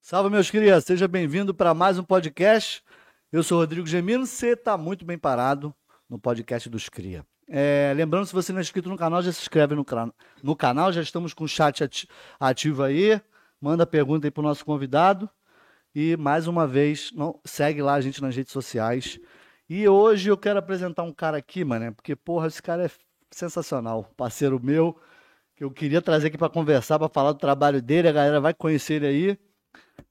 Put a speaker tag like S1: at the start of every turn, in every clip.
S1: Salve, meus crias, seja bem-vindo para mais um podcast. Eu sou Rodrigo Gemino, você está muito bem parado no podcast dos Cria. É, lembrando, se você não é inscrito no canal, já se inscreve no, cra- no canal, já estamos com o chat ati- ativo aí. Manda pergunta aí para o nosso convidado. E mais uma vez, não- segue lá a gente nas redes sociais. E hoje eu quero apresentar um cara aqui, mano, porque, porra, esse cara é sensacional, um parceiro meu, que eu queria trazer aqui para conversar, para falar do trabalho dele, a galera vai conhecer ele aí.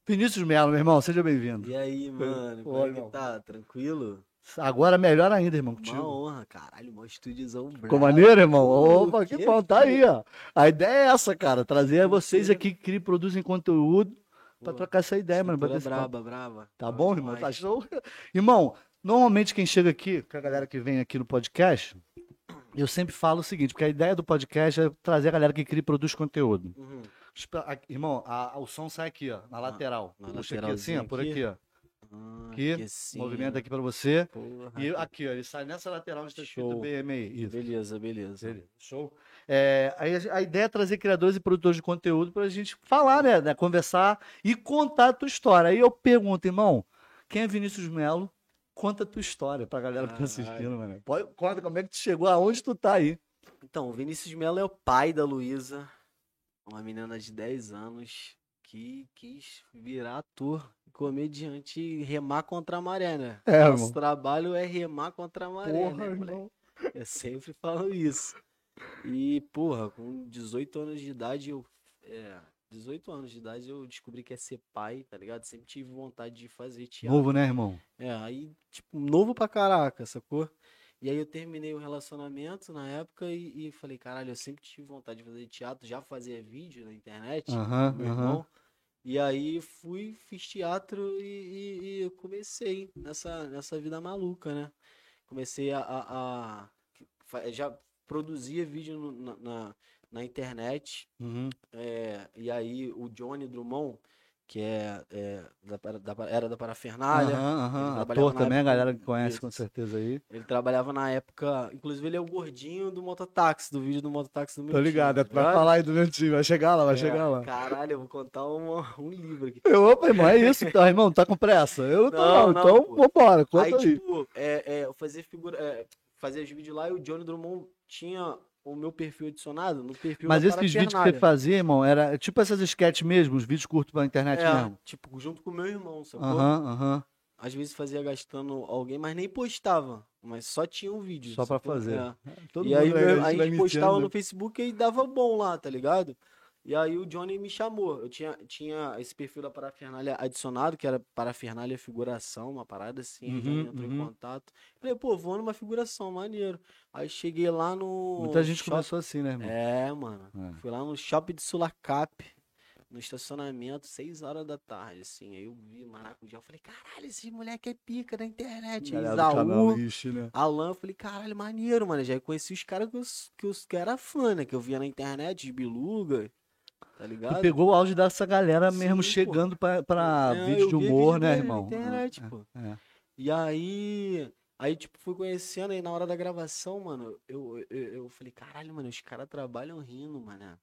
S1: Vinícius Melo, meu irmão, seja bem-vindo.
S2: E aí, mano, como
S1: Oi,
S2: é que
S1: irmão.
S2: tá? Tranquilo?
S1: Agora melhor ainda, irmão,
S2: Uma
S1: contigo.
S2: honra, caralho, mó estúdiozão
S1: Ficou
S2: brabo.
S1: maneiro, irmão?
S2: Ô,
S1: Opa, que
S2: que
S1: bom, tá aí, ó. A ideia é essa, cara, trazer vocês aqui que produzem conteúdo para
S2: Pô,
S1: trocar essa ideia, É, mano. bater esse
S2: estrutura
S1: papo.
S2: braba, brava.
S1: Tá
S2: Brava
S1: bom, irmão?
S2: demais.
S1: Tá show? Irmão, normalmente quem chega aqui, que a galera que vem aqui no podcast, eu sempre falo o seguinte, porque a ideia do podcast é trazer a galera que cria e produz conteúdo.
S2: Uhum.
S1: Espe- a- Irmão, a- a- o som sai aqui, ó, na lateral.
S2: Ah, na
S1: Puxa aqui assim,
S2: lateralzinha
S1: ó, por
S2: aqui.
S1: aqui, ó.
S2: Ah,
S1: Aqui,
S2: assim,
S1: Movimento aqui pra você.
S2: porra.
S1: E aqui, ó, ele sai nessa lateral onde tá escrito
S2: Ah, tá. Show.
S1: BM aí. Isso.
S2: Beleza, beleza.
S1: Ele- Show. É, aí a, a ideia é trazer criadores e produtores de conteúdo para a gente falar, né, né, Conversar e contar a tua história. Aí eu pergunto, irmão, quem é Vinícius Melo? Conta a tua história pra galera que tá
S2: Caralho.
S1: assistindo, mano. Pode, conta como é que tu chegou, aonde tu tá aí.
S2: Então, o Vinícius Melo é o pai da Luísa, uma menina de 10 anos que quis virar ator, comediante e remar contra a maré, né?
S1: É,
S2: Nosso
S1: irmão.
S2: trabalho é remar contra a maré, né, moleque?
S1: irmão.
S2: Eu sempre falo isso. E, porra, com 18 anos de idade, eu. É, 18 anos de idade eu descobri que é ser pai, tá ligado? Sempre tive vontade de fazer teatro.
S1: Novo, né, irmão?
S2: É, aí, tipo, novo pra caraca, sacou? E aí eu terminei o relacionamento na época e, e falei, caralho, eu sempre tive vontade de fazer teatro, já fazia vídeo na internet
S1: Aham,
S2: com meu
S1: aham.
S2: irmão. E aí fui, fiz teatro e, e- e eu comecei nessa, nessa vida maluca, né? Comecei a, a- a- fa- já produzia vídeo no- na, na, na internet.
S1: Uhum.
S2: é, e aí o Johnny Drummond, que é, é, da para- da para- era da Parafernália,
S1: Aham, aham.
S2: ele trabalhava
S1: Ator
S2: na
S1: também, a
S2: época-
S1: galera que conhece
S2: Isso.
S1: com certeza aí.
S2: ele trabalhava na época. Inclusive, ele é o gordinho do mototáxi, do vídeo do mototáxi do meu
S1: Tô
S2: tio,
S1: ligado, é,
S2: tá
S1: vai
S2: ligado?
S1: falar aí do meu time, vai chegar lá, vai
S2: É,
S1: chegar lá.
S2: Caralho, eu vou contar uma- um livro aqui.
S1: Eu, opa, irmão, é isso, então, irmão, tá com pressa? Eu não tô não,
S2: Não, não,
S1: então
S2: pô.
S1: vambora, conta
S2: aí,
S1: aí.
S2: tipo, é, é, eu fazia figura. É, fazia os vídeos lá e o Johnny Drummond tinha o meu perfil adicionado no perfil
S1: Mas
S2: da
S1: esses vídeos que você
S2: Parafernália.
S1: fazia, irmão, era tipo essas sketches mesmo, os vídeos curtos pra internet
S2: É,
S1: mesmo.
S2: tipo, junto com o meu irmão, sacou?
S1: né, Aham, aham.
S2: Às vezes fazia gastando alguém, mas nem postava. Mas só tinha um vídeo.
S1: Só pra
S2: sacou?
S1: fazer.
S2: É.
S1: Todo
S2: e
S1: mundo
S2: aí,
S1: vai-
S2: meu-
S1: vai
S2: aí a gente
S1: me né?
S2: postava
S1: enfiando.
S2: no Facebook e dava bom lá, tá ligado? E aí o Johnny me chamou. Eu tinha, tinha esse perfil da parafernália adicionado, que era parafernália figuração, uma parada assim, aí já
S1: Uhum,
S2: entrou
S1: uhum.
S2: em contato. Falei, pô, vou numa figuração, maneiro. Aí cheguei lá no.
S1: Muita gente
S2: shopping-
S1: começou assim, né, irmão?
S2: É, mano.
S1: É.
S2: Fui lá no shopping de Sulacap, no estacionamento, 6 horas da tarde, assim. Aí eu vi maracujá, eu falei, caralho, esse moleque é pica da internet.
S1: Galera do
S2: Isaú,
S1: canal Ixi, né?
S2: Alan, eu falei, caralho, maneiro, mano. Já conheci os caras que, eu s- que, os- que era fã, né? Que eu via na internet, de biluga, tá
S1: Tu
S2: ligado?
S1: pegou o auge dessa galera
S2: Sim,
S1: mesmo
S2: pô.
S1: chegando pra, pra
S2: É,
S1: vídeo
S2: eu
S1: de
S2: via
S1: humor,
S2: vídeo
S1: né,
S2: dele na
S1: irmão?
S2: internet, tipo,
S1: É,
S2: pô.
S1: é.
S2: E aí, aí, tipo, fui conhecendo, aí na hora da gravação, mano, eu, eu, eu falei, caralho, mano, os caras trabalham rindo, mano.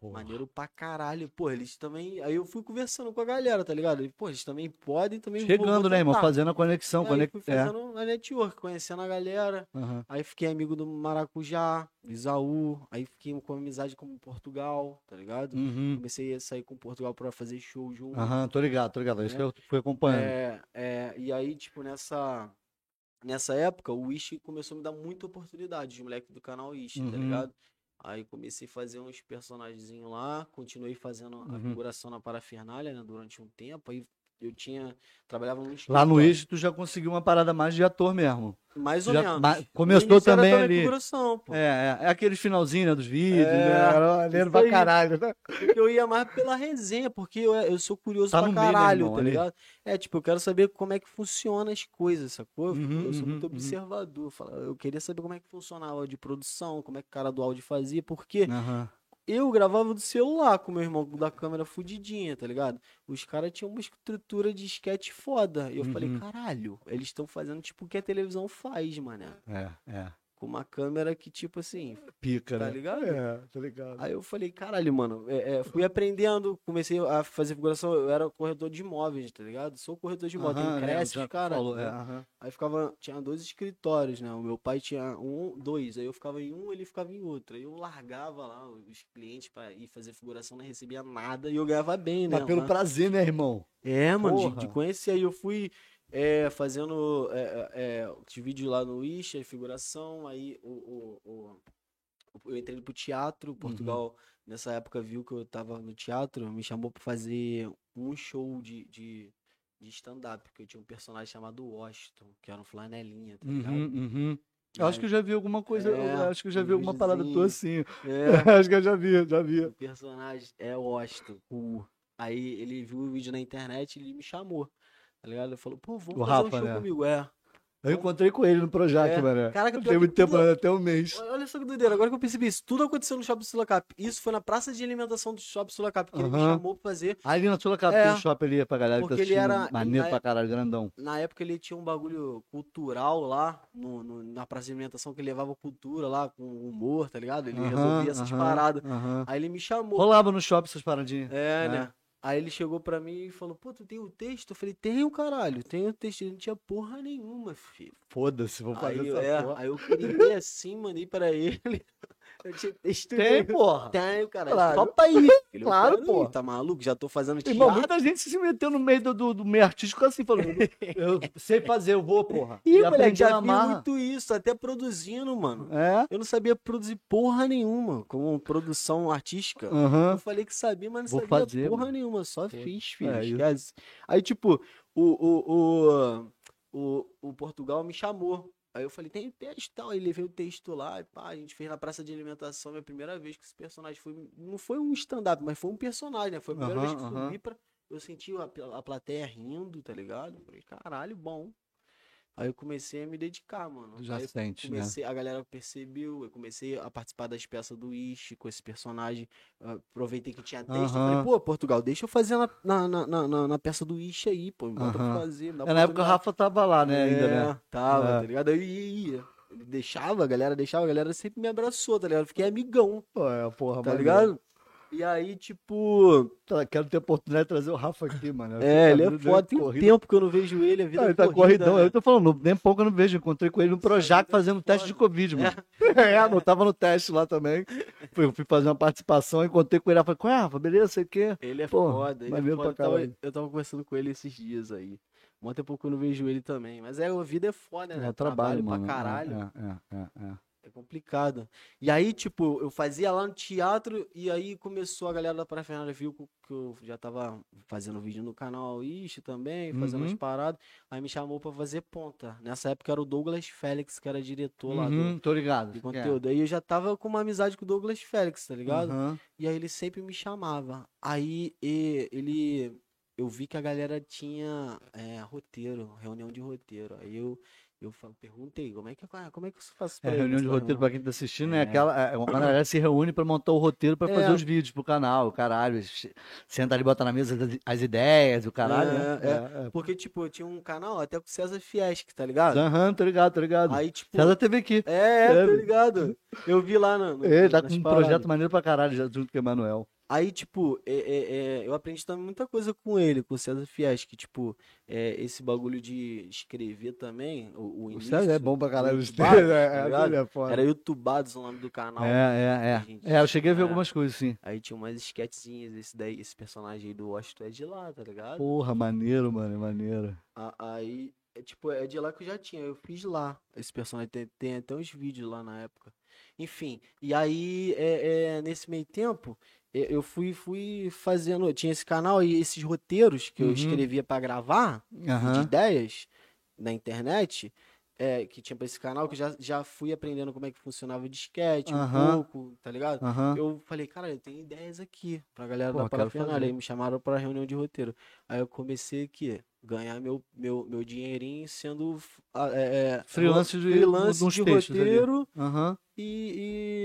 S1: Pô,
S2: Maneiro pra caralho. Pô, eles também. Aí eu fui conversando com a galera, tá ligado? E, Pô, eles também podem, também vou-
S1: Chegando,
S2: vou
S1: né, irmão?
S2: tentar.
S1: Fazendo a conexão.
S2: tá. Aí
S1: Conect...
S2: fui
S1: É.
S2: fazendo um a network, conhecendo a galera.
S1: aham.
S2: Aí fiquei amigo do Maracujá, do Isaú, aí fiquei com amizade com Portugal, tá ligado?
S1: Uhum.
S2: Comecei a sair com Portugal pra fazer show junto.
S1: Aham, tô ligado, tô ligado. É isso
S2: É.
S1: que eu fui acompanhando.
S2: um É, é, e aí, tipo, nessa, nessa época, o Wish começou a me dar muita oportunidade, os moleques do canal Wish, tá
S1: Uhum.
S2: ligado? Aí comecei a fazer uns personagenzinhos lá, continuei fazendo a
S1: Uhum.
S2: figuração na parafernália, né, durante um tempo, aí eu tinha, trabalhava num
S1: Lá no
S2: escritório,
S1: Ixi, tu já conseguiu uma parada mais de ator mesmo.
S2: mais ou
S1: já-
S2: menos.
S1: mas
S2: No
S1: começou
S2: início era
S1: também
S2: toda
S1: ali.
S2: figuração, pô.
S1: É, é, é aquele finalzinho né, dos vídeos,
S2: É,
S1: né? Era maneiro
S2: isso
S1: pra
S2: aí.
S1: caralho, né?
S2: Porque eu ia mais pela resenha, porque eu, eu sou curioso
S1: Tá
S2: pra
S1: no meio, né,
S2: caralho,
S1: irmão,
S2: tá
S1: ali.
S2: ligado? É, tipo, eu quero saber como é que funciona as coisas, sacou? Eu fico-
S1: Uhum,
S2: eu sou
S1: uhum,
S2: muito
S1: uhum.
S2: observador. eu falo, Eu queria saber como é que funcionava de produção, como é que o cara do áudio fazia, porque
S1: Aham.
S2: eu gravava do celular com meu irmão da câmera fudidinha, tá ligado? Os caras tinham uma estrutura de sketch foda. E eu falei,
S1: Uhum.
S2: caralho, eles estão fazendo tipo o que a televisão faz, mané.
S1: É, é.
S2: com uma câmera que, tipo assim.
S1: Pica,
S2: Tá
S1: né?
S2: ligado?
S1: É, tá ligado.
S2: Aí eu falei, caralho, mano, é, é, fui aprendendo, comecei a fazer figuração, eu era corretor de imóveis, tá ligado? Sou corretor de imóveis,
S1: Aham,
S2: tenho
S1: é,
S2: Cresp,
S1: já
S2: um cara. né?
S1: falou, é, aham.
S2: Aí ficava, tinha dois escritórios, né? O meu pai tinha um, dois, aí eu ficava em um, ele ficava em outro. Aí eu largava lá os clientes pra ir fazer figuração, não recebia nada e eu ganhava bem, né?
S1: Mas pelo
S2: Lá-
S1: prazer, né, irmão?
S2: é, mano, de- de,
S1: Porra.
S2: conhecer. Aí eu fui é, fazendo é, é, é, de vídeo lá no Isha, figuração, aí o, o- o- eu entrei pro
S1: Uhum.
S2: teatro, Portugal nessa época viu que eu tava no teatro, me chamou pra fazer um show de, de, de stand-up, porque eu tinha um personagem chamado Washington, que era um flanelinha, tá ligado?
S1: uhum. Eu acho que eu já vi alguma coisa,
S2: É,
S1: eu acho que eu já
S2: um
S1: vi alguma parada tua assim.
S2: É,
S1: acho que eu já vi, já vi.
S2: o personagem é Washington, com U. Aí ele viu o vídeo na internet e ele me chamou, tá ligado? Ele falou, pô, vamos
S1: O
S2: fazer um
S1: Rafa,
S2: show
S1: né?
S2: comigo, é.
S1: Eu encontrei com ele no Projac,
S2: É.
S1: mano.
S2: Caraca,
S1: Não
S2: pior
S1: tem
S2: que
S1: muito tempo,
S2: tudo-
S1: mano, até um mês.
S2: Olha só que doideira, agora que eu percebi isso, tudo aconteceu no Shopping Sulacap. Isso foi na praça de alimentação do Shopping Sulacap, que ele me
S1: Aham.
S2: chamou pra fazer.
S1: Ali na sua casa
S2: É.
S1: tem um shopping ali pra galera que tá
S2: Porque ele
S1: assistindo.
S2: era-
S1: Maneiro
S2: ele-
S1: pra caralho, grandão.
S2: Na época ele tinha um bagulho cultural lá, no, no- na praça de alimentação, que ele levava cultura lá, com humor, tá ligado? Ele
S1: Aham,
S2: resolvia essas
S1: aham,
S2: paradas.
S1: aham.
S2: Aí ele me chamou.
S1: Rolava no shopping essas paradinhas.
S2: É,
S1: É.
S2: né? Aí ele chegou pra mim e falou, pô, tu tem o texto? Eu falei, tenho, caralho, tenho o texto. Ele não tinha porra nenhuma, filho.
S1: Foda-se, vou
S2: Aí,
S1: fazer
S2: eu-
S1: essa
S2: é,
S1: porra.
S2: aí eu queria assim, mandei pra ele. Eu tinha texto
S1: Tem,
S2: nenhum.
S1: porra.
S2: Tenho, caralho.
S1: Claro.
S2: Só
S1: pra ir.
S2: Filho,
S1: Claro,
S2: eu quero
S1: pô.
S2: ir, Tá maluco? Já tô fazendo teatro.
S1: Irmão, muita gente se meteu no meio do, do, do meio artístico assim, falando, eu sei fazer, eu vou, porra.
S2: Ih,
S1: aprendi
S2: moleque, já
S1: na
S2: vi
S1: marra.
S2: muito isso, até produzindo, mano.
S1: É,
S2: Eu não sabia produzir porra nenhuma, como produção artística.
S1: aham.
S2: Eu falei que sabia, mas não
S1: Vou
S2: sabia
S1: fazer,
S2: porra
S1: mano.
S2: nenhuma, só fiz, filho.
S1: É isso.
S2: esquece. Aí, tipo, o, o, o, o, o Portugal me chamou. Aí eu falei, tem texto e tal. Aí levei o texto lá, e pá, a gente fez na praça de alimentação, minha primeira vez que esse personagem foi. Não foi um stand-up, mas foi um personagem, né? Foi a primeira
S1: Aham,
S2: vez que
S1: aham.
S2: subi pra. Eu senti a, a plateia rindo, tá ligado? Eu Falei, caralho, bom. Aí eu comecei a me dedicar, mano.
S1: Já
S2: Aí eu
S1: sente, né?
S2: comecei, a galera percebeu, eu comecei a participar das peças do Ishi com esse personagem. ah, Aproveitei que tinha texto. eu
S1: Aham.
S2: Falei, pô, Portugal, deixa eu fazer na, na, na, na- na- na peça do Ishi aí, pô. Bota pra
S1: Aham.
S2: fazer. dá
S1: É na época que o
S2: oportunidade.
S1: Rafa tava lá, né, ainda,
S2: É,
S1: né?
S2: Tava,
S1: É.
S2: tá ligado? Aí ia, ia. Ele Deixava a galera, deixava a galera, sempre me abraçou, tá ligado? Eu Fiquei amigão,
S1: Pô, é, porra,
S2: tá
S1: maneiro.
S2: ligado? E aí, tipo.
S1: Tá, Quero ter a oportunidade de trazer o Rafa aqui, mano. Eu sei que
S2: É,
S1: a
S2: ele é
S1: vida dele tá
S2: foda. Tem um
S1: corrida.
S2: tempo que eu não vejo ele, a vida
S1: Ah, ele
S2: é
S1: tá
S2: corrida,
S1: corridão.
S2: né?
S1: Eu tô falando, nem pouco eu não vejo. Encontrei com ele no Projac
S2: vida é
S1: fazendo teste de Covid, mano. É, eu tava no teste lá também. Fui, fui fazer uma participação, encontrei com ele. Eu falei, qual é, Rafa? Beleza, sei o quê?
S2: Ele é
S1: Pô,
S2: foda, ele é
S1: maneiro
S2: foda. Eu
S1: pra
S2: tava,
S1: caralho.
S2: eu tava conversando com ele esses dias aí. Um tempo que eu não vejo ele também. Mas é, a vida é foda, né?
S1: É, trabalho,
S2: pra
S1: mano.
S2: caralho.
S1: É, é, é, é.
S2: É complicado. E aí, tipo, eu fazia lá no teatro e aí começou a galera da Parafernália viu que- que eu já tava fazendo vídeo no canal Ixi também, fazendo as
S1: Uhum.
S2: paradas. Aí me chamou pra fazer ponta. Nessa época era o Douglas Félix, que era diretor lá do,
S1: Uhum, tô ligado.
S2: de
S1: Quem é?
S2: conteúdo. Aí eu já tava com uma amizade com o Douglas Félix, tá ligado?
S1: Uhum.
S2: E aí ele sempre me chamava. Aí e- ele. Eu vi que a galera tinha é, roteiro, reunião de roteiro. Aí eu, eu fa- perguntei, como é que, ah, como é que eu faço
S1: É,
S2: pra ir
S1: reunião de
S2: nessa
S1: roteiro pra quem tá assistindo, é
S2: É.
S1: aquela. é, Quando a galera se reúne pra montar o roteiro pra fazer
S2: É.
S1: os vídeos pro canal, caralho. eles Senta ali, bota na mesa as- as ideias, o caralho.
S2: É,
S1: né? É, é.
S2: Porque, tipo, eu tinha um canal até com o César Fiesc, tá ligado?
S1: Aham, tô ligado, tô ligado.
S2: Aí, tipo,
S1: César teve aqui.
S2: é, é,
S1: É,
S2: tá ligado? Eu vi lá no, no-
S1: Ele tá com
S2: nas
S1: um
S2: paradas.
S1: projeto maneiro pra caralho, já junto com o Emanuel.
S2: Aí, tipo, é- é- é, eu aprendi também muita coisa com ele, com o César Fiesc, tipo, é, esse bagulho de escrever também, o, o
S1: O
S2: início,
S1: César é bom pra caralho.
S2: o
S1: os
S2: Tubarão,
S1: três, é,
S2: tá
S1: é,
S2: ligado?
S1: ele é foda.
S2: Era Youtubados o nome do canal.
S1: É,
S2: gente.
S1: é, é. É, eu cheguei a ver
S2: É.
S1: algumas coisas, sim.
S2: Aí tinha umas sketchzinhas, esse, daí, esse personagem aí do Washington é de lá, tá ligado?
S1: Porra, maneiro, mano, maneiro.
S2: A- Aí, é, tipo, é de lá que eu já tinha, eu fiz lá. Esse personagem tem, tem até uns vídeos lá na época. Enfim, e aí, é, é, nesse meio tempo, é, eu fui, fui fazendo, eu tinha esse canal e esses roteiros que eu
S1: Uhum.
S2: escrevia pra gravar, de
S1: Aham.
S2: ideias na internet é, que tinha pra esse canal, que eu já, já fui aprendendo como é que funcionava o disquete,
S1: Aham.
S2: um pouco, tá ligado?
S1: Aham.
S2: Eu falei, cara, eu tenho ideias aqui pra galera
S1: Pô,
S2: da
S1: quero
S2: Parafernália.
S1: fazer.
S2: Aí me chamaram pra reunião de roteiro. Aí eu comecei aqui, ganhar meu, meu, meu dinheirinho sendo ah, é, é,
S1: Freelance de-
S2: freelance
S1: de uns
S2: de
S1: textos ali.
S2: roteiro
S1: Aham.
S2: e,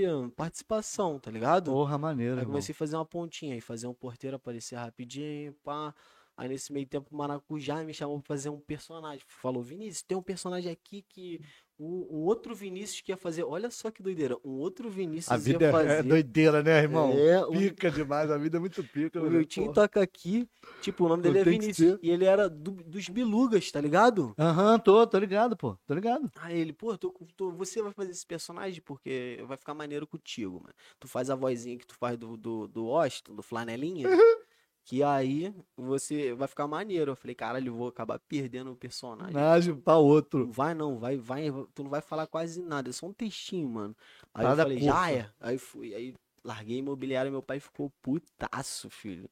S2: e participação, tá ligado?
S1: Porra, maneiro.
S2: Aí
S1: irmão.
S2: comecei a fazer uma pontinha, aí fazer um porteiro aparecer rapidinho, pá. Aí nesse meio tempo o Maracujá me chamou pra fazer um personagem. Falou, Vinícius, tem um personagem aqui que o, o outro Vinícius que ia fazer. Olha só que doideira. Um outro Vinícius
S1: A vida
S2: ia fazer.
S1: é, é doideira, né, irmão?
S2: É, o-
S1: Pica demais, a vida é muito pica.
S2: O
S1: né,
S2: Miltinho tá
S1: porra.
S2: toca aqui, tipo, o nome
S1: Não
S2: dele é
S1: tem que
S2: Vinícius. E ele era do- dos Bilugas, tá ligado?
S1: Aham, tô, tô ligado, pô. Tô ligado.
S2: Aí ele, pô, tô, com- tô- você vai fazer esse personagem porque vai ficar maneiro contigo, mano. Tu faz a vozinha que tu faz do, do, do Austin, do Flanelinha,
S1: Uhum.
S2: que aí você vai ficar maneiro. Eu falei, caralho, eu vou acabar perdendo o personagem.
S1: Nage pra
S2: Não
S1: tá outro.
S2: vai não, vai, vai, tu não vai falar quase nada, é só um textinho, mano. Aí
S1: Parada
S2: eu falei,
S1: curta.
S2: já é. Aí fui, aí larguei imobiliário, meu pai ficou putaço, filho.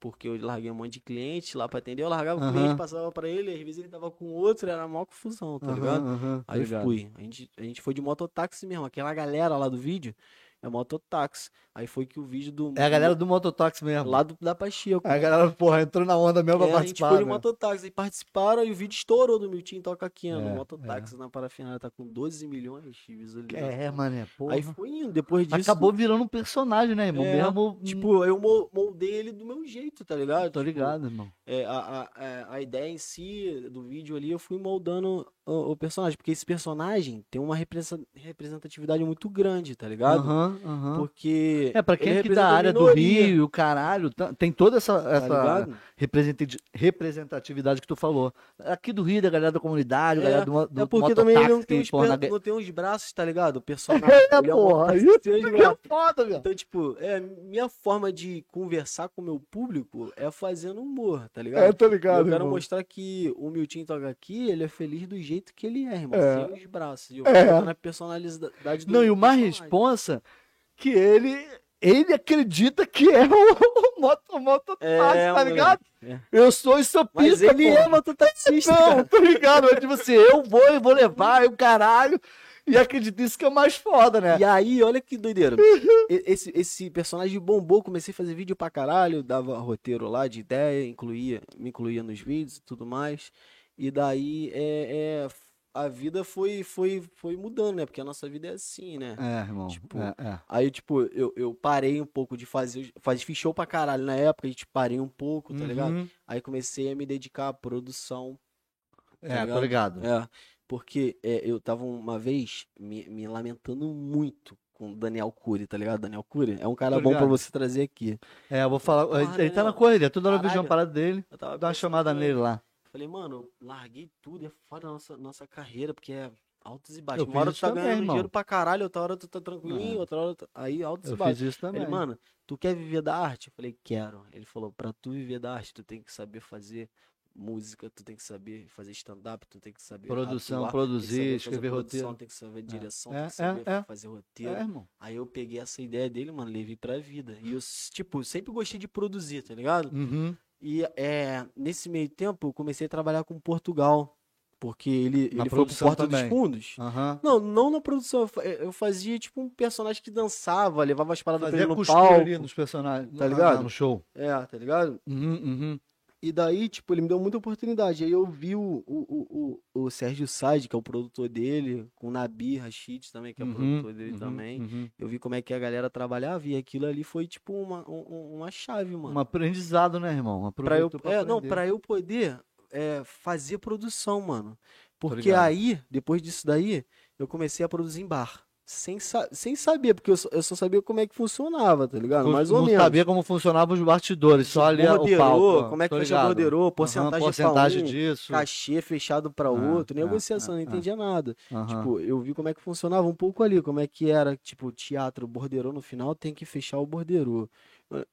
S2: Porque eu larguei um monte de cliente lá pra atender, eu largava o
S1: Aham.
S2: cliente, passava pra ele, às vezes ele tava com outro, era maior confusão, tá
S1: Aham,
S2: ligado?
S1: aham, tô
S2: Aí
S1: ligado.
S2: fui. A gente, a gente foi de mototáxi mesmo, aquela galera lá do vídeo é mototáxi. Aí foi que o vídeo do.
S1: É a galera do mototáxi mesmo.
S2: lá do, da Pacheco.
S1: A galera, porra, entrou na onda mesmo pra
S2: É, a gente
S1: participar.
S2: foi de
S1: né?
S2: mototáxi e participaram e o vídeo estourou do Miltinho Toca aqui, no
S1: É,
S2: mototáxi na parafinal tá com 12 milhões de visualizações.
S1: É, mané, porra.
S2: Aí foi indo, depois disso,
S1: Acabou virando um personagem, né, irmão?
S2: É,
S1: mesmo.
S2: tipo, eu mo- moldei ele do meu jeito, tá ligado?
S1: tô
S2: Tipo,
S1: ligado, irmão.
S2: é, a, a- a, a ideia em si do vídeo ali, eu fui moldando o, o personagem, porque esse personagem tem uma represa- representatividade muito grande, tá ligado?
S1: Aham, aham.
S2: Porque
S1: É, pra quem
S2: ele
S1: é aqui da
S2: representa a
S1: área do
S2: minoria,
S1: Rio, caralho, tá- tem toda essa,
S2: tá
S1: essa
S2: ligado?
S1: representati- representatividade que tu falou. Aqui do Rio, da galera da comunidade,
S2: É,
S1: galera do, mo- do
S2: É porque também ele não
S1: mototáxi,
S2: tem,
S1: que,
S2: uns
S1: porra,
S2: pe-
S1: na... ga-
S2: não tem uns braços, tá ligado? O personagem.
S1: É,
S2: ele é um
S1: porra,
S2: mototáxi
S1: isso
S2: que tem uns
S1: que
S2: braços.
S1: é foda, velho.
S2: Então, tipo, é, minha forma de conversar com o meu público é fazendo humor, tá ligado?
S1: É, tô
S2: eu
S1: ligado,
S2: quero
S1: irmão.
S2: mostrar que o Miltinho toca aqui, ele é feliz do jeito que ele é, irmão.
S1: É.
S2: Sem os braços. E eu
S1: É.
S2: foco na personalidade do
S1: Não, e o mais
S2: personagem.
S1: responsa que ele... Ele acredita que é o, o moto, o
S2: É,
S1: mototáxi, tá
S2: moleque.
S1: ligado?
S2: É.
S1: Eu sou
S2: Mas
S1: estopista,
S2: ele
S1: porra.
S2: é mototaxista,
S1: Não,
S2: cara.
S1: tô ligado. É tipo assim, eu vou, eu vou levar, eu caralho. E acredito isso que é o mais foda, né?
S2: E aí, olha que doideira. E- Esse, esse personagem bombou, comecei a fazer vídeo pra caralho, dava roteiro lá de ideia, incluía, me incluía nos vídeos e tudo mais. E daí é, é, a vida foi, foi, foi mudando, né? Porque a nossa vida é assim, né?
S1: É, irmão.
S2: Tipo,
S1: é, é.
S2: Aí, tipo, eu, eu parei um pouco de fazer. os- Faz, fiz show pra caralho na época, a gente parei um pouco, tá ligado?
S1: Uhum.
S2: Aí comecei a me dedicar à produção,
S1: É,
S2: ligado?
S1: tô ligado.
S2: é, porque é, eu tava uma vez me, me lamentando muito com o Daniel Cury, tá ligado? Daniel Cury é um cara
S1: Tô
S2: bom pra
S1: ligado.
S2: você trazer aqui.
S1: É, eu vou falar.
S2: Porra,
S1: ele tá na
S2: Daniel.
S1: correria, toda hora eu vejo uma
S2: Caralho.
S1: parada dele.
S2: Eu tava
S1: Dá uma
S2: pensando,
S1: chamada
S2: falei,
S1: nele lá.
S2: Falei, mano, eu larguei tudo, é foda a nossa, nossa carreira, porque é altos e
S1: Eu
S2: baixos.
S1: fiz
S2: Uma hora tu
S1: isso
S2: tá
S1: também,
S2: ganhando
S1: irmão.
S2: dinheiro pra caralho, outra hora tu tá tranquilinho,
S1: É.
S2: outra hora tu... aí altos e
S1: Eu
S2: baixos.
S1: fiz isso também.
S2: Ele, mano, tu quer viver da arte? Eu falei, quero. Ele falou, pra tu viver da arte, tu tem que saber fazer música, tu tem que saber fazer stand-up, tu tem que saber
S1: Produção,
S2: atuar,
S1: produzir,
S2: tem que saber fazer
S1: escrever
S2: produção,
S1: roteiro.
S2: Tem que saber direção,
S1: É,
S2: tem
S1: é,
S2: que saber
S1: é.
S2: fazer
S1: é,
S2: roteiro.
S1: irmão.
S2: Aí eu peguei essa ideia dele, mano, levei pra vida. E eu, tipo, sempre gostei de produzir, tá ligado?
S1: Uhum.
S2: E é, nesse meio tempo eu comecei a trabalhar com Portugal, porque ele,
S1: Na
S2: ele foi pro
S1: produção
S2: Porta
S1: também.
S2: dos Fundos.
S1: Aham.
S2: Não, não na produção, eu fa- eu fazia tipo um personagem que dançava, levava as paradas pra
S1: Fazer
S2: ele no
S1: costura
S2: palco.
S1: ali nos personagens. na-
S2: tá ligado?
S1: na- No show.
S2: É, tá ligado?
S1: Uhum, uhum.
S2: E daí, tipo, ele me deu muita oportunidade. Aí eu vi o, o, o, o, o Sérgio Said, que é o produtor dele, com o Nabi Rachid também, que é o
S1: Uhum,
S2: produtor dele
S1: uhum,
S2: também.
S1: uhum.
S2: Eu vi como é que a galera trabalhava e aquilo ali foi tipo uma, um- um- uma chave, mano.
S1: Um aprendizado, né, irmão?
S2: Pra eu,
S1: Aproveitou
S2: é, não,
S1: aprender.
S2: pra eu poder é, fazer produção, mano. Porque
S1: ligado.
S2: aí, depois disso daí, eu comecei a produzir em bar. Sem, sa- sem saber, porque eu só, eu só sabia como é que funcionava, tá ligado?
S1: Tu
S2: Mais ou
S1: não
S2: menos.
S1: sabia como funcionavam os bastidores, só ali o
S2: Borderô,
S1: palco.
S2: como é que
S1: tô
S2: fecha
S1: ligado.
S2: borderô,
S1: Aham,
S2: porcentagem,
S1: porcentagem
S2: pra um,
S1: disso.
S2: cachê fechado pra outro,
S1: é,
S2: negociação,
S1: é,
S2: não entendia nada.
S1: Aham.
S2: Tipo, eu vi como é que funcionava um pouco ali, como é que era, tipo, teatro, borderô no final tem que fechar o borderô,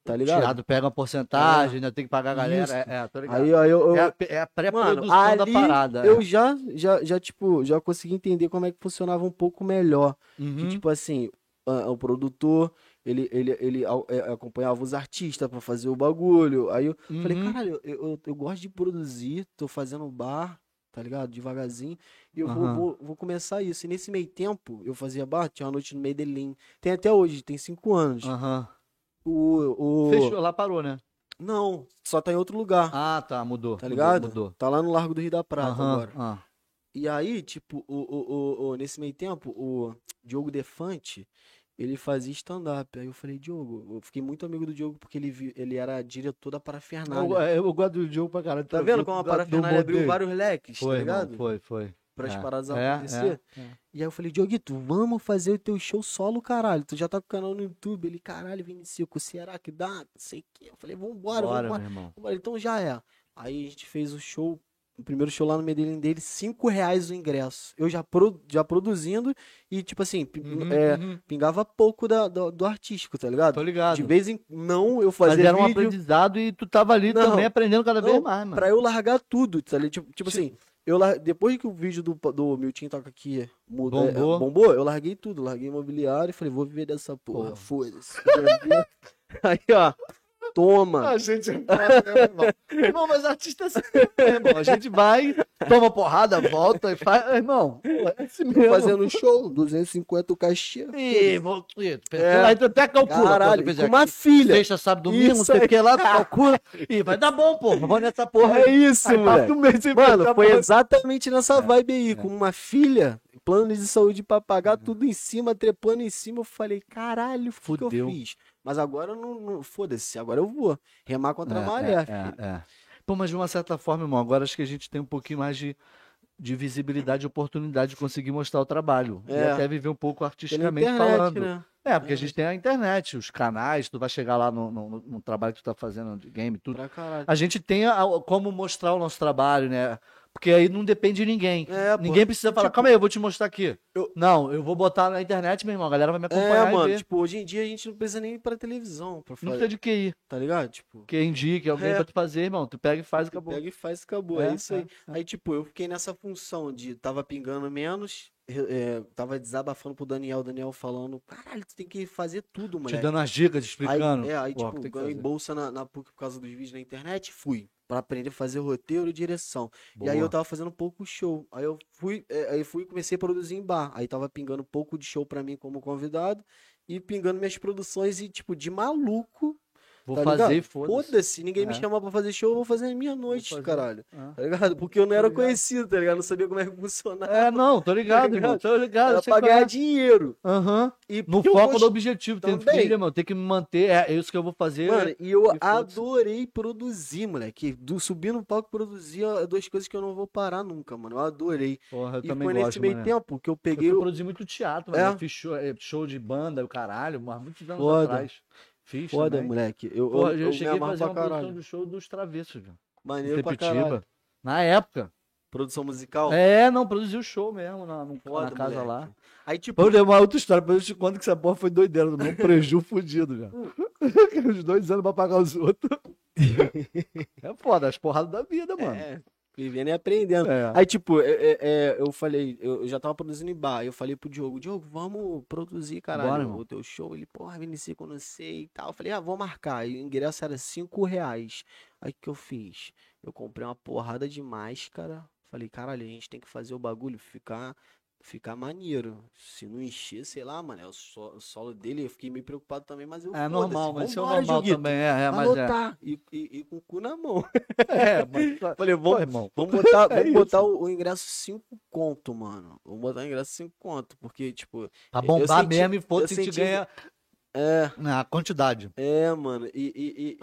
S2: tá ligado?
S1: Tirado pega uma porcentagem, ainda tem que pagar a galera.
S2: Isso.
S1: É, é, tô ligado.
S2: Aí, aí eu, eu-
S1: é, a, é a pré-produção
S2: Mano,
S1: da
S2: ali
S1: parada.
S2: eu já, já, já, tipo, já consegui entender como é que funcionava um pouco melhor.
S1: é. Uhum.
S2: Que, tipo assim, a- o produtor, ele, ele, ele a- é, acompanhava os artistas pra fazer o bagulho. Aí eu
S1: Uhum.
S2: tipo, falei, caralho, eu, eu, eu gosto de produzir, tô fazendo bar, tá ligado? Devagarzinho. E eu vou-
S1: Aham.
S2: vou, vou, começar isso. E nesse meio tempo, eu fazia bar, tinha uma noite no Medellín. Tem até hoje, tem cinco anos.
S1: Aham.
S2: O, o...
S1: Ah. Fechou, lá parou, né?
S2: Não, só tá em outro lugar.
S1: Ah, tá, mudou.
S2: Tá
S1: mudou,
S2: ligado?
S1: Mudou.
S2: Tá lá no Largo do Rio da Prata
S1: Aham,
S2: agora.
S1: ah.
S2: E aí, tipo, o, o, o- o- nesse meio tempo, o Diogo Defante, ele fazia stand-up. Aí eu falei, Diogo, eu fiquei muito amigo do Diogo porque ele, vi- ele era diretor da
S1: Eu, é,
S2: parafernália.
S1: eu gosto do Diogo pra caralho.
S2: Tá vendo como a parafernália abriu vários leques,
S1: Foi,
S2: tá ligado?
S1: irmão, foi, foi.
S2: Pra as
S1: É,
S2: paradas
S1: é,
S2: acontecer.
S1: é, é.
S2: E aí eu falei, Dioguito, vamos fazer o teu show solo, caralho. Tu já tá com o canal no YouTube. Ele, caralho, Vinicius, será que dá? Não sei o quê. Eu falei, vambora,
S1: Bora,
S2: vambora.
S1: meu irmão.
S2: Vambora. Então já é. Aí a gente fez o show, o primeiro show lá no Medellín dele, cinco reais o ingresso. Eu já, pro- já produzindo e, tipo assim, pi-
S1: Uhum,
S2: é,
S1: uhum.
S2: pingava pouco da- do, do artístico, tá ligado?
S1: Tô ligado.
S2: De vez em não eu
S1: Mas
S2: fazia
S1: era um
S2: vídeo
S1: aprendizado e tu tava ali
S2: Não,
S1: também aprendendo cada vez
S2: não,
S1: mais, mano.
S2: pra eu largar tudo, tá ligado? Tipo, tipo
S1: Ti-
S2: assim, eu lar... depois que o vídeo do, do Miltinho Toca Aqui mudou,
S1: Bombou.
S2: bombou. bombou, eu larguei tudo, larguei imobiliário e falei, vou viver dessa
S1: Porra.
S2: porra, foda-se. Aí, ó, toma.
S1: A gente é foda, né, meu irmão? irmão, mas artista é assim, mesmo, irmão. A gente vai, toma porrada, volta e faz. Irmão, pô, é assim mesmo.
S2: Fazendo show, 250 o cachê.
S1: Ih, vou... Ih, tu pensa-
S2: É.
S1: Aí tu até calcula. pô,
S2: Caralho,
S1: tu pensa
S2: com
S1: que
S2: uma filha.
S1: Sexta, sábado, domingo, não
S2: Isso
S1: sei o
S2: aí.
S1: que lá, tu calcula. Ih, vai dar bom, pô. Vamos nessa porra
S2: É
S1: aí.
S2: isso,
S1: Aí passa
S2: moleque.
S1: um mês sem pensar,
S2: Mano, foi assim.
S1: pô.
S2: exatamente
S1: É,
S2: nessa vibe aí, com uma filha, planos de saúde pra
S1: Uhum.
S2: pagar, tudo em cima, trepando em cima. Eu falei, caralho, o que eu
S1: Fudeu.
S2: fiz? Mas agora eu não, não- foda-se, agora eu vou remar contra a
S1: É,
S2: maré.
S1: é,
S2: filho.
S1: é, é. Pô, mas de uma certa forma, irmão, agora acho que a gente tem um pouquinho mais de, de visibilidade e oportunidade de conseguir mostrar o trabalho. E
S2: É.
S1: até viver um pouco
S2: Pela
S1: artisticamente
S2: internet,
S1: falando.
S2: né?
S1: É, porque a gente tem a internet, os canais, tu vai chegar lá no, no- no trabalho que tu tá fazendo de game, tudo.
S2: Pra caralho.
S1: A gente tem a- a- como mostrar o nosso trabalho, né? Porque aí não depende de ninguém.
S2: É, pô.
S1: ninguém precisa falar, calma aí, eu vou te mostrar aqui.
S2: Eu-
S1: Não, eu vou botar na internet, meu irmão, a galera vai me acompanhar
S2: É,
S1: e
S2: mano,
S1: ver.
S2: tipo, hoje em dia a gente não precisa nem ir pra televisão pra
S1: Não
S2: fazer,
S1: precisa de QI,
S2: tá ligado? Tipo,
S1: que indique alguém
S2: É.
S1: pra tu fazer, irmão. Tu pega e faz, acabou.
S2: pega e faz, acabou, é,
S1: É,
S2: isso aí.
S1: é,
S2: Aí, tipo, eu fiquei nessa função de tava pingando menos, re- é, tava desabafando pro Daniel, Daniel falando, caralho, tu tem que fazer tudo,
S1: Te
S2: moleque.
S1: dando as dicas, te
S2: Aí,
S1: explicando.
S2: é, aí,
S1: Pô,
S2: tipo,
S1: tem que
S2: ganhei
S1: fazer.
S2: bolsa na, na PUC por causa dos vídeos na internet, fui. Pra aprender a fazer roteiro e direção.
S1: Boa.
S2: E aí eu tava fazendo pouco show. Aí eu fui, é, aí fui e comecei a produzir em bar. Aí tava pingando um pouco de show pra mim como convidado. E pingando minhas produções e, tipo, de maluco.
S1: Vou
S2: tá
S1: fazer e
S2: ligado?
S1: foda-se.
S2: Foda-se, ninguém me
S1: É.
S2: chama pra fazer show, eu vou fazer a minha noite,
S1: fazer.
S2: caralho.
S1: Ah.
S2: Tá ligado? Porque eu não era
S1: ligado.
S2: conhecido, tá ligado? Não sabia como é que funcionava.
S1: É, não, tô ligado,
S2: Tá
S1: irmão. Tô ligado.
S2: Era
S1: sei qual
S2: pra
S1: é.
S2: ganhar dinheiro.
S1: Aham.
S2: E
S1: No
S2: porque eu
S1: foco do
S2: gost-
S1: objetivo. Tem
S2: Também.
S1: filho, irmão. Tem que me manter. É isso que eu vou fazer.
S2: Mano, e eu
S1: e foda-se.
S2: adorei produzir, moleque. Do, subir no palco e produzir é duas coisas que eu não vou parar nunca, mano. Eu adorei.
S1: Porra, eu
S2: e
S1: também
S2: foi
S1: gosto,
S2: nesse meio
S1: mano.
S2: tempo que eu
S1: Eu
S2: peguei.
S1: fui
S2: o-
S1: produzir muito teatro, mano.
S2: É?
S1: Eu fiz show, eh, show de banda, o caralho, mas muitos anos
S2: Foda.
S1: atrás. Fiz
S2: Foda,
S1: também.
S2: moleque. Eu,
S1: Porra,
S2: eu,
S1: eu,
S2: eu me
S1: cheguei a
S2: amarro
S1: fazer
S2: pra
S1: uma produção
S2: caralho.
S1: do show dos travessos, velho. em
S2: Maneiro pra caralho.
S1: Sepetiba. Na época.
S2: Produção musical.
S1: É, não, produziu o show mesmo na, no- na
S2: Foda,
S1: casa
S2: moleque.
S1: lá.
S2: Aí, tipo,
S1: Pô, deu uma outra história, mas eu te conto que essa porra foi doideira, meu preju fudido, velho. Os dois anos pra pagar os outros. é foda, as porradas da vida, mano.
S2: é, vivendo e aprendendo.
S1: É.
S2: Aí, tipo, é- é- é, eu falei, eu eu já tava produzindo em bar. aí Eu falei pro Diogo, Diogo, vamos produzir, caralho,
S1: Bora, irmão.
S2: o teu show. Ele, porra, Vinicius, eu não sei e tal. Eu falei, ah, vou marcar. E o ingresso era 5 reais. Aí o que eu fiz? Eu comprei uma porrada de máscara. Falei, caralho, a gente tem que fazer o bagulho ficar. Ficar maneiro. Se não encher, sei lá, mano. É o so- o solo dele. Eu fiquei meio preocupado também, mas eu.
S1: É normal, mas isso é
S2: vambora, tá.
S1: normal
S2: Dioguito.
S1: também, é, é,
S2: Vai
S1: mas é.
S2: lotar. E, e- e com o cu na mão.
S1: É, mas.
S2: Falei,
S1: Pô,
S2: vamos,
S1: irmão.
S2: Vamos botar,
S1: É
S2: vamos
S1: isso.
S2: botar o, o ingresso 5 conto, mano. Vamos botar o ingresso 5 conto, porque, tipo,
S1: Pra
S2: Eu
S1: bombar
S2: senti-
S1: mesmo e foda-se
S2: eu
S1: te
S2: senti-
S1: ganha
S2: é,
S1: na quantidade.
S2: é, mano. E,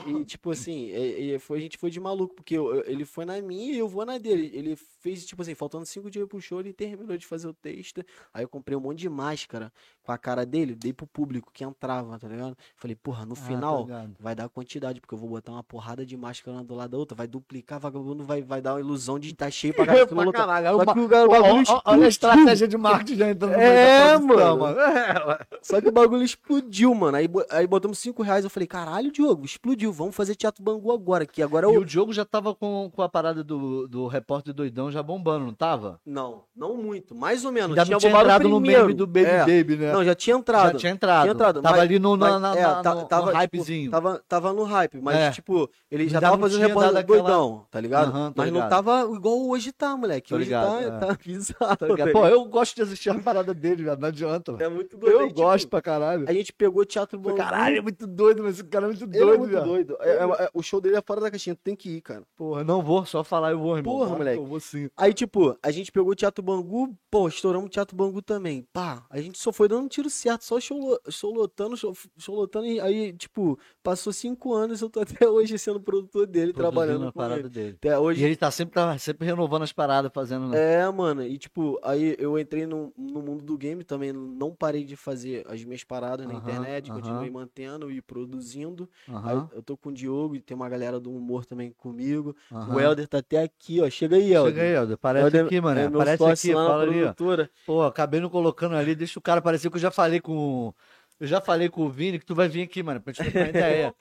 S2: e- e- e, tipo assim, é- é, foi, a gente foi de maluco, porque eu- eu- ele foi na minha e eu vou na dele. Ele fez, tipo assim, faltando 5 dias pro show, ele terminou de fazer o texto. Aí eu comprei um monte de máscara com a cara dele, dei pro público que entrava, tá ligado? Falei, porra, no
S1: Ah, tá
S2: final.
S1: ligado.
S2: Vai dar quantidade, porque eu vou botar uma porrada de máscara uma do lado da outra, vai duplicar, vagabundo vai, vai dar uma ilusão de tá cheio pra caralho.
S1: Pra caralho, é aí o
S2: Só
S1: ba-
S2: que o ga- o
S1: Ó, ó,
S2: bagulho
S1: ó, Olha a
S2: explodiu.
S1: estratégia de marketing já entrando no meio
S2: É,
S1: da produção,
S2: mano.
S1: É, ué.
S2: Só que o bagulho explodiu, mano. Aí, bo- aí botamos 5 reais. Eu falei, caralho, Diogo, explodiu. Vamos fazer Teatro Bangu agora, que agora
S1: E
S2: eu.
S1: o Diogo já tava com, com a parada do, do repórter doidão já bombando, não tava?
S2: Não, não muito. Mais ou menos.
S1: Ainda não tinha
S2: bombado
S1: entrado no
S2: primeiro.
S1: meme do Baby
S2: É.
S1: Baby, né?
S2: Não, já tinha
S1: já
S2: entrado.
S1: tinha entrado.
S2: tinha entrado,
S1: Tava
S2: mas-
S1: ali no, na,
S2: Mas,
S1: na,
S2: é,
S1: na-
S2: tá-
S1: no- no
S2: tava, tipo,
S1: hypezinho.
S2: tava, tava no hype, mas,
S1: É.
S2: tipo, ele já
S1: Ainda
S2: tava
S1: não
S2: fazendo
S1: tinha
S2: repórter
S1: dado aquela-
S2: doidão, tá ligado?
S1: Aham, tô
S2: mas
S1: ligado.
S2: não tava igual hoje tá, moleque.
S1: Tô
S2: Hoje
S1: ligado,
S2: tá, tá bizarro.
S1: Tá ligado? Pô, eu gosto de assistir a parada dele, velho. Não adianta, velho.
S2: é muito doido.
S1: Eu
S2: Aí, tipo,
S1: gosto pra caralho.
S2: A gente pegou, Teatro Bangu.
S1: Caralho, é muito doido, mas esse cara é muito
S2: ele é
S1: doido,
S2: muito
S1: viado.
S2: doido. É- é- é- o show dele é fora da caixinha, tu tem que ir, cara.
S1: Porra, não vou, só falar eu vou, irmão.
S2: Porra,
S1: Claro
S2: moleque.
S1: que Eu vou sim.
S2: Aí, tipo, a gente pegou o Teatro Bangu, pô, estouramos o Teatro Bangu também. Pá, a gente só foi dando um tiro certo, só show, lo- show lotando, show, show lotando. E aí, tipo, passou cinco anos, eu tô até hoje sendo produtor dele,
S1: Trabalhando
S2: trabalhando
S1: na
S2: com ele.
S1: parada dele.
S2: Até hoje.
S1: E ele tá sempre, tá sempre renovando as paradas, fazendo. né?
S2: É, mano, e tipo, aí eu entrei no, no mundo do game também, não parei de fazer as minhas paradas na
S1: Aham,
S2: internet,
S1: aham.
S2: continuei mantendo e produzindo. É. Aí
S1: Aham,
S2: eu tô com o Diogo e tem uma galera do humor também comigo.
S1: aham.
S2: O Helder tá até aqui, ó. Chega aí, Helder.
S1: Chega aí, Helder. Parece
S2: Helder
S1: aqui, mano.
S2: é meu
S1: Parece
S2: sócio
S1: aqui,
S2: lá na
S1: fala ali, ó.
S2: produtora.
S1: Pô, acabei não colocando ali, deixa o cara parecer que eu já falei com. Eu já falei com o Vini que tu vai vir aqui, mano, pra gente trocar ideia.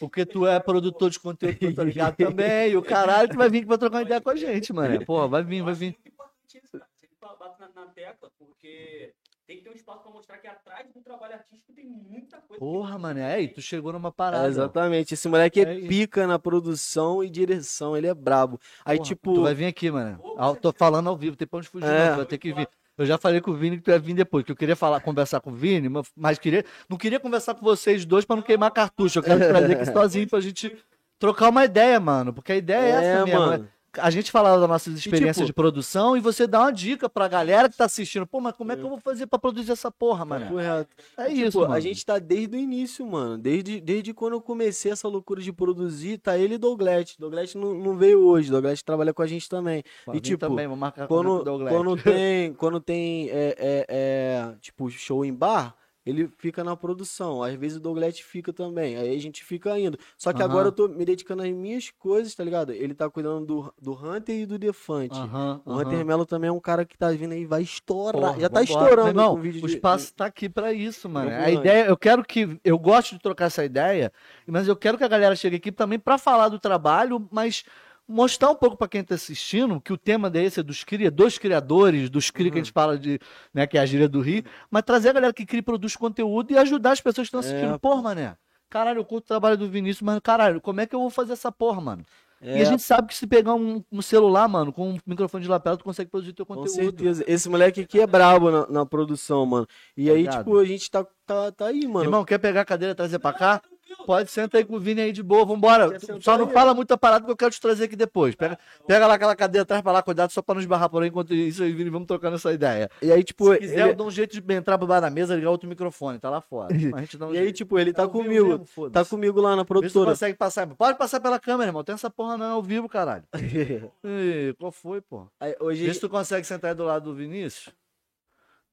S1: Porque tu é produtor de conteúdo, tu tá ligado também, e o caralho, tu vai vir aqui pra trocar ideia com a gente, mano. Pô, vai vir, vai vir.
S3: muito importante isso, cara. Sempre ba- bato na, na tecla, porque tem que ter um espaço pra mostrar que atrás do trabalho artístico tem muita coisa.
S1: Porra, mano, aí, tu chegou numa
S2: É,
S1: parada.
S2: exatamente. Esse moleque é
S1: É isso.
S2: pica na produção e direção, ele é brabo. Aí,
S1: Porra,
S2: tipo,
S1: Tu vai vir aqui, mano. Ah, eu tô falando ao vivo, tem pra onde fugir,
S2: É.
S1: não, tu vai ter que vir. Eu já falei com o Vini que tu ia vir depois, que eu queria falar, conversar com o Vini, mas- mas queria, não queria conversar com vocês dois pra não queimar cartucho. Eu quero te trazer aqui sozinho pra gente trocar uma ideia, mano. Porque a ideia é, essa mesmo. né? A gente falar das nossas experiências
S2: tipo-
S1: de produção e você dá uma dica pra galera que tá assistindo. Pô, mas como é que eu vou fazer pra produzir essa porra, mano?
S2: Correto.
S1: É
S2: Tipo,
S1: isso,
S2: a
S1: mano.
S2: gente tá desde o início, mano. Desde, desde quando eu comecei essa loucura de produzir, tá ele e Douglas. Douglas não, não veio hoje, Douglas trabalha com a gente também.
S1: Pô,
S2: e,
S1: vem
S2: tipo,
S1: também, vou marcar Tá com o
S2: Quando,
S1: Douglas.
S2: quando tem, quando tem é, é, é, tipo, show em bar, ele fica na produção. Às vezes o Douglas fica também. Aí a gente fica indo. Só que
S1: Aham.
S2: agora eu tô me dedicando às minhas coisas, tá ligado? Ele tá cuidando do, do Hunter e do Defante.
S1: Aham,
S2: O
S1: aham.
S2: Hunter Melo também é um cara que tá vindo aí, vai estourar.
S1: Porra,
S2: Já tá
S1: vambora.
S2: estourando
S1: Meu irmão,
S2: com vídeo
S1: o
S2: de-
S1: espaço tá aqui pra isso, mano. A
S2: Ambulante.
S1: ideia, eu quero que eu gosto de trocar essa ideia, mas eu quero que a galera chegue aqui também pra falar do trabalho, mas mostrar um pouco pra quem tá assistindo que o tema desse é dos cria, dos criadores, dos cria
S2: Hum.
S1: que a gente fala de, né, que é a gíria do Rio, mas trazer a galera que cria e produz conteúdo e ajudar as pessoas que estão assistindo.
S2: É,
S1: Porra, mané. Caralho, eu curto o trabalho do Vinícius, mas caralho, como é que eu vou fazer essa porra, mano?
S2: É,
S1: E a gente sabe que se pegar um, um celular, mano, com um microfone de lapela, tu consegue produzir teu
S2: Com
S1: conteúdo.
S2: certeza. Esse moleque aqui é brabo na, na produção, mano. E
S1: Tá
S2: aí,
S1: ligado?
S2: tipo, a gente tá, tá, tá aí, mano.
S1: Irmão, quer pegar a cadeira e trazer pra cá? Pode, senta aí com o Vini aí de boa, vambora.
S2: Quer sentar
S1: Só não
S2: aí? Ah, tá
S1: fala muita parada que eu quero te trazer aqui depois. Pega, pega lá aquela cadeira atrás pra lá, cuidado só pra não esbarrar por aí enquanto isso aí, Vini, vamos trocando essa ideia.
S2: E aí, tipo,
S1: Se quiser,
S2: ele-
S1: eu dou um jeito de entrar pra baixo da mesa, ligar outro microfone, tá lá fora. A gente dá um
S2: e aí,
S1: jeito.
S2: tipo, ele
S1: É
S2: tá
S1: ao vivo
S2: comigo.
S1: mesmo, foda-se.
S2: Tá comigo lá na
S1: Vê se tu
S2: produtora.
S1: consegue passar. Pode passar pela câmera, irmão. Tem essa porra não, é ao vivo, caralho. Ih, qual foi, pô?
S2: Aí,
S1: Vê se
S2: hoje.
S1: tu consegue sentar aí do lado do Vinícius.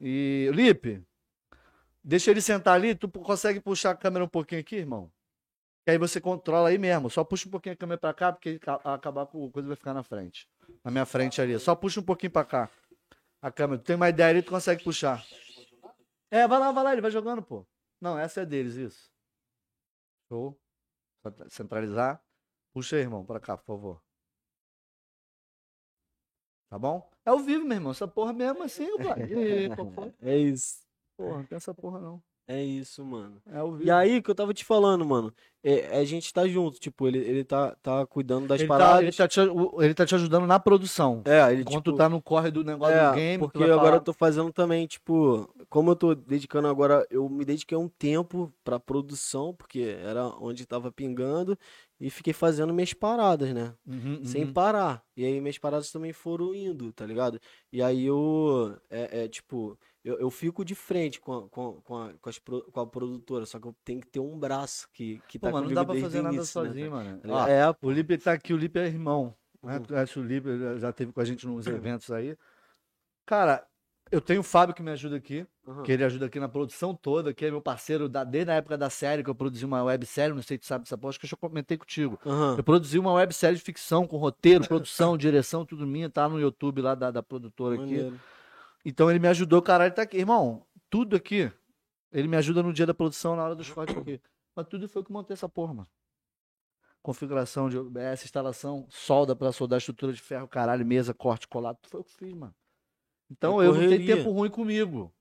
S1: E, Lipe, deixa ele sentar ali. Tu consegue puxar a câmera um pouquinho aqui, irmão? Que aí você controla aí mesmo. Só puxa um pouquinho a câmera pra cá, porque ca- acabar com o coisa vai ficar na frente. Na minha frente ali. Só puxa um pouquinho pra cá. A câmera. Tu tem uma ideia ali, tu consegue puxar. É, vai lá, vai lá, ele vai jogando, pô. Não, essa é deles, isso. Show. Pra Centralizar. Puxa aí, irmão, pra cá, por favor. Tá bom? É ao vivo, meu irmão. Essa porra mesmo assim, pai. Ih, qual foi?
S2: É isso.
S1: Porra, não tem essa porra não.
S2: É isso, mano.
S1: É ao vivo.
S2: E aí que eu tava te falando, mano. é- a gente tá junto, tipo, ele, ele tá, tá cuidando das
S1: ele, tá, ele,
S2: paradas.
S1: tá te, o- ele tá te ajudando na produção.
S2: É, ele
S1: Enquanto
S2: tipo,
S1: tu tá no corre do negócio
S2: É,
S1: do game, tu
S2: porque
S1: vai
S2: agora
S1: falar-
S2: eu tô fazendo também, tipo, como eu tô dedicando agora, eu me dediquei um tempo pra produção, porque era onde tava pingando, e fiquei fazendo minhas paradas, né?
S1: Uhum, uhum.
S2: Sem parar. E aí minhas paradas também foram indo, tá ligado? E aí eu, é, é, tipo, eu, eu fico de frente com a, com, a- com, a, com as pro- com a produtora, só que eu tenho que ter um braço que, que
S1: Pô,
S2: tá
S1: mano, não
S2: comigo
S1: dá pra
S2: desde
S1: fazer
S2: o
S1: nada
S2: início, né,
S1: sozinho, mano.
S2: tá
S1: Ó,
S2: ligado? É,
S1: O Lipe tá aqui, o Lipe é irmão. Né?
S2: Uhum.
S1: Tu conhece o Lipe, ele já teve com a gente nos eventos aí. Cara, eu tenho o Fábio que me ajuda aqui,
S2: aham.
S1: que ele ajuda aqui na produção toda, que é meu parceiro da- desde a época da série, que eu produzi uma websérie, não sei se tu sabe dessa porra, acho que eu já comentei contigo.
S2: Aham.
S1: Eu produzi uma websérie de ficção com roteiro, produção, direção, tudo minha, tá no YouTube lá da, da produtora aqui.
S2: Maneiro.
S1: Então ele me ajudou, caralho, tá aqui. Irmão, tudo aqui, ele me ajuda no dia da produção, na hora dos cortes aqui. Mas tudo foi eu que montei essa porra, mano. Configuração de OBS, instalação, solda pra soldar, estrutura de ferro, caralho, mesa, corte, colado, tudo foi eu que fiz, mano. Então
S2: É
S1: eu não tenho
S2: correria.
S1: tempo ruim comigo.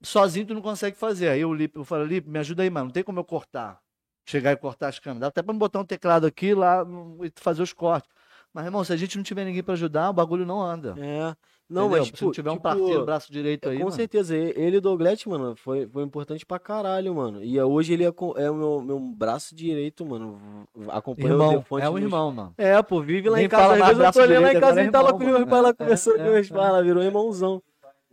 S1: Sozinho tu não consegue fazer. Aí o Lipe, eu falo, Lipe, me ajuda aí, mano, não tem como eu cortar. Chegar e cortar as câmeras. Dá até pra me botar um teclado aqui lá um, e hum, fazer os cortes. Mas, irmão, se a gente não tiver ninguém pra ajudar, o bagulho não anda.
S2: É. Não,
S1: tá. entendeu?
S2: mas tipo,
S1: se não tiver um
S2: tipo,
S1: parceiro, braço direito
S2: é,
S1: aí,
S2: com
S1: mano,
S2: certeza, e- ele e o Doglete, mano, foi, foi importante pra caralho, mano. E é, hoje ele é, co- é o meu, meu braço direito, mano. v- Acompanha o
S1: irmão,
S2: Defante
S1: é um
S2: nos-
S1: irmão, mano.
S2: É, pô, vive lá
S1: Nem
S2: em casa.
S1: fala
S2: Às
S1: mais
S2: vezes eu
S1: braço
S2: tô ali lá
S1: direito,
S2: em casa
S1: agora
S2: e
S1: é
S2: ele tá lá
S1: irmão,
S2: com meus
S1: mano.
S2: pais lá
S1: É,
S2: conversando
S1: é,
S2: com meus
S1: é.
S2: pais lá, virou irmãozão.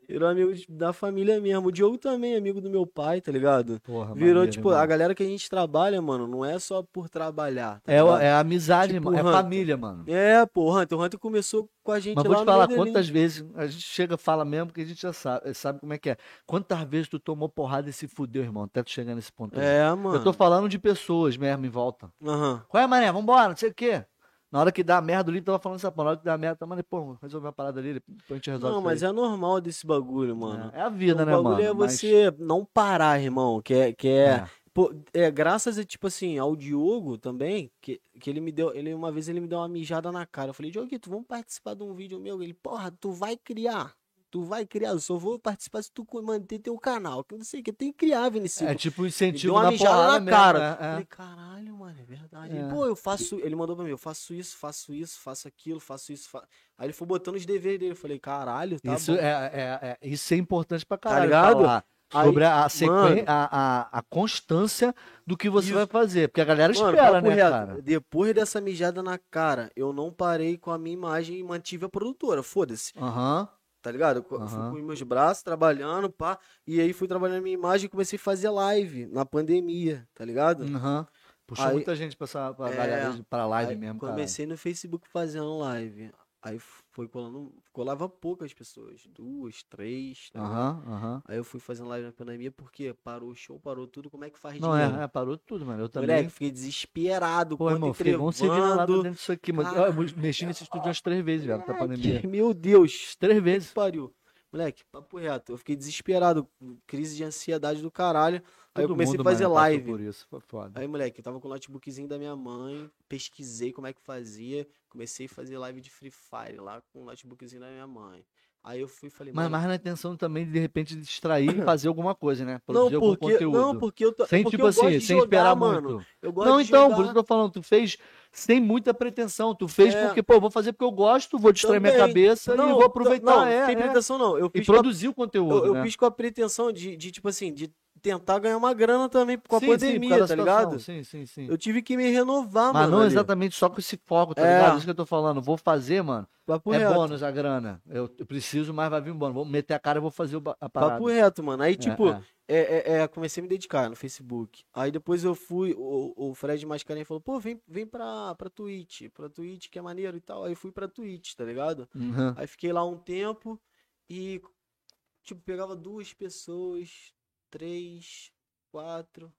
S2: Virou amigo de- da família mesmo. O Diogo também, é amigo do meu pai, tá ligado?
S1: Porra,
S2: Virou,
S1: maneiro,
S2: tipo,
S1: irmão.
S2: a galera que a gente trabalha, mano, não é só por trabalhar. tá
S1: É,
S2: ligado?
S1: é amizade,
S2: Tipo,
S1: mano. É
S2: Hunter.
S1: família, mano.
S2: É, pô, o Hunter, o Hunter começou com a gente
S1: Mas vou
S2: lá
S1: te
S2: no
S1: falar
S2: Medellín.
S1: quantas vezes a gente chega fala mesmo, porque a gente já sabe, sabe como é que é. Quantas vezes tu tomou porrada e se fudeu, irmão, até tu chegar nesse ponto. aí.
S2: É, mano.
S1: Eu tô falando de pessoas mesmo em volta.
S2: Aham.
S1: Qual é, mané? Vambora, não sei o quê. Na hora que dá merda, o Lito tava falando essa porra. Na hora que dá merda, tá, mano, pô, resolveu a parada ali, depois a gente resolve
S2: Não,
S1: isso
S2: mas é normal desse bagulho,
S1: aí.
S2: mano.
S1: É, é a vida,
S2: o
S1: né,
S2: bagulho
S1: mano?
S2: é
S1: Mas-
S2: você não parar, irmão, que é, que é,
S1: É.
S2: Pô, é, graças a, tipo assim, ao Diogo também, que, que ele me deu, ele uma vez ele me deu uma mijada na cara. Eu falei, Dioguito, vamos participar de um vídeo meu? Ele, porra, tu vai criar. Tu vai criar, eu só vou participar se tu co- manter teu canal. Que eu não sei o que, tem que criar, Vinicius.
S1: É tipo um
S2: Me deu
S1: incentivo
S2: uma
S1: na
S2: mijada
S1: porrada
S2: na
S1: mesmo,
S2: cara. Eu
S1: é, é.
S2: Falei, caralho, mano, é verdade. Ele,
S1: É.
S2: Pô, eu faço. Ele mandou pra mim, eu faço isso, faço isso, faço aquilo, faço isso. fa-" Aí ele foi botando os deveres dele. Eu falei, caralho, tá
S1: isso,
S2: bom. Tá
S1: é, é- é- isso é importante pra caralho.
S2: ligado?
S1: falar
S2: Aí,
S1: sobre a,
S2: mano.
S1: sequência, a, a, a constância do que você
S2: Isso.
S1: vai fazer. Porque a galera
S2: Mano,
S1: espera,
S2: papo
S1: né,
S2: reto,
S1: cara?
S2: Depois dessa mijada na cara, eu não parei com a minha imagem e mantive a produtora. Foda-se,
S1: Aham.
S2: tá ligado? Eu co- Fui
S1: Aham.
S2: com os meus braços trabalhando, pá. E aí fui trabalhando a minha imagem e comecei a fazer live na pandemia, tá ligado?
S1: Aham. Puxou
S2: Aí-
S1: muita gente pra, essa, pra,
S2: É.
S1: galera de- pra Hum, live
S2: Aí
S1: mesmo, cara.
S2: comecei no Facebook fazendo live. Aí foi colando, colava poucas pessoas, duas, três. tá ligado?
S1: Aham, aham.
S2: Aí eu fui fazendo live na pandemia porque parou o show, parou tudo. Como é que faz
S1: Não,
S2: dinheiro?
S1: é, é, parou tudo, mano. Eu também.
S2: Moleque, fiquei desesperado,
S1: Pô, irmão,
S2: conta
S1: fiquei vamos se virar lá
S2: entrevando.
S1: dentro disso aqui, mano. Eu eu mexi nesse estúdio umas três vezes, velho, da pandemia.
S2: Moleque, Meu Deus,
S1: Três
S2: que
S1: vezes.
S2: pariu. Moleque, papo reto, eu fiquei desesperado, crise de ansiedade do caralho. Aí eu
S1: Todo
S2: comecei
S1: mundo,
S2: a fazer
S1: mano, passou
S2: live.
S1: Por isso, foi foda.
S2: Aí, moleque, eu tava com o notebookzinho da minha mãe, pesquisei como é que fazia, comecei a fazer live de Free Fire lá com o notebookzinho da minha mãe. Aí eu fui e falei,
S1: Mas,
S2: mano,
S1: mas na intenção também de, de repente, distrair e fazer alguma coisa, né?
S2: não,
S1: Produzir algum
S2: porque,
S1: conteúdo.
S2: não, porque eu tô,
S1: Sem,
S2: porque
S1: tipo
S2: eu gosto
S1: assim,
S2: de
S1: sem
S2: jogar,
S1: esperar
S2: mano.
S1: muito.
S2: Eu gosto
S1: Não,
S2: de
S1: então,
S2: jogar.
S1: por isso que eu tô falando, tu fez sem muita pretensão. Tu fez
S2: É.
S1: porque, pô, vou fazer porque eu gosto, vou distrair minha
S2: Também.
S1: cabeça
S2: Não,
S1: e vou aproveitar.
S2: Não,
S1: é,
S2: sem
S1: é.
S2: pretensão não. Eu
S1: E
S2: fiz, com a,
S1: produzir o
S2: eu,
S1: conteúdo,
S2: eu
S1: né?
S2: fiz com a pretensão de, de, tipo assim, de tentar ganhar uma grana também com a
S1: Sim, sim, por
S2: pandemia,
S1: causa
S2: tá
S1: da situação.
S2: ligado?
S1: Sim, sim, sim.
S2: Eu tive que me renovar,
S1: Mas
S2: mano.
S1: não
S2: ali.
S1: exatamente só com esse foco, tá
S2: É.
S1: ligado? Isso que eu tô falando. Vou fazer, mano.
S2: Papo
S1: é
S2: reto.
S1: bônus a grana. Eu, eu preciso, mas vai vir um bônus. Vou meter a cara e vou fazer o ba- a parada.
S2: Papo reto, mano. Aí, tipo,
S1: é.
S2: é, é, é, comecei a me dedicar no Facebook. Aí depois eu fui, o, o Fred Mascarenhas falou, pô, vem, vem pra, pra Twitch, pra Twitch que é maneiro e tal. Aí eu fui pra Twitch, tá ligado?
S1: Uhum.
S2: Aí fiquei lá um tempo e, tipo, pegava duas pessoas, três, quatro.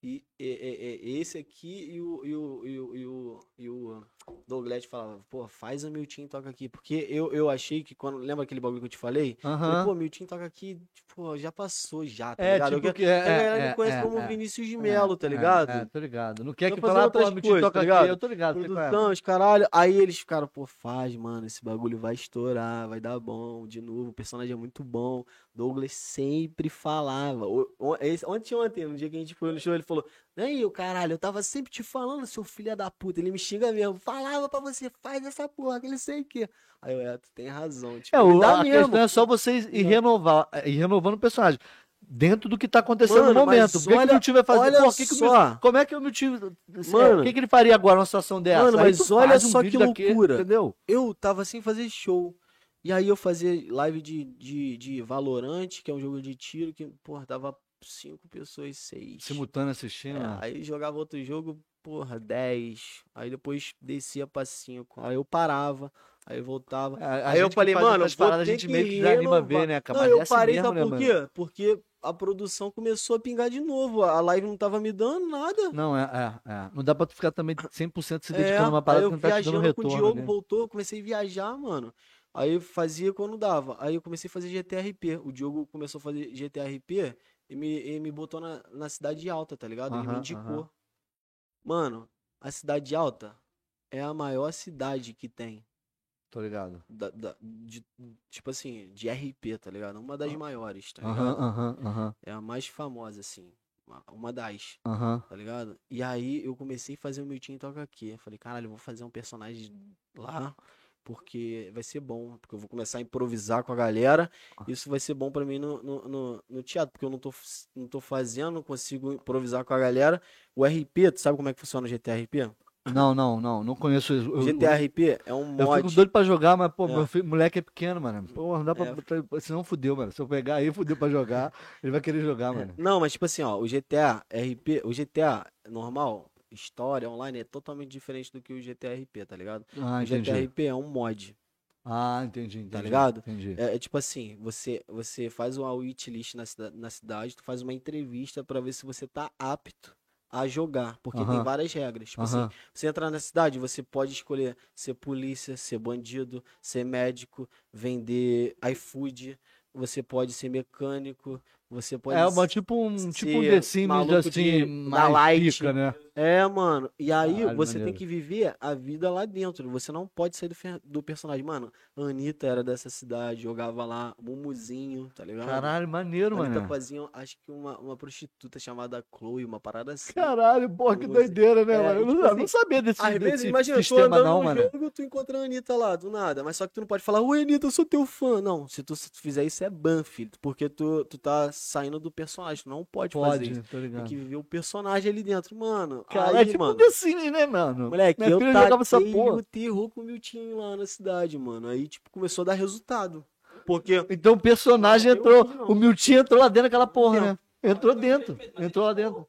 S2: E, e- e- e- esse aqui e o, e o, e o, e o, e o Douglas falava, pô, faz o Miltinho toca aqui. Porque eu, eu achei que quando. Lembra aquele bagulho que eu te falei? Falei,
S1: Aham.
S2: pô, Miltinho toca aqui, tipo, já passou já, tá
S1: É,
S2: ligado? Eu
S1: tipo
S2: quero-
S1: que é,
S2: a galera
S1: é,
S2: me conhece
S1: é,
S2: como
S1: é,
S2: Vinícius de
S1: é,
S2: Melo, tá
S1: é,
S2: ligado?
S1: É, tô ligado. Não quer
S2: Tô
S1: que
S2: fazendo
S1: fala, ah,
S2: outras
S1: pô, me
S2: coisas,
S1: toca
S2: tá
S1: aqui.
S2: ligado?
S1: Eu tô ligado. sei qual é.
S2: Produção, os caralho. Aí eles ficaram, pô, faz, mano, esse bagulho vai estourar, vai dar bom, de novo, o personagem é muito bom. Douglas sempre falava. O- o- esse- Ontem, ontem, no dia que a gente foi no show, ele falou, aí, o caralho, eu tava sempre te falando, seu filho da puta, ele me xinga mesmo, falava pra você, faz essa porra, que ele sei o quê. Aí eu, é, tu tem razão, tipo,
S1: É,
S2: ele
S1: o,
S2: dá
S1: a questão é só vocês ir, renovar, ir renovando o personagem. Dentro do que tá acontecendo
S2: Mano,
S1: no
S2: mas
S1: momento. Por que, que
S2: olha-
S1: o Miltinho vai fazer?
S2: olha
S1: Pô, o que que o
S2: só.
S1: Miltinho- como é que o Miltinho... assim,
S2: Mano.
S1: o que, que ele faria agora numa situação dessa?
S2: Mano,
S1: Aí
S2: mas
S1: tu
S2: olha
S1: faz um
S2: só
S1: vídeo
S2: que
S1: daquele,
S2: loucura.
S1: entendeu?
S2: eu tava sem fazer show. E aí eu fazia live de, de, de Valorant, que é um jogo de tiro, que, porra, dava cinco pessoas, seis.
S1: Simultâneo
S2: É,
S1: assistindo. né?
S2: aí jogava outro jogo, porra, 10. Aí depois descia pra 5. Aí eu parava, aí eu voltava.
S1: A- a
S2: Aí eu
S1: gente que
S2: falei,
S1: faz
S2: mano,
S1: outras
S2: vou
S1: paradas,
S2: ter
S1: a gente
S2: que
S1: meio que desanima a ver,
S2: renovar.
S1: né, cara?
S2: Não,
S1: Mas
S2: eu
S1: é assim
S2: parei,
S1: mesmo,
S2: sabe
S1: né,
S2: por
S1: mano?
S2: quê? Porque a produção começou a pingar de novo. A live não tava me dando nada.
S1: Não, é, é, é. Não dá pra tu ficar também 100% se
S2: É,
S1: dedicando a uma
S2: aí
S1: parada
S2: eu
S1: que não tá te dando
S2: viajando com o
S1: retorno.
S2: Diogo,
S1: né?
S2: voltou, eu comecei a viajar, mano. Aí eu fazia quando dava. Aí eu comecei a fazer GTRP. O Diogo começou a fazer GTRP e me, e me botou na, na Cidade Alta, tá ligado? Ele me
S1: Aham,
S2: indicou.
S1: aham.
S2: Mano, a Cidade Alta é a maior cidade que tem.
S1: Tô ligado.
S2: da- da- de- tipo assim, de RP, tá ligado? Uma das maiores, tá
S1: Ah, Aham,
S2: ligado?
S1: aham, aham.
S2: É a mais famosa, assim. uma- uma das.
S1: Aham.
S2: tá ligado? E aí eu comecei a fazer o meu time toca aqui. Eu falei, caralho, eu vou fazer um personagem lá, porque vai ser bom, porque eu vou começar a improvisar com a galera. Isso vai ser bom pra mim no, no, no, no teatro, porque eu não tô, f- não tô fazendo, não consigo improvisar com a galera. O RP, tu sabe como é que funciona o GTRP?
S1: Não, não, não. Não conheço. Eu, eu-
S2: GTRP é um mod.
S1: eu fico doido pra jogar, mas, pô,
S2: É.
S1: meu filho, moleque é pequeno, mano. Pô, não dá pra.
S2: É.
S1: botar- Senão fudeu, mano. Se eu pegar aí, fudeu pra jogar. Ele vai querer jogar, mano.
S2: Não, mas tipo assim, ó, o GTA RP, o GTA normal, história online é totalmente diferente do que o GTA RP, tá ligado?
S1: Ah,
S2: o
S1: entendi.
S2: GTA RP é um mod.
S1: Ah, entendi, entendi.
S2: Tá ligado?
S1: Entendi.
S2: É, é tipo assim, você, você faz uma wait list na, cida- na cidade, tu faz uma entrevista pra ver se você tá apto a jogar, porque tem
S1: Aham.
S2: várias regras. Tipo
S1: Aham.
S2: assim, você entrar na cidade, você pode escolher ser polícia, ser bandido, ser médico, vender iFood, você pode ser mecânico, você pode
S1: é
S2: ser-
S1: uma, tipo um, tipo um
S2: ser
S1: The Sims,
S2: maluco
S1: assim,
S2: de- da
S1: mais
S2: Light.
S1: pica, né?
S2: É, mano. E aí
S1: Caralho,
S2: você tem
S1: maneiro.
S2: que viver a vida lá dentro. Você não pode sair do, fer- do personagem. Mano, a Anitta era dessa cidade, jogava lá, Mumuzinho, tá ligado?
S1: Caralho, maneiro,
S2: A Anitta
S1: mano.
S2: fazia, tá acho que uma, uma prostituta chamada Chloe, uma parada assim.
S1: Caralho, porra, que
S2: Você-
S1: doideira, né,
S2: É,
S1: mano? Eu
S2: tipo
S1: não,
S2: assim,
S1: não sabia desse,
S2: Às vezes,
S1: desse
S2: imagina, tu
S1: sistema,
S2: andando
S1: não,
S2: no
S1: mano.
S2: jogo, tu encontra a Anitta lá, do nada. Mas só que tu não pode falar, oi Anitta, eu sou teu fã. Não, se tu, se tu fizer isso é ban, filho. Porque tu, tu tá saindo do personagem, tu não pode, fazer
S1: Pode,
S2: isso.
S1: tô
S2: tipo assim, Tem
S1: ligado.
S2: que viver o personagem ali dentro, mano.
S1: Caralho,
S2: aí,
S1: é tipo
S2: mano.
S1: um The Sims, né, mano?
S2: Moleque,
S1: Minha
S2: eu tá
S1: filha jogava essa
S2: taquei
S1: porra.
S2: o terror com o meu time lá na cidade, mano. Aí, tipo, começou a dar resultado. Porque
S1: Então o personagem
S2: Eu
S1: entrou,
S2: vi, não.
S1: o Miltinho entrou lá dentro daquela porra,
S2: Não.
S1: né? Entrou dentro, entrou lá dentro.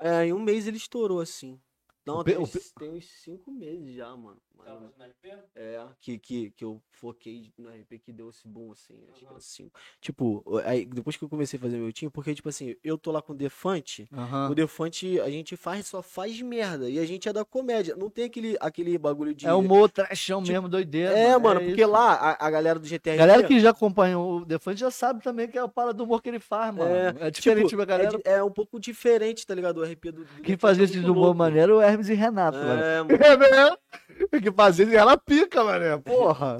S2: é, em um mês ele estourou, assim. Não,
S1: O pe-
S2: tem,
S1: o
S2: uns-
S1: pe-
S2: tem uns cinco meses já, mano. Mais
S3: Tá.
S2: ou menos. É, que, que, que eu foquei no RP que deu esse boom, assim, acho que era cinco. Tipo, aí, depois que eu comecei a fazer meu time, porque, tipo assim, eu tô lá com o Defante,
S1: Aham.
S2: o Defante, a gente faz, só faz merda, e a gente é da comédia, não tem aquele, aquele bagulho de...
S1: É o humor trashão
S2: Tipo,
S1: mesmo, doideira.
S2: É, mano,
S1: isso.
S2: porque lá, a, a galera do GTR...
S1: Galera que já acompanhou o Defante já sabe também que é a parada do humor que ele faz, mano. É, diferente
S2: tipo,
S1: da galera.
S2: é, di- é um pouco diferente, tá ligado? O RP do. do
S1: Quem
S2: Defante
S1: fazia
S2: é
S1: esse
S2: muito
S1: humor
S2: louco.
S1: maneiro é o Hermes e Renato, mano.
S2: É, mano.
S1: É, né? Tem que fazer isso e ela pica, mané. Porra.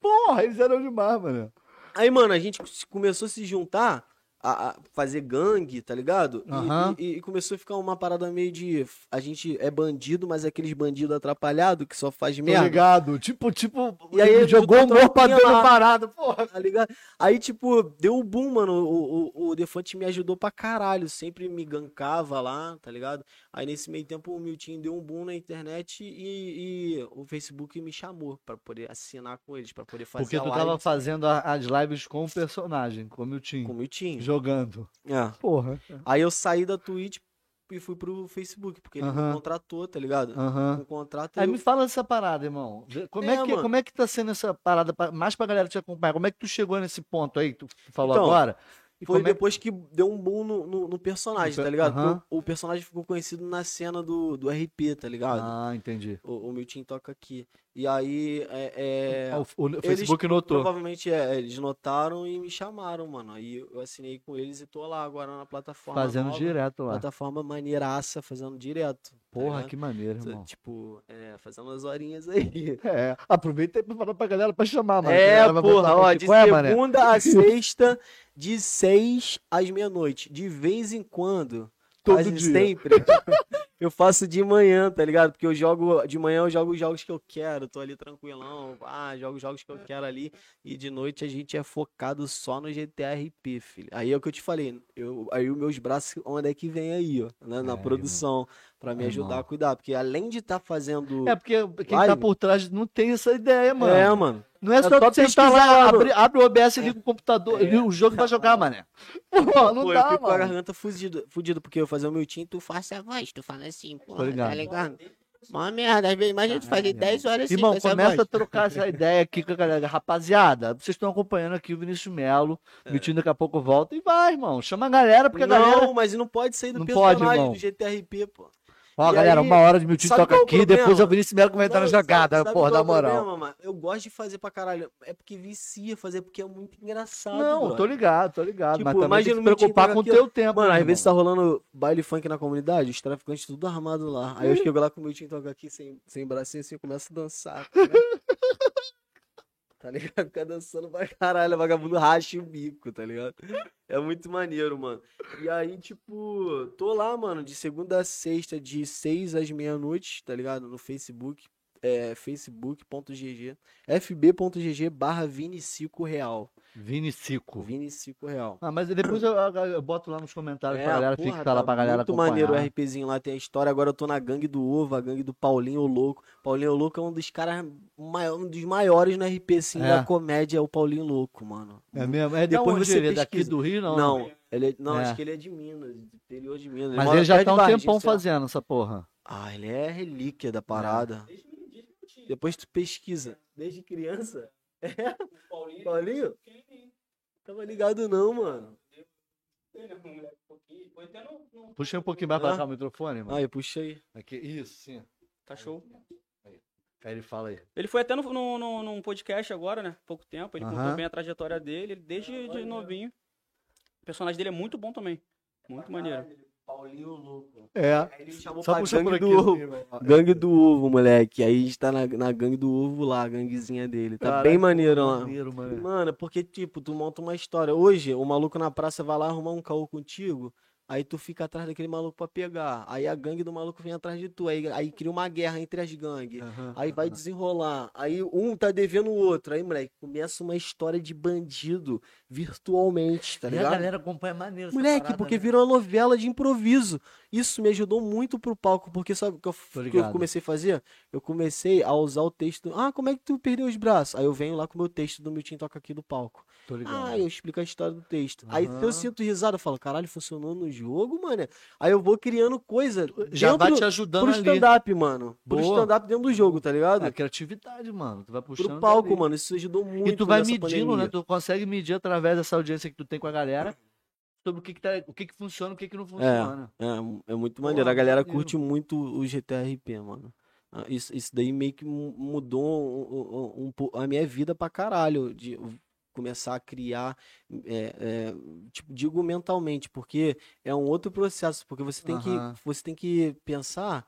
S1: Porra, eles eram demais, mané.
S2: Aí, mano, a gente se- começou a se juntar, a, a fazer gangue, tá ligado? E-
S1: Aham.
S2: E, e começou a ficar uma parada meio de. A gente é bandido, mas é aqueles bandido atrapalhado que só faz
S1: Tô
S2: merda.
S1: ligado. Tipo, tipo,
S2: E aí
S1: ele
S2: ele
S1: jogou o
S2: botou a
S1: humor pra
S2: tropinha
S1: dentro da
S2: lá.
S1: parada, porra.
S2: Tá ligado? Aí, tipo, deu o boom, mano. O, o, o Defante me ajudou pra caralho. Sempre me gancava lá, tá ligado? Aí, nesse meio tempo, o Miltinho deu um boom na internet e, e o Facebook me chamou pra poder assinar com eles, pra poder fazer
S1: Porque
S2: a
S1: tu
S2: live
S1: tava fazendo a- as lives com o personagem, com o
S2: com o
S1: Miltinho,
S2: Miltinho.
S1: jogando.
S2: É.
S1: Porra.
S2: Aí eu saí da Twitch e fui pro Facebook, porque ele
S1: Aham.
S2: me contratou, tá ligado?
S1: Aham.
S2: Um contrato
S1: Aí
S2: eu-
S1: me fala essa parada, irmão. Como é,
S2: É,
S1: que,
S2: mano.
S1: como é que tá sendo essa parada, pra- mais pra galera te acompanhar? Como é que tu chegou nesse ponto aí que tu falou
S2: Então,
S1: agora? E
S2: Foi
S1: como é que-
S2: depois que deu um boom no, no- no personagem,
S1: No pe-
S2: tá ligado? Porque
S1: Aham.
S2: O, o personagem ficou conhecido na cena do, do RP, tá ligado?
S1: Ah, entendi.
S2: O, o Miltinho toca aqui. E aí, é, é,
S1: Ah, o, o Facebook notou.
S2: provavelmente é, eles notaram e me chamaram, mano. Aí eu assinei com eles e tô lá agora na plataforma.
S1: Fazendo
S2: nova,
S1: direto lá.
S2: Plataforma maneiraça, fazendo direto. tá
S1: Porra,
S2: ligado?
S1: que maneiro,
S2: Tô,
S1: irmão.
S2: Tipo, é, fazendo umas horinhas aí.
S1: É, aproveita aí pra falar pra galera pra chamar, Tá, mano.
S2: É,
S1: A galera vai
S2: porra,
S1: botar pra
S2: ó,
S1: ti.
S2: de
S1: Qual é, mané?
S2: segunda a sexta, de seis às meia-noite. De vez em quando,
S1: Todo
S2: quase
S1: dia.
S2: sempre, eu faço de manhã, tá ligado? Porque eu jogo, de manhã eu jogo os jogos que eu quero, tô ali tranquilão, ah, jogo os jogos que eu quero ali, e de noite a gente é focado só no GTA RP, filho. Aí é o que eu te falei, eu, aí os meus braços, onde é que vem aí, ó, né, na
S1: É,
S2: produção, pra me
S1: É,
S2: ajudar
S1: irmão.
S2: a cuidar, porque além de estar fazendo...
S1: É porque quem tá
S2: Live?
S1: por trás não tem essa ideia, mano.
S2: É, mano.
S1: não é só, você
S2: só
S1: tá lá,
S2: pesquisar, mano.
S1: abre, abre o OBS, liga o computador,
S2: É.
S1: liga o jogo e vai jogar, mané. Porra, não
S2: Pô, eu
S1: dá,
S2: fico com a
S1: mano.
S2: garganta fudida, fudida, porque eu fazer o meu time, tu faz a voz, tu fala assim, pô,
S1: ligado.
S2: tá ligado? Mó merda, às vezes imagina tu fazer
S1: Caralho.
S2: 10 horas assim,
S1: Irmão,
S2: com essa
S1: começa a
S2: voz.
S1: trocar essa ideia aqui com a galera. Rapaziada, vocês estão acompanhando aqui o Vinícius Melo. O Miltinho daqui a pouco volta e vai, irmão. Chama a galera, porque a galera.
S2: É. Não, mas não pode sair do
S1: Não pode,
S2: personagem
S1: irmão.
S2: do GTRP, pô.
S1: Ó,
S2: e
S1: galera,
S2: aí,
S1: uma hora de Miltinho
S2: sabe
S1: toca
S2: qual é o
S1: aqui,
S2: problema?
S1: depois o Vinícius Melo vai entrar na
S2: Não, sabe-
S1: jogada,
S2: sabe
S1: porra,
S2: qual
S1: na
S2: é o
S1: moral.
S2: problema, mano? Eu gosto de fazer pra caralho, é porque vicia fazer, porque é muito engraçado,
S1: Não,
S2: brother.
S1: tô ligado, tô ligado.
S2: Tipo,
S1: mas também tem
S2: imagina
S1: que se
S2: o Miltinho
S1: preocupar
S2: toca
S1: com o
S2: aqui,
S1: teu tempo,
S2: Mano,
S1: né,
S2: às
S1: irmão?
S2: vezes tá rolando baile funk na comunidade, os traficantes tudo armado lá. Aí eu chego lá com o meu tinto aqui sem, sem bracinho, assim, eu começo a dançar. tá ligado? Tá ligado? Ficar dançando pra caralho, vagabundo racha o bico, tá ligado? É muito maneiro, mano. E aí, tipo, tô lá, mano, de segunda a sexta, de seis às meia-noite, tá ligado? No Facebook, é facebook.gg, fb.gg barra Vinicico Real.
S1: Vinicico.
S2: Vinicico Real.
S1: Ah, mas depois eu, eu- eu boto lá nos comentários
S2: É,
S1: pra galera,
S2: porra,
S1: fica lá pra galera
S2: Muito
S1: acompanhar.
S2: maneiro o RPzinho lá, tem a história. Agora eu tô na gangue do Ovo, a gangue do Paulinho o Louco. Paulinho o Louco é um dos caras, mai- um dos maiores no RP, assim,
S1: É.
S2: da comédia, é o Paulinho Louco, mano.
S1: É mesmo? É depois
S2: onde
S1: você
S2: você
S1: ele é daqui
S2: pesquisa?
S1: do Rio, não?
S2: Não, ele é- não
S1: É.
S2: acho que ele é de Minas, interior de Minas. Ele
S1: Mas
S2: mora
S1: ele já
S2: perto
S1: tá
S2: de
S1: um
S2: Varginha,
S1: tempão
S2: sei lá.
S1: fazendo essa porra.
S2: Ah, ele é relíquia da parada.
S3: Desde que desde que eu tinha.
S2: Depois tu pesquisa. Desde criança?
S3: O Paulinho.
S2: Paulinho?
S3: pequenininho,
S2: Tava ligado não, mano.
S3: né, um moleque pouquinho. Foi até no- no-
S1: Puxa um pouquinho mais pra
S2: Ah.
S1: cá o microfone, mano.
S2: Aí, puxa aí.
S1: Aqui. Isso, sim.
S3: Tá show.
S1: Aí ele fala aí.
S3: Ele foi até no, no, no- num podcast agora, né? Pouco tempo. Ele
S1: Aham.
S3: contou bem a trajetória dele, É, ele desde de novinho. O personagem dele é muito bom também. Muito maneiro.
S2: Paulinho Louco.
S1: É.
S2: Aí ele chamou
S1: Só
S2: pra
S1: puxa por
S2: gangue
S1: aqui.
S2: do Ovo.
S1: assim, mano.
S2: Gangue do Ovo, moleque. Aí a gente tá na, na gangue do Ovo lá, a ganguezinha dele. Tá
S1: Caraca,
S2: bem maneiro lá.
S1: Maneiro, mano.
S2: Mano, porque, tipo, tu monta uma história. Hoje, o maluco na praça vai lá arrumar um caô contigo, aí tu fica atrás daquele maluco pra pegar. Aí a gangue do maluco vem atrás de tu. Aí, aí cria uma guerra entre as gangues.
S1: Aham.
S2: Aí vai desenrolar. Aí um tá devendo o outro. Aí, moleque, começa uma história de bandido virtualmente, tá
S1: E a
S2: ligado?
S1: galera acompanha maneiro. essa
S2: Moleque,
S1: parada,
S2: porque
S1: né?
S2: virou uma novela de improviso. Isso me ajudou muito pro palco, porque sabe o que eu, que eu
S1: ligado.
S2: comecei a fazer? Eu comecei a usar o texto. Ah, como é que tu perdeu os braços? Aí eu venho lá com o meu texto do Miltinho Toca aqui do palco.
S1: Tô ligado.
S2: Ah, eu explico a história do texto. Aí se
S1: Aham.
S2: eu sinto risada, eu falo, caralho, funcionou no jogo, mano. Aí eu vou criando coisa
S1: Já vai
S2: dentro
S1: te
S2: pro
S1: ajudando ali. né?
S2: stand-up, mano. Pro
S1: Boa. É,
S2: stand-up dentro do jogo, tá ligado?
S1: A criatividade, mano. Tu vai puxando.
S2: pro palco,
S1: dali.
S2: mano. Isso ajudou muito.
S1: E tu vai
S2: nessa
S1: medindo,
S2: pandemia.
S1: né? Tu consegue medir através dessa audiência que tu tem com a galera sobre o que, que, tá, o que, que funciona e o que, que não funciona.
S2: É, é muito
S1: Porra,
S2: maneiro. a galera
S1: maneiro.
S2: curte muito o GTRP, mano. Ah, Isso, isso daí meio que mu- mudou um- um- um po- a minha vida pra caralho. De começar a criar, é, é, tipo, digo mentalmente, porque é um outro processo. Porque você tem,
S1: Aham.
S2: que, você tem que pensar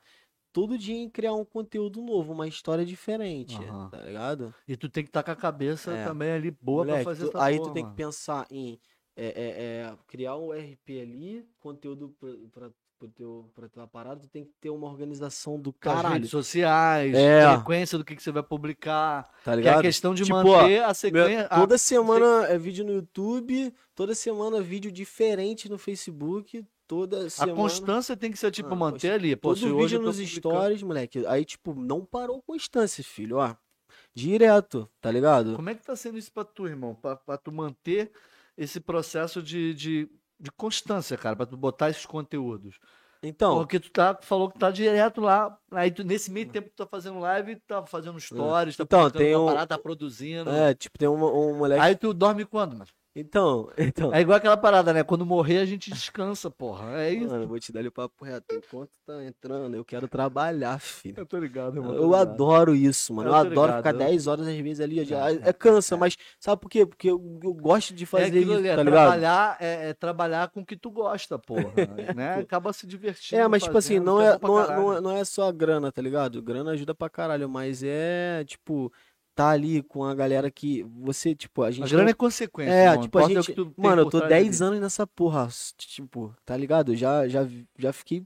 S2: todo dia em criar um conteúdo novo, uma história diferente,
S1: Aham.
S2: tá ligado?
S1: E tu tem que estar com a cabeça
S2: É.
S1: também ali boa
S2: Moleque,
S1: pra fazer
S2: tu-
S1: essa
S2: aí
S1: porra,
S2: tu tem que
S1: mano.
S2: pensar em é, é, é, criar um RP ali, conteúdo pra, pra, pro teu, pra tua parada, tu tem que ter uma organização do
S1: Com as
S2: caralho,
S1: redes sociais,
S2: É.
S1: frequência do que, que você vai publicar.
S2: tá
S1: Que é a
S2: ligado?
S1: questão de
S2: Tipo, ó,
S1: manter a
S2: Meu-
S1: sequência. a-
S2: toda semana é vídeo no YouTube, toda semana vídeo diferente no Facebook, toda
S1: A,
S2: semana...
S1: constância tem que ser, tipo,
S2: Ah,
S1: manter ali. Pô,
S2: Todo
S1: se hoje tá
S2: vídeo
S1: eu tô
S2: nos
S1: publicando-
S2: stories, moleque. Aí, tipo, não parou constância, filho, ó. Direto, tá ligado?
S1: Como é que tá sendo isso pra tu, irmão? Pra, pra tu manter esse processo de, de, de constância, cara, pra tu botar esses conteúdos.
S2: Então,
S1: Porque tu tá, falou que tá direto lá. Aí tu, nesse meio tempo tu tá fazendo live, tá fazendo stories, tá
S2: Então,
S1: publicando
S2: tem
S1: uma
S2: um-
S1: parada, tá produzindo.
S2: é, tipo, tem um, um moleque...
S1: Aí tu dorme quando, mano?
S2: Então, então...
S1: É igual aquela parada, né? Quando morrer a gente descansa, porra. É isso.
S2: Mano, eu vou te dar o papo reto. Enquanto tá entrando, eu quero trabalhar, filho.
S1: tô ligado,
S2: Eu,
S1: tô ligado.
S2: adoro isso, mano.
S1: Eu
S2: Eu,
S1: tô
S2: adoro
S1: Tá ligado,
S2: ficar
S1: eu-
S2: 10 horas às vezes ali.
S1: É,
S2: É, é, cansa, mas sabe por quê? Porque eu, eu gosto de
S1: é
S2: fazer
S1: aquilo
S2: isso,
S1: ali, é
S2: tá ligado?
S1: trabalhar, é, é trabalhar com o que tu gosta, porra. né? Acaba se divertindo.
S2: É, mas tipo assim,
S1: fazendo,
S2: não
S1: que
S2: é,
S1: bom
S2: não,
S1: pra
S2: é, não,
S1: caralho.
S2: é, não é só a grana, tá ligado? Grana ajuda pra caralho, mas é, tipo, tá ali com a galera que você, tipo, a gente.
S1: A grana
S2: não-
S1: é consequência.
S2: É,
S1: irmão.
S2: tipo, a
S1: Importa o que
S2: gente.
S1: tu tem
S2: Mano, eu
S1: por
S2: tô
S1: trás
S2: 10
S1: ali.
S2: anos nessa porra. s- Tipo, tá ligado? Já, já, já fiquei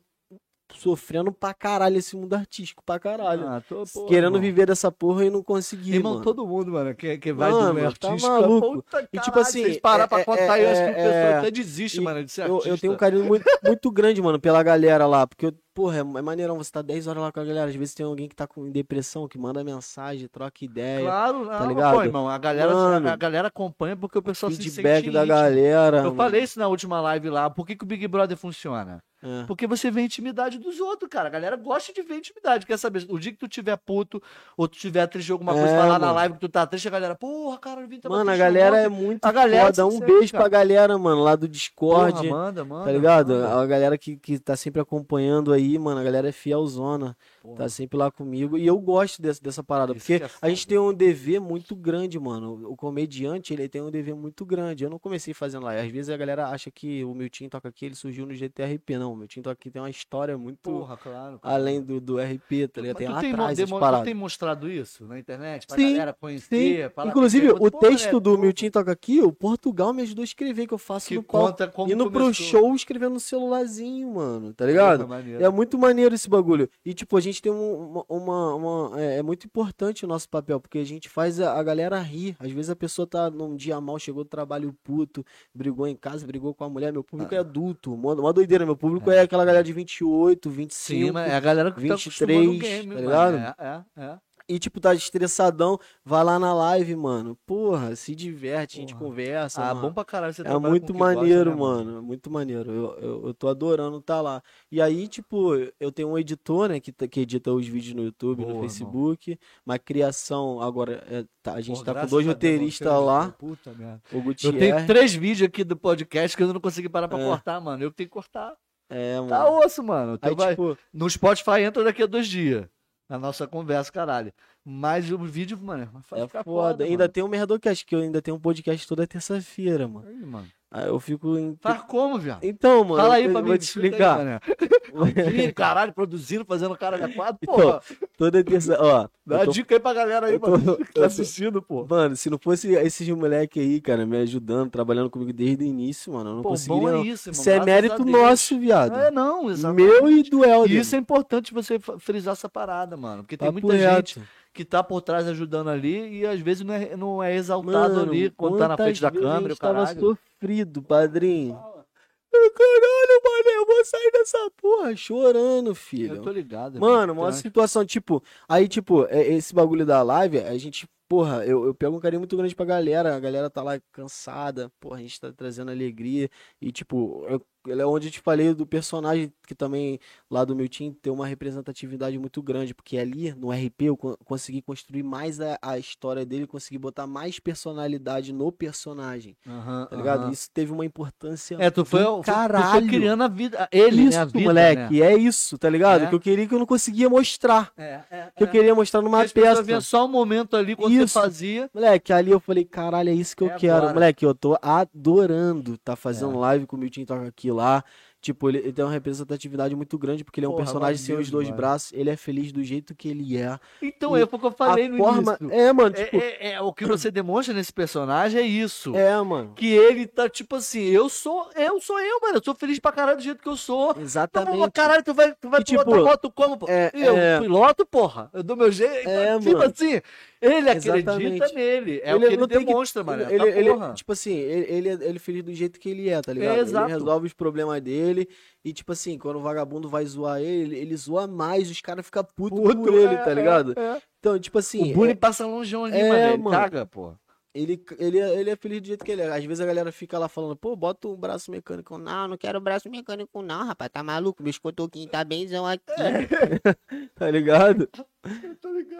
S2: sofrendo pra caralho esse mundo artístico, pra caralho.
S1: Ah, tô, pô,
S2: querendo
S1: irmão.
S2: viver dessa porra e não consegui,
S1: Irmão,
S2: mano.
S1: todo mundo, mano, que, que vai do
S2: Mano,
S1: meio
S2: tá
S1: artístico.
S2: maluco.
S1: e
S2: tipo assim,
S1: se parar pra
S2: é-
S1: contar,
S2: é-
S1: eu acho que o
S2: é-
S1: pessoal
S2: é-
S1: até desiste,
S2: e
S1: mano, de ser
S2: Eu,
S1: artista.
S2: eu tenho um carinho muito, muito grande, mano, pela galera lá. Porque, eu- porra, é ma- é maneirão. Você tá 10 horas lá com a galera. Às vezes tem alguém que tá com depressão, que manda mensagem, troca ideia.
S1: Claro, não, pô,
S2: tá ligado?
S1: irmão, a galera,
S2: Mano.
S1: a galera acompanha porque o pessoal se sente
S2: feedback da
S1: íntimo.
S2: galera.
S1: Eu
S2: mano.
S1: falei isso na última live lá. Por que, que o Big Brother funciona?
S2: É.
S1: Porque você vê a intimidade dos outros, cara. A galera gosta de ver a intimidade. Quer saber? O dia que tu tiver puto ou tu tiver triste de alguma coisa,
S2: É,
S1: vai lá na
S2: mano.
S1: live que tu tá triste, a galera, porra, cara, eu vim tava
S2: Mano, a
S1: triste
S2: galera
S1: ontem.
S2: é muito
S1: A galera
S2: foda.
S1: se
S2: Um
S1: segue,
S2: beijo
S1: cara.
S2: pra galera, mano, lá do
S1: Porra,
S2: Discord.
S1: manda, manda.
S2: Tá ligado?
S1: manda.
S2: A galera que, que tá sempre acompanhando aí, mano, a galera é fielzona.
S1: Porra.
S2: Tá sempre lá comigo. E eu gosto dessa, dessa parada,
S1: Isso
S2: Ah, porque
S1: que é
S2: a gente
S1: foda.
S2: tem um dever muito grande, mano. O comediante, ele tem um dever muito grande. Eu não comecei fazendo lá. Às vezes a galera acha que o Miltinho toca aqui, ele surgiu no GTRP. Não, o Miltinho toca aqui tem uma história muito
S1: Porra, claro. cara.
S2: além do, do RP, tá ligado?
S1: Mas
S2: Tem
S1: tu
S2: lá
S1: tem mo-
S2: atrás as
S1: demo- tu
S2: paradas.
S1: tem mostrado isso na internet pra
S2: Sim,
S1: galera
S2: Sim.
S1: conhecer. pra lá-
S2: Inclusive,
S1: pergunta,
S2: o
S1: "Pô, mané,
S2: texto do
S1: tu-
S2: Miltinho Toca Aqui, o Portugal me ajudou a escrever, que eu faço
S1: um que
S2: no palco.
S1: conta como
S2: Indo pro
S1: começou.
S2: show escrevendo no celularzinho, mano, tá
S1: Porra,
S2: ligado?
S1: maneiro.
S2: É muito maneiro esse bagulho. E, tipo, a gente tem um- uma. uma- uma- é, é muito importante o nosso papel, porque a gente faz a, a galera rir. Às vezes a pessoa tá num dia mal, chegou do trabalho puto, brigou em casa, brigou com a mulher. Meu público
S1: Ah.
S2: é adulto. Uma, uma doideira. Meu público é. aquela galera de 28, 25.
S1: Sim, mas é a galera que
S2: 23,
S1: tá acostumando o game,
S2: tá
S1: mano.
S2: ligado?
S1: É, é, é.
S2: E, tipo, tá estressadão. Vai lá na live, mano. Porra, se diverte, a gente
S1: Porra.
S2: conversa.
S1: Ah,
S2: mano.
S1: bom pra caralho. Você
S2: É
S1: trabalha com o
S2: muito
S1: que gosta,
S2: maneiro,
S1: né,
S2: mano. É muito maneiro. Eu, eu, eu tô adorando tá lá. E aí, tipo, eu tenho um editor, né, que, tá- que edita os vídeos no YouTube,
S1: Boa,
S2: no
S1: irmão.
S2: Facebook. Uma criação agora. é, tá- a gente
S1: Pô,
S2: tá com
S1: graças
S2: dois
S1: a Deus,
S2: roteiristas
S1: você-
S2: lá.
S1: Puta merda.
S2: O
S1: Eu
S2: Gutierrez.
S1: tenho três vídeos aqui do podcast que eu não consegui parar pra
S2: É.
S1: cortar, mano. Eu que tenho que cortar.
S2: É, mano.
S1: Tá osso, mano. Então
S2: Aí,
S1: vai-
S2: tipo,
S1: No Spotify entra daqui a dois dias. Na nossa conversa, caralho. Mas o vídeo, mano, vai
S2: é
S1: ficar
S2: foda.
S1: foda.
S2: ainda tem o Merdocast, que eu ainda tenho um podcast toda terça-feira, mano.
S1: Aí, mano.
S2: Aí eu fico. Em...
S1: Faz como, viado?
S2: Então, mano,
S1: Fala
S2: eu
S1: aí
S2: te-
S1: pra mim.
S2: vou te
S1: explica aí,
S2: explicar.
S1: mané. Ih, caralho, produzindo, fazendo cara da quadra,
S2: Então,
S1: porra.
S2: toda terça. Ó,
S1: Dá
S2: eu tô
S1: dica aí pra galera aí,
S2: eu tô-
S1: mano. Que
S2: eu tô-
S1: tá assistindo, pô.
S2: Mano, se não fosse esses moleque aí, cara, me ajudando, trabalhando comigo desde o início, mano, eu não
S1: Pô,
S2: conseguiria.
S1: bom
S2: não.
S1: é isso, irmão.
S2: Isso é
S1: graças a
S2: mérito
S1: Deus.
S2: nosso, viado.
S1: É, não, exatamente.
S2: Meu e do Helder.
S1: E isso é importante você fa- frisar essa parada, mano. Porque tem
S2: Papo
S1: muita gente
S2: reto.
S1: que tá por trás ajudando ali e às vezes não é, não é exaltado
S2: Mano,
S1: ali quando tá na
S2: quantas
S1: frente da
S2: vezes
S1: câmera,
S2: eu
S1: o caralho.
S2: tava sofrido, padrinho.
S3: Fala.
S2: Caralho, mano, eu vou sair dessa porra chorando, filho.
S1: Eu tô ligado.
S2: Mano,
S1: mó
S2: uma situação, tipo, aí, tipo, é- esse bagulho da live, a gente, porra, eu, eu pego um carinho muito grande pra galera, a galera tá lá cansada, porra, a gente tá trazendo alegria, e, tipo, eu, é onde eu te falei do personagem, que também, lá do meu time, tem uma representatividade muito grande, porque ali, no RP, eu con- consegui construir mais a, a história dele, consegui botar mais personalidade no personagem, tá ligado? Isso teve uma importância
S1: É, tu foi,
S2: do
S1: tu- tu foi
S2: caralho.
S1: criando a vida. Ele, né,
S2: isso,
S1: a vida,
S2: moleque,
S1: né?
S2: é isso, tá ligado?
S1: É.
S2: Que eu queria que eu não conseguia mostrar
S1: É, é,
S2: que eu queria mostrar numa
S1: As pessoas
S2: peça.
S1: viam só um momento ali quando
S2: Isso.
S1: você fazia.
S2: Moleque, ali eu falei, caralho, é isso que eu
S1: É
S2: quero.
S1: agora.
S2: Moleque, eu tô adorando tá fazendo
S1: É.
S2: live com o Milton Toca aqui lá. Tipo, ele, ele tem uma representatividade muito grande, porque ele é um
S1: Porra,
S2: personagem sem os
S1: maneiro
S2: dois
S1: demais.
S2: braços, ele é feliz do jeito que ele é.
S1: Então
S2: E
S1: é porque eu falei
S2: A
S1: no
S2: forma.
S1: início.
S2: É, mano,
S1: É-
S2: tipo. É,
S1: é- é, o que você demonstra nesse personagem é isso.
S2: mano.
S1: Que ele tá tipo assim, eu sou, eu sou eu, mano. Eu sou feliz pra caralho do jeito que eu sou. Tá bom,
S2: Exatamente.
S1: caralho, tu vai, tu vai
S2: E,
S1: pilotar
S2: tipo,
S1: moto como, pô?
S2: é-
S1: eu
S2: é.
S1: piloto, porra. Eu dou meu jeito.
S2: É,
S1: tipo
S2: mano.
S1: assim, ele acredita
S2: Exatamente.
S1: nele. É
S2: Ele
S1: o que ele
S2: não tem que-
S1: demonstra, tá mano.
S2: Ele, ele- ele- tipo assim, ele, ele, é- ele é feliz do jeito que ele é, tá ligado?
S1: exato.
S2: Ele resolve os problemas dele. E, tipo assim, quando o vagabundo vai zoar ele, ele, ele zoa mais, os caras ficam putos por ele, tá ligado? Então, tipo assim,
S1: é, o bullying passa longe ali,
S2: é,
S1: mano. Ele
S2: mano.
S1: caga, pô.
S2: ele, ele, ele é feliz do jeito que ele é. Às vezes a galera fica lá falando, pô, bota um braço mecânico. Não, não quero braço mecânico, não, rapaz. Tá maluco? Meus cotoquinhos tá benzão aqui. tá ligado?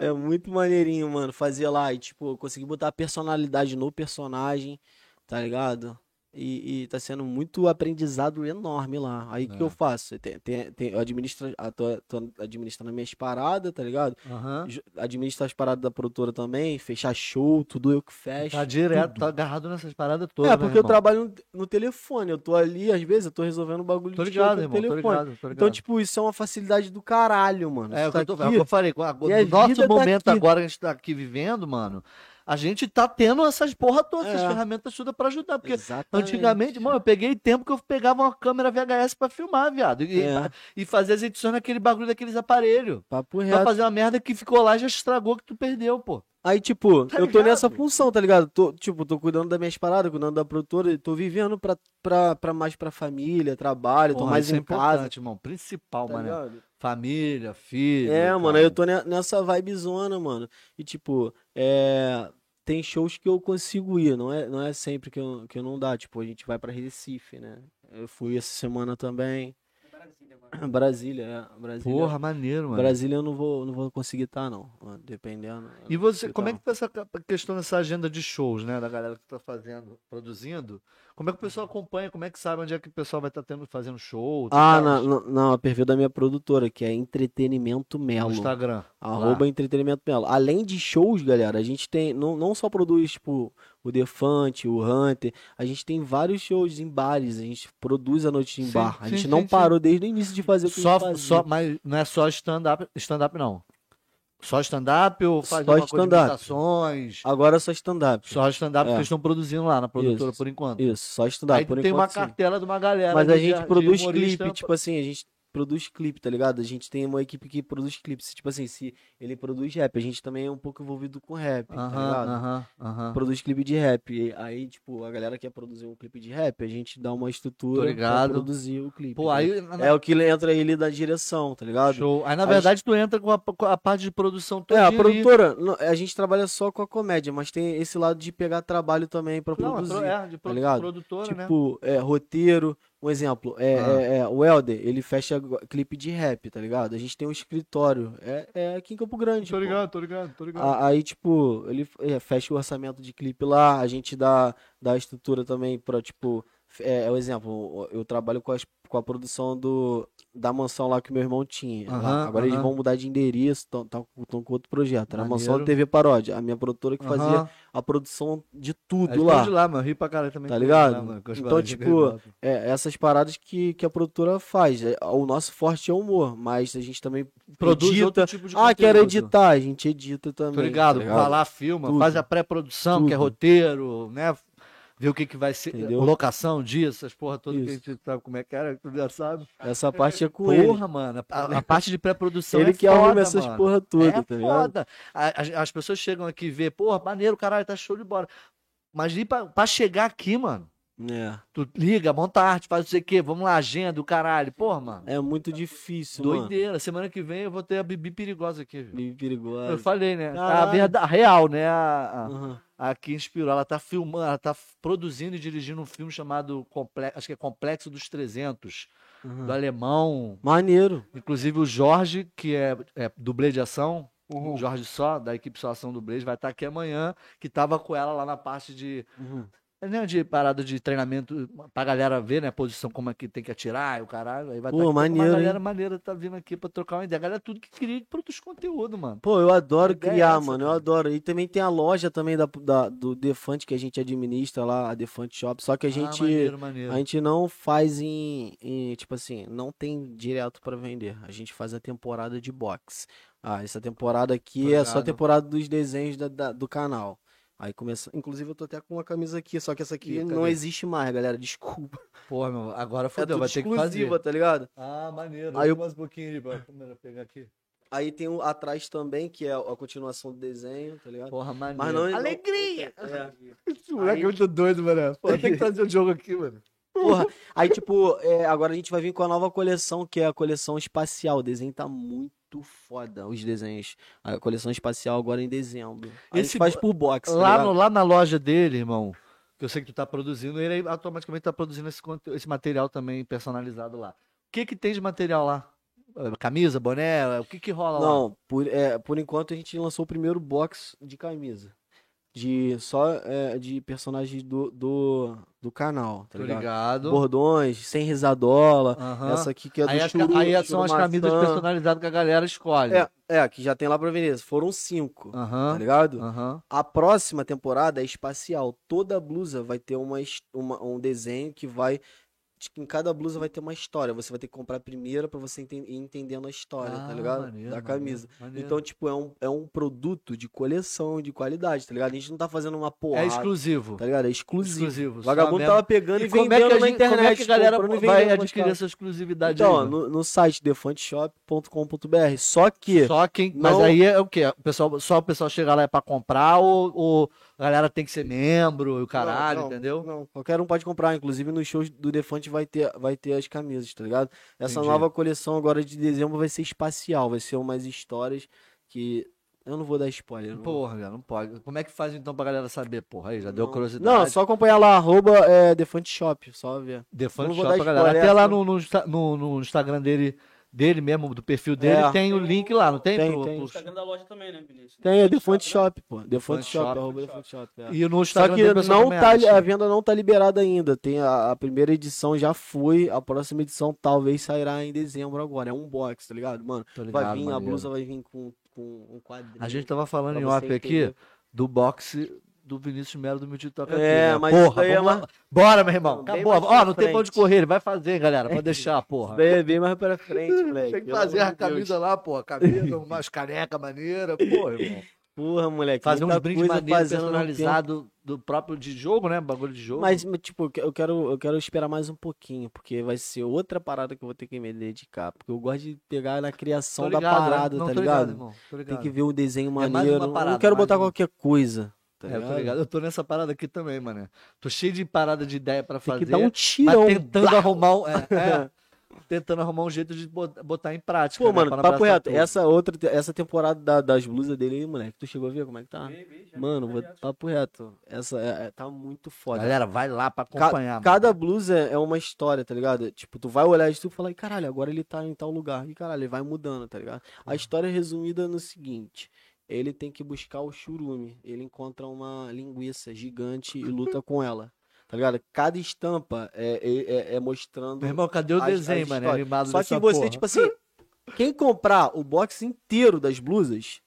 S2: É muito maneirinho, mano. Fazer lá e, tipo, eu consegui botar a personalidade no personagem, tá ligado? E, e tá sendo muito aprendizado enorme lá. Aí o que
S1: É.
S2: eu faço? Tem, tem, tem, eu administro, a- tô- tô administrando as minhas paradas, tá ligado?
S1: Aham.
S2: Ju- Administrar as paradas da produtora também, fechar show, tudo eu que fecho.
S1: Tá direto, tá agarrado nessas paradas todas.
S2: É,
S1: né,
S2: porque eu
S1: irmão?
S2: trabalho no telefone, eu tô ali, às vezes eu tô resolvendo o bagulho
S1: Tô
S2: de
S1: ligado,
S2: outro
S1: irmão. Tô ligado, tô ligado.
S2: Então, tipo, isso é uma facilidade do caralho, mano.
S1: É,
S2: Isso
S1: o que eu, tô,
S2: aqui-
S1: é o que eu falei. com a-
S2: E a
S1: O nosso
S2: vida tá
S1: momento
S2: aqui.
S1: agora que a gente tá aqui vivendo, mano, a gente tá tendo essas porra todas, essas
S2: É.
S1: ferramentas todas pra ajudar. Porque
S2: Exatamente.
S1: antigamente, mano, eu peguei tempo que eu pegava uma câmera VHS pra filmar, viado. E,
S2: É,
S1: e fazer as edições naquele bagulho daqueles aparelhos.
S2: papo
S1: Pra
S2: reto.
S1: fazer uma merda que ficou lá e já estragou que tu perdeu, pô.
S2: Aí, tipo,
S1: Tá
S2: eu tô nessa
S1: ligado?
S2: função, tá ligado? Tô, tipo, tô cuidando das minhas paradas, cuidando da produtora, e tô vivendo pra, pra, pra mais pra família, trabalho, tô
S1: Porra,
S2: mais
S1: isso é
S2: em casa.
S1: importante, irmão. Principal,
S2: Tá
S1: mano.
S2: ligado?
S1: Família, filho.
S2: É, mano,
S1: cara.
S2: aí eu tô ne- nessa vibezona, mano. E tipo, é, tem shows que eu consigo ir, não é, não é sempre que eu, que eu não dá. Tipo, a gente vai pra Recife, né? Eu fui essa semana também.
S3: Cara, assim, ainda, mano.
S2: Brasília, é. Brasília.
S1: Porra, maneiro, mano.
S2: Brasília eu não vou, não vou conseguir estar, não. Dependendo.
S1: E você, como é que tá essa ca- questão dessa agenda de shows, né? Da galera que tá fazendo, produzindo. Como é que o pessoal acompanha? Como é que sabe onde é que o pessoal vai estar tendo, fazendo show? Tem
S2: Ah,
S1: cara
S2: na-
S1: no-
S2: na- não, a perfil da minha produtora, que é Entretenimento
S1: no
S2: Melo.
S1: Instagram.
S2: Arroba Entretenimento Melo. Além de shows, galera, a gente tem. Não, não só produz, tipo, o Defante, o Hunter. A gente tem vários shows em bares. A gente produz a noite em
S1: Sim,
S2: bar. A
S1: sim,
S2: gente
S1: sim,
S2: não
S1: sim.
S2: parou desde o início de fazer o que a gente
S1: Só,
S2: fazia.
S1: só, mas não é só stand-up, stand-up não. Só stand-up ou faz
S2: Só
S1: alguma coisa de
S2: stand-up.
S1: imitações?
S2: Agora é só stand-up.
S1: Só stand-up
S2: É.
S1: que eles estão produzindo lá na produtora
S2: Isso.
S1: por enquanto.
S2: Isso, só stand-up.
S1: Aí
S2: Por
S1: tem
S2: enquanto,
S1: uma
S2: sim.
S1: cartela de uma galera.
S2: Mas a
S1: de-
S2: gente
S1: de
S2: produz
S1: humorista.
S2: clipe, tipo assim, a gente produz clipe, tá ligado? A gente tem uma equipe que produz clipe. Se, Tipo assim, se ele produz rap, a gente também é um pouco envolvido com rap, tá
S1: Aham,
S2: ligado?
S1: aham, aham.
S2: Produz clipe de rap. E Aí, tipo, a galera quer produzir um clipe de rap, a gente dá uma
S1: Tô
S2: estrutura pra
S1: ligado.
S2: produzir o clipe.
S1: Pô,
S2: tá
S1: aí. né?
S2: ligado? É o que entra ele da direção, tá ligado?
S1: Show. Aí, na
S2: A
S1: verdade, tu entra com a, com a parte de produção
S2: É,
S1: toda.
S2: a produtora, não, é, a gente trabalha só com a comédia, mas tem esse lado de pegar trabalho também pra
S1: Não, é,
S2: produzir. tá
S1: pro- é, de produ-
S2: ligado?
S1: produtora, né?
S2: Tipo, é, roteiro. Um exemplo, é,
S1: Ah.
S2: é- é, o Helder, ele fecha go- clipe de rap, tá ligado? A gente tem um escritório. É, é aqui em Campo Grande. pô.
S1: tô ligado, tô
S2: A- aí, tipo, ele f- é, fecha o orçamento de clipe lá, a gente dá, dá a estrutura também pra, tipo. f- É, é um exemplo, eu trabalho com, as- com a produção do, da mansão lá que meu irmão tinha.
S1: Aham,
S2: lá. Agora eles
S1: aham.
S2: vão mudar de endereço, estão com outro projeto. Era a mansão
S1: Maneiro.
S2: TV Paródia, a minha produtora que fazia
S1: Aham.
S2: a produção de
S1: Aí
S2: tudo
S1: eu
S2: lá.
S1: tô de lá, mano. Eu Ri pra caralho também.
S2: Tá
S1: tô
S2: ligado?
S1: lá, mano, com as
S2: Então,
S1: paradinhas
S2: tipo,
S1: que eles botam.
S2: É, essas paradas que, que a produtora faz. É, O nosso forte é o humor, mas a gente também
S1: Produz
S2: edita.
S1: outro tipo de
S2: ah, quero
S1: conteúdo.
S2: editar, a gente edita também.
S1: Tô ligado,
S2: tá ligado?
S1: vai lá, filma,
S2: Tudo.
S1: faz a pré-produção, que é
S2: Tudo.
S1: roteiro, né? Ver o que, que vai ser,
S2: Entendeu?
S1: locação disso, essas porra todas que a
S2: Isso.
S1: gente sabe como é que era, que tu já sabe.
S2: Essa parte é com ele.
S1: Porra, mano, a, a parte de pré-produção
S2: ele
S1: é
S2: que
S1: foda,
S2: arruma essas
S1: mano.
S2: porra toda,
S1: é
S2: tá ligado?
S1: foda. A- As, as pessoas chegam aqui e vê, porra, maneiro, caralho, tá show de bola. Mas ir pra, pra chegar aqui, mano,
S2: É,
S1: tu liga, monta arte, faz não sei o quê, vamos lá, agenda, o caralho. Porra, mano,
S2: é muito difícil, mano.
S1: doideira. Semana que vem eu vou ter a Bibi perigosa aqui, viu?
S2: Meio
S1: Eu
S2: perigosa.
S1: falei, né? A,
S2: Caralho.
S1: verdade, a real, né? A, a-
S2: Aham.
S1: a que inspirou. Ela tá filmando, ela tá produzindo e dirigindo um filme chamado Comple- acho que é Complexo dos 300,
S2: aham.
S1: do alemão.
S2: Maneiro.
S1: Inclusive o Jorge, que é, é dublê de ação, o
S2: Uhum.
S1: Jorge Só, da equipe Só Ação Dublês, vai estar aqui amanhã, que tava com ela lá na parte de,
S2: Uhum.
S1: né, de parada de treinamento, pra galera ver, né, a posição, como é que tem que atirar e o caralho. Aí vai
S2: Pô,
S1: tá aqui
S2: maneiro,
S1: uma
S2: hein?
S1: galera maneira tá vindo aqui pra trocar uma ideia. A galera tudo que queria produz conteúdo, mano.
S2: Pô, eu adoro
S1: A ideia é
S2: criar,
S1: essa,
S2: mano. Eu
S1: cara.
S2: adoro. E também tem a loja também da, da- do Defante que a gente administra lá, a Defante Shop. Só que a
S1: Ah,
S2: gente.
S1: maneiro, maneiro.
S2: A gente não faz em, em, tipo assim, não tem direto pra vender. A gente faz a temporada de box. Ah, essa temporada aqui
S1: Tô
S2: é só a
S1: ligado.
S2: temporada dos desenhos da- da- do canal. Aí começa. Inclusive, eu tô até com uma camisa aqui, só que essa aqui
S1: Ih,
S2: não
S1: cadê?
S2: existe mais, galera. Desculpa.
S1: Porra, meu, agora
S2: É
S1: fodeu,
S2: tudo
S1: vai ter que fazer.
S2: exclusiva, tá ligado?
S1: Ah, maneiro.
S2: Aí
S1: Aí
S2: eu-
S1: eu mais um pouquinho ali pra câmera pegar aqui.
S2: Aí tem o atrás também, que é a continuação do desenho, tá ligado?
S1: Porra, maneiro.
S2: Mas não.
S1: Alegria!
S2: É.
S1: Esse moleque é muito doido, mano. Pô, tem que trazer o jogo aqui, mano.
S2: Porra. Aí, tipo, é, agora a gente vai vir com a nova coleção, que é a coleção espacial. O desenho tá muito foda, os desenhos. A coleção espacial agora é em dezembro. A gente
S1: Esse
S2: faz
S1: bo-
S2: por box, tá
S1: Lá,
S2: ligado?
S1: no- lá na loja dele, irmão, que eu sei que tu tá produzindo, ele aí automaticamente tá produzindo esse, conte- esse material também personalizado lá. O que que tem de material lá? Eh, Camisa, boné, o que que rola lá?
S2: Não, por, é, por enquanto a gente lançou o primeiro box de camisa. De só é, de personagens do, do, do canal, tá
S1: Tô
S2: ligado?
S1: ligado.
S2: Bordões, sem risadola.
S1: Aham.
S2: Essa aqui que é do
S1: Aí, as ca-
S2: churu,
S1: aí são as
S2: churu
S1: camisas
S2: maçã.
S1: personalizadas que a galera escolhe.
S2: É, é, que já tem lá pra vender. Foram cinco, tá
S1: Aham.
S2: ligado?
S1: Aham.
S2: A próxima temporada é espacial. Toda blusa vai ter uma, his- uma- um desenho que vai. Em cada blusa vai ter uma história. Você vai ter que comprar a primeira pra você enten- ir entendendo a história, tá
S1: Ah,
S2: ligado?
S1: maneiro,
S2: da
S1: maneiro,
S2: camisa.
S1: maneiro.
S2: Então, tipo, é um, é um produto de coleção, de qualidade, tá ligado? A gente não tá fazendo uma porra.
S1: é exclusivo.
S2: Tá ligado? É exclusivo.
S1: Exclusivo, só
S2: Vagabundo tá
S1: mesmo.
S2: tava pegando e,
S1: E como
S2: vendendo
S1: é, que a
S2: na
S1: gente,
S2: internet.
S1: como é que a galera
S2: comprando e
S1: vai
S2: vendendo pros
S1: adquirir
S2: caras.
S1: essa exclusividade
S2: Então, ó,
S1: aí? mano?
S2: no, no site defantshop.com.br. Só que.
S1: Só quem. Mas
S2: não-
S1: aí é o quê? O pessoal, só o pessoal chegar lá é pra comprar ou, ou a galera tem que ser membro e o caralho,
S2: não,
S1: entendeu?
S2: Não, qualquer um pode comprar. Inclusive nos shows do Defante vai ter, vai ter as camisas, tá ligado? Essa
S1: Entendi.
S2: nova coleção agora de dezembro vai ser espacial, vai ser umas histórias que Eu não vou dar spoiler. não.
S1: Porra, cara, não pode. Como é que faz então pra galera saber, porra? Aí, já deu
S2: Não.
S1: curiosidade.
S2: Não, só acompanhar lá, arroba é, Defante Shop, só ver.
S1: Defante
S2: não vou
S1: Shop
S2: dar
S1: pra galera.
S2: spoiler,
S1: Até lá
S2: essa.
S1: no, no Insta- no- no Instagram dele, dele mesmo, do perfil dele,
S2: É.
S1: tem o link lá, não tem?
S2: Tem,
S1: Pro-
S2: tem.
S1: pro-
S3: O Instagram da loja também, né, Vinícius?
S2: Tem, é Defante
S3: Shop, né?
S2: Shop, pô. Defante Shop,
S1: Shop.
S2: arroba Defante Shop. é.
S1: E no
S2: Só
S1: Instagram
S2: que
S1: dele, o pessoal
S2: não
S1: também
S2: tá,
S1: acha.
S2: a venda não tá liberada ainda. Tem a, a primeira edição já foi, a próxima edição talvez sairá em dezembro agora. É um box, tá ligado, mano?
S1: Tô ligado,
S2: vai vir, a
S1: maneiro.
S2: blusa vai vir com, com um quadrinho.
S1: A gente tá tava falando
S2: pra
S1: em
S2: você
S1: off aqui
S2: entender.
S1: do boxe do Vinícius Melo do Meu Tio Toca aqui,
S2: É,
S1: né?
S2: mas isso
S1: porra,
S2: daí é
S1: vamos
S2: uma-
S1: lá. Bora, meu irmão.
S2: Não, bem
S1: Acabou.
S2: mais
S1: Ó,
S2: pra
S1: não tem pra onde
S2: frente. É
S1: correr, ele vai fazer, hein, galera. Pode deixar, porra.
S2: Bem, bem mais pra frente, moleque.
S1: Tem que
S2: pelo
S1: fazer
S2: amor
S1: a
S2: de Deus.
S1: camisa lá, pô. Camisa, umas caneca maneira, pô, irmão.
S2: Porra, moleque.
S1: Fazer uns
S2: muita
S1: brindes
S2: coisa
S1: maneiros
S2: fazendo ao mesmo tempo.
S1: personalizado do próprio de jogo, né? Bagulho de jogo.
S2: Mas, mas, tipo, eu que- eu quero, eu quero esperar mais um pouquinho, porque vai ser outra parada que eu vou ter que me dedicar. Porque eu gosto de pegar na
S1: Tô
S2: criação da
S1: ligado, né?
S2: parada,
S1: Não,
S2: tá
S1: tô
S2: ligado?
S1: irmão. Tô
S2: Tem
S1: ligado. É
S2: que ver um desenho
S1: mais
S2: maneiro.
S1: uma
S2: eu
S1: parada,
S2: não quero
S1: mais
S2: botar
S1: uma.
S2: qualquer coisa. Tá
S1: É, tô ligado. Eu tô nessa parada aqui também, mano. Tô cheio de parada de ideia pra
S2: Tem
S1: fazer.
S2: que dar um
S1: mas
S2: tirão.
S1: tentando arrumar um, é, é, tentando arrumar um jeito de bot- botar em prática.
S2: Pô,
S1: né,
S2: mano,
S1: pra não
S2: papo
S1: abraçar
S2: reto.
S1: tudo.
S2: Essa outra, te- essa temporada da- das blusas dele aí, moleque. Tu chegou a ver como é que tá?
S3: Vê, vê, já
S2: Mano,
S3: tá
S2: vou,
S3: ligado.
S2: papo reto. Essa é- é- tá muito foda.
S1: Galera, vai lá pra
S2: Ca-
S1: acompanhar.
S2: Cada blusa é uma história, tá ligado? Tipo, tu vai olhar isso e tu fala, "Ih, caralho, agora ele tá em tal lugar. E caralho, ele vai mudando, tá ligado? A história é resumida no seguinte. Ele tem que buscar o churume. Ele encontra uma linguiça gigante e luta com ela. Tá ligado? Cada estampa é, é- é- é mostrando.
S1: Meu irmão, cadê o
S2: as-
S1: desenho,
S2: as
S1: mano? É
S2: histórias.
S1: Animado
S2: Só
S1: dessa
S2: que você,
S1: porra.
S2: tipo assim, quem comprar o box inteiro das blusas,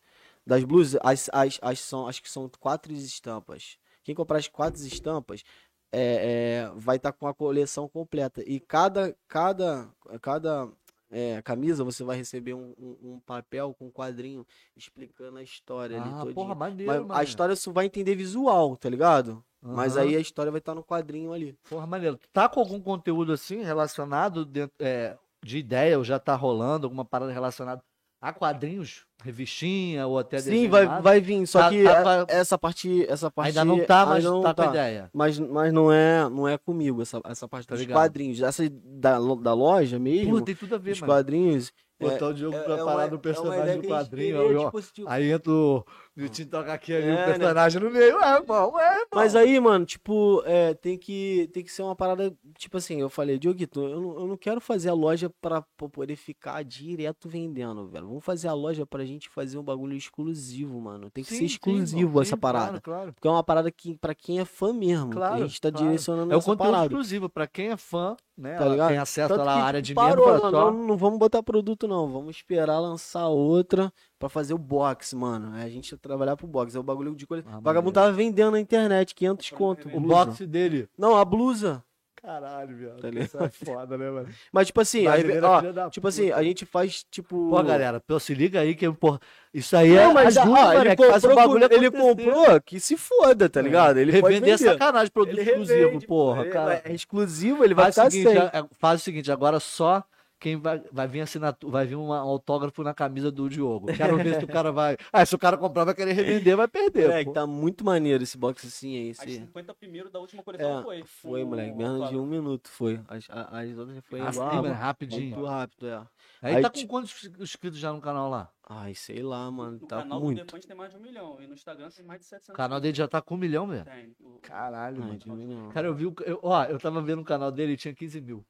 S2: das blusas, as, as, as são, acho que são quatro estampas. Quem comprar as quatro estampas é, é, vai estar com a coleção completa. E cada, cada, cada é, camisa você vai receber um, um- um papel com um quadrinho explicando a história ali
S1: Ah,
S2: todinha.
S1: porra, maneiro,
S2: Mas
S1: mano.
S2: a história você vai entender visual, tá ligado? Mas
S1: Aham.
S2: aí é a história vai estar no quadrinho ali.
S1: Porra, maneiro. Tá com algum conteúdo assim relacionado dentro, é, de ideia ou já tá rolando alguma parada relacionada a quadrinhos, revistinha ou até
S2: Sim,
S1: desenho
S2: vai,
S1: animado?
S2: vai vir. Só
S1: Tá-
S2: que
S1: tá-
S2: a- essa parte, essa parte
S1: ainda não tá, mas
S2: ainda não
S1: tá,
S2: tá.
S1: com a ideia.
S2: Mas, mas não é, não é comigo essa, essa parte
S1: Tá
S2: dos
S1: ligado.
S2: quadrinhos. Essa da, lo- da loja mesmo,
S1: Pô, tem tudo a ver,
S2: os
S1: mano.
S2: quadrinhos. é-
S1: Botar o jogo
S2: é-
S1: pra
S2: é
S1: parar
S2: uma-
S1: do
S2: é uma
S1: personagem
S2: ideia
S1: do
S2: que a gente
S1: quadrinho.
S2: teria,
S1: Aí, ó,
S2: tipo, se-
S1: aí entra o o Tim toca aqui ali,
S2: É,
S1: o
S2: né?
S1: personagem no meio. É, irmão, é, irmão.
S2: Mas aí, mano, tipo, é, tem que, tem que ser uma parada, tipo assim, eu falei, Dioguito, eu não, eu não quero fazer a loja pra, pra poder ficar direto vendendo, velho. Vamos fazer a loja pra gente fazer um bagulho exclusivo, mano. Tem que
S1: Sim,
S2: ser
S1: sim,
S2: exclusivo
S1: irmão,
S2: essa
S1: sim,
S2: parada.
S1: Claro, claro.
S2: Porque é uma parada que, pra quem é fã mesmo, que
S1: Claro,
S2: a gente tá
S1: claro.
S2: direcionando
S1: É o
S2: essa
S1: conteúdo
S2: parada.
S1: exclusivo pra quem é fã, né?
S2: Tá
S1: ela
S2: ligado?
S1: tem acesso
S2: Tanto
S1: lá
S2: que
S1: à área de
S2: parou,
S1: membro,
S2: mano,
S1: só.
S2: não, não vamos botar produto não, vamos esperar lançar outra pra fazer o box, mano. Aí A gente ia trabalhar pro box, é o bagulho de coisa.
S1: Ah, maneiro.
S2: Vagabundo tava vendendo na internet 500 conto.
S1: O
S2: blusa.
S1: boxe dele.
S2: Não, a blusa.
S1: Caralho, viado.
S2: Tá
S1: isso é foda, né, mano?
S2: Mas tipo assim, aí,
S1: Brasileiro é
S2: ó,
S1: filha da
S2: tipo assim, a gente faz tipo
S1: Pô, galera, pô, se liga aí que, pô, isso aí é
S2: Não, mas
S1: ajuda,
S2: ah,
S1: mano, é
S2: ele,
S1: que faz o
S2: comprou,
S1: bagulho
S2: ele
S1: acontecer.
S2: comprou que se foda, tá ligado? Ele pode
S1: Revender é
S2: vender.
S1: sacanagem, produto
S2: Ele
S1: exclusivo,
S2: revende,
S1: porra,
S2: é-
S1: cara.
S2: É exclusivo, ele vai
S1: faz, o
S2: estar
S1: seguinte,
S2: sem.
S1: a- a- é, faz o seguinte, agora só quem vai, vai vir assinatura, vai vir uma- um autógrafo na camisa do Diogo. Quero ver se o cara vai. Ah, se o cara comprar, vai querer revender, vai perder.
S2: Moleque,
S1: pô.
S2: tá muito maneiro esse box assim aí,
S3: As
S2: esse.
S3: 50 primeiro da última coleção
S2: É,
S3: foi.
S2: foi,
S3: o-
S2: moleque. Menos de
S3: claro.
S2: um minuto foi. As, a- as outras foi
S1: Assim,
S2: igual.
S1: mano,
S2: mano.
S1: rapidinho.
S2: Muito rápido, é.
S1: Aí,
S2: Aí
S1: tá
S2: ti-
S1: com quantos inscritos já no canal lá?
S2: Ai, sei lá, mano.
S3: No
S2: Tá
S3: canal do
S2: muito.
S3: Defante tem mais de um milhão. E no Instagram tem mais de 700
S1: O canal dele já tá com um milhão, velho.
S3: Tem. O-
S1: Caralho,
S2: Ai,
S1: mano.
S2: diminuiu.
S1: Cara, eu vi o. Eu, ó, eu tava vendo o canal dele e tinha 15 mil.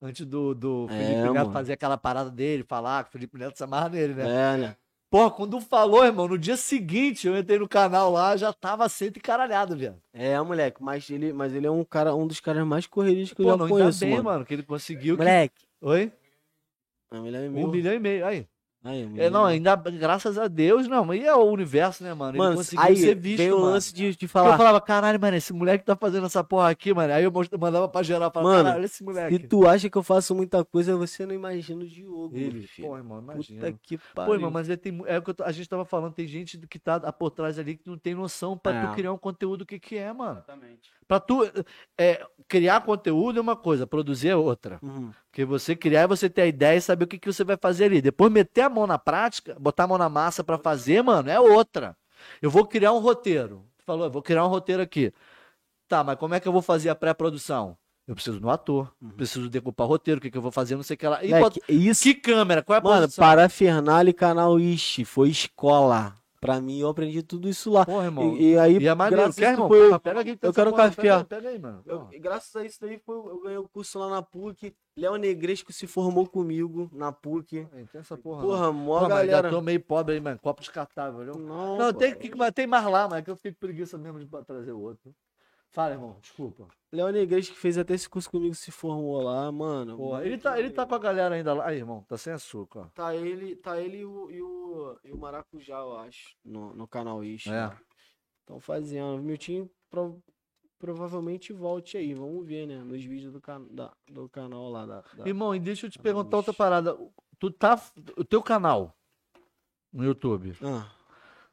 S1: Antes do, do
S2: É,
S1: Felipe Neto
S2: mano.
S1: fazer aquela parada dele, falar que o Felipe Neto se amarra nele, né?
S2: É, né?
S1: Porra, quando falou, irmão, no dia seguinte eu entrei no canal lá, já tava cento e caralhado, velho.
S2: É, moleque. Mas ele, mas ele é um cara, um dos caras mais corridos
S1: Pô,
S2: que
S1: não
S2: eu já
S1: ainda
S2: conheço,
S1: bem, mano.
S2: mano.
S1: que ele conseguiu. que-
S2: Moleque.
S1: Oi?
S2: É um milhão e
S1: Um
S2: meio.
S1: milhão e meio. Aí.
S2: Aí, um
S1: É,
S2: milhão
S1: não,
S2: e
S1: ainda,
S2: meio.
S1: graças a Deus, não. Mas e é o universo, né, mano? Ele
S2: Mano,
S1: conseguiu
S2: aí
S1: ser visto.
S2: veio o
S1: mano.
S2: lance de, de
S1: Porque Eu
S2: falar.
S1: falava, caralho, mano, esse moleque tá fazendo essa porra aqui, mano. Aí eu most- mandava pra geral, falava,
S2: Mano,
S1: caralho, esse
S2: Se
S1: moleque.
S2: tu acha que eu faço muita coisa, você não imagina o Diogo,
S1: Ele,
S2: filho.
S1: pô, irmão, imagina.
S2: Puta que
S1: Pô,
S2: pariu.
S1: irmão, mas ele tem, mu- é o que eu tô- a gente tava falando, tem gente que tá ah, por trás ali que não tem noção pra tu
S2: É.
S1: criar um conteúdo, o que que é, mano?
S3: Exatamente.
S1: Pra tu é, criar conteúdo é uma coisa, produzir é outra.
S2: Uhum.
S1: Porque você criar é você ter a ideia e saber o que, que você vai fazer ali. Depois meter a mão na prática, botar a mão na massa pra fazer, mano, é outra. Eu vou criar um roteiro. Tu falou, eu vou criar um roteiro aqui. Tá, mas como é que eu vou fazer a pré-produção? Eu preciso de um ator, preciso decupar roteiro, o que, que eu vou fazer, não sei o que lá. E
S2: Uhum. Moleque,
S1: bota-
S2: isso
S1: que câmera? Qual é a
S2: Mano,
S1: posição?
S2: parafernália e canal Ishi, foi escola. Pra mim, eu aprendi tudo isso lá.
S1: Porra, irmão.
S2: E, e aí,
S1: E é maneiro,
S2: graças a
S1: quer,
S2: isso
S1: irmão?
S2: foi-
S1: Porra, Pega aqui que tá
S2: eu quero um
S1: essa porra,
S2: café.
S1: pega- Pega aí, mano.
S2: eu-
S1: Porra.
S2: graças a isso daí, foi, eu ganhei o curso lá na PUC. Léo Negresco se formou comigo na PUC.
S1: Não Tem essa porra. não.
S2: Porra, mó
S1: Pô, mas
S2: galera.
S1: já tô meio pobre aí, mano. Copo descartável, viu?
S2: Não,
S1: Não,
S2: pô. é
S1: tem, que, mas tem mais lá, mas é que eu fiquei com preguiça mesmo de ba- trazer o outro. Fala, irmão, desculpa.
S2: Léo Negresco que fez até esse curso comigo se formou lá, mano.
S1: Porra, ele tá, ele tá com a galera ainda lá. Aí, irmão, tá sem açúcar, ó.
S2: Tá ele, tá ele e, o, e, o, e o Maracujá, eu acho, no, no canal Ish.
S1: É.
S2: Estão fazendo. O Miltinho pro- provavelmente volte aí, vamos ver, né? Nos vídeos do, can, da- do canal lá. Da, da-
S1: Irmão, e deixa eu
S2: Tá
S1: te perguntar outra parada. Tu tá. O teu canal no YouTube,
S2: Ah.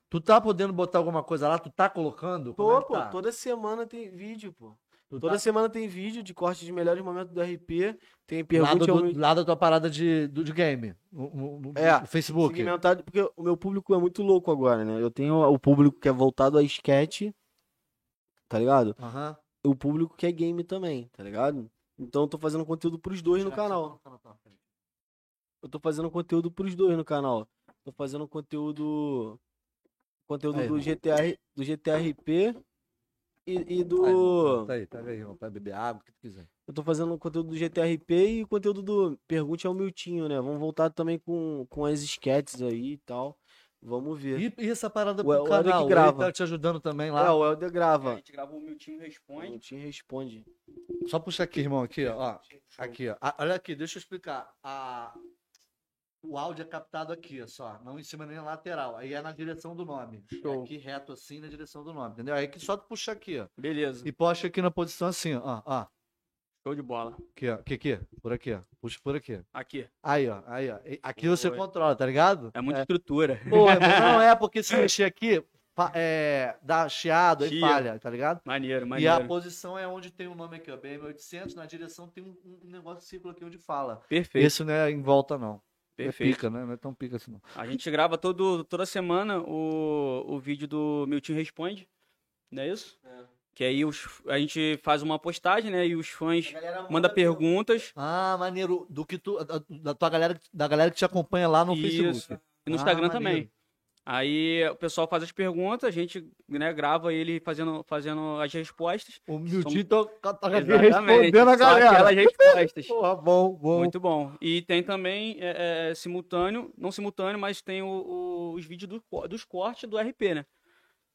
S1: tu tá podendo botar alguma coisa lá? Tu tá colocando? Como é
S2: Tô,
S1: que
S2: pô,
S1: tá?
S2: toda semana tem vídeo, pô.
S1: Tu
S2: Toda
S1: tá-
S2: semana tem vídeo de corte de melhores momentos do RP. Tem pergunta
S1: lá,
S2: ao
S1: do- né?
S2: meu-
S1: do- lá da tua parada de, do, de game. No, no- no-
S2: É,
S1: no Facebook.
S2: segmentado, porque o meu público é muito louco agora, né? Eu tenho o público que é voltado a sketch, tá ligado?
S1: Aham.
S2: o público que é game também, tá ligado? Então eu tô fazendo conteúdo pros dois
S1: Tá,
S2: no canal. Eu tô fazendo conteúdo pros dois no canal. Tô fazendo conteúdo. Conteúdo
S1: Aí,
S2: do GTA, do GTRP e, e
S1: Aí,
S2: do.
S1: Tá aí, tá aí, irmão. Pra beber água, o que tu quiser.
S2: Eu tô fazendo conteúdo do GTRP e conteúdo do. Pergunte ao Miltinho, né? Vamos voltar também com, com as sketches aí e tal. Vamos ver.
S1: E, e essa parada
S2: O-
S1: pro
S2: o Eric
S1: canal, ele
S2: grava.
S1: tá te ajudando também
S2: É,
S1: lá.
S2: o Helder
S3: A
S2: grava.
S3: gente gravou o Miltinho
S2: O
S3: Responde.
S2: Miltinho responde.
S1: Só puxa aqui, irmão, aqui, ó. ó. Aqui, ó. Ah, olha aqui, deixa eu explicar. A... O áudio é captado aqui, ó, só. Não em cima nem na lateral. Aí é na direção do nome.
S2: Show.
S1: Aqui reto assim na direção do nome, entendeu? Aí que só tu puxa aqui, ó.
S3: Beleza.
S1: E posta aqui na posição assim, ó. ó.
S3: Show de bola.
S1: Aqui, ó. Aqui, aqui. Por aqui, ó. Puxa por aqui.
S3: Aqui.
S1: Aí, ó. Aí, ó. E- Aqui você
S3: Oi.
S1: controla, tá ligado?
S3: É muita estrutura.
S1: Pô, irmão, não é porque se mexer aqui, fa- é, dá chiado, aí
S3: Chia.
S1: falha, tá ligado?
S3: Maneiro,
S1: E a
S3: maneiro.
S1: posição é onde tem o nome aqui, ó, BM800, na direção tem um, um negócio círculo aqui onde fala.
S3: Perfeito,
S1: Esse não é em volta, não. É
S3: perfeito.
S1: pica, né? Não é tão pica assim, não.
S3: A gente grava todo, toda semana o, o vídeo do Miltinho Responde. Não é isso?
S2: É.
S3: Que aí os, a gente faz uma postagem, né? E os fãs
S2: galera
S3: mandam perguntas.
S1: Ah, maneiro. Do que tu, da, da tua galera, da galera que te acompanha lá no
S3: Isso.
S1: Facebook.
S3: E
S1: Ah,
S3: no Instagram
S1: maneiro.
S3: também. Aí o pessoal faz as perguntas, a gente né, grava ele fazendo, fazendo as respostas.
S1: O Miltinho tá, tá- tá
S3: Exatamente.
S1: respondendo a
S3: Só
S1: galera.
S3: aquelas respostas.
S1: Porra, bom, bom.
S3: Muito bom. E tem também é, é, simultâneo, não simultâneo, mas tem o- o- os vídeos do co- dos cortes do RP, né?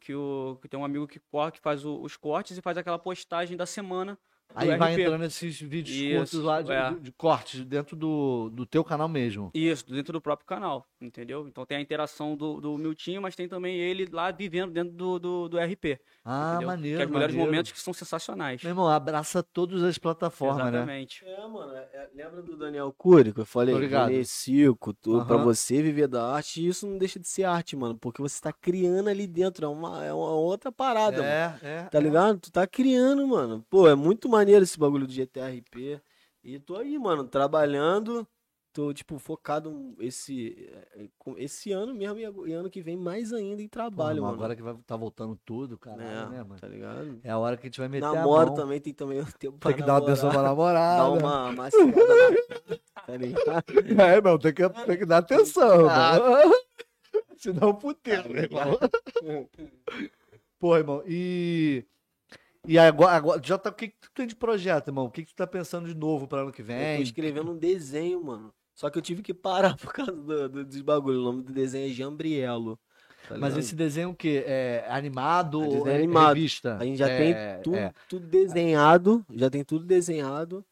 S3: Que, o, que tem um amigo que, corre, que faz o- os cortes e faz aquela postagem da semana do
S1: Aí vai
S3: RP.
S1: entrando esses vídeos
S3: Isso,
S1: curtos lá de,
S3: é.
S1: de cortes dentro do, do teu canal mesmo.
S3: Isso, dentro do próprio canal, entendeu? Então tem a interação do, do Miltinho, mas tem também ele lá vivendo dentro do, do, do RP.
S1: Ah,
S3: entendeu?
S1: maneiro.
S3: Que é os melhores
S1: maneiro.
S3: momentos que são sensacionais.
S1: Meu irmão, abraça todas as plataformas, né?
S3: Exatamente.
S2: É, mano, é- é- lembra do Daniel Cury que eu falei?
S1: Tô ligado.
S2: Cico, tudo pra
S1: Aham.
S2: você viver da arte, e isso não deixa de ser arte, mano, porque você tá criando ali dentro, é uma, é uma outra parada, mano.
S1: É, é.
S2: Tá ligado? Tu tá criando, mano. Pô, é muito maneiro esse bagulho do GTRP. E tô aí, mano, trabalhando. Tô, tipo, focado esse, é, com- esse ano mesmo e ago- e ano que vem mais ainda em
S1: Porra,
S2: trabalho,
S1: irmão,
S2: mano.
S1: Agora que vai tá voltando tudo, caralho,
S2: É,
S1: né, mano?
S2: Tá ligado?
S1: É a hora que a gente vai meter a
S2: Namoro
S1: mão.
S2: também, tem também o tempo
S1: Tem
S2: pra
S1: que dar uma atenção
S2: namorar.
S1: pra namorada.
S2: Dá uma maciada na... Tá ligado?
S1: É, irmão, tem que, tem que dar atenção,
S2: Ah.
S1: irmão. Senão é um puteiro,
S2: Tá
S1: meu irmão. Pô, irmão, e... E agora, agora já tá, o que, que tu tem de projeto, irmão? O que, que tu tá pensando de novo pra ano que
S2: Eu
S1: vem?
S2: tô escrevendo um desenho, mano. Só que eu tive que parar por causa do, do, dos bagulho. O nome do desenho é Jambrielo. tá
S1: Mas
S2: ligado?
S1: esse desenho o quê? É animado
S2: É
S1: ou
S2: desenho
S1: é
S2: animado.
S1: revista?
S2: A gente já
S1: É,
S2: tem tudo,
S1: é.
S2: tudo desenhado. Já tem tudo desenhado.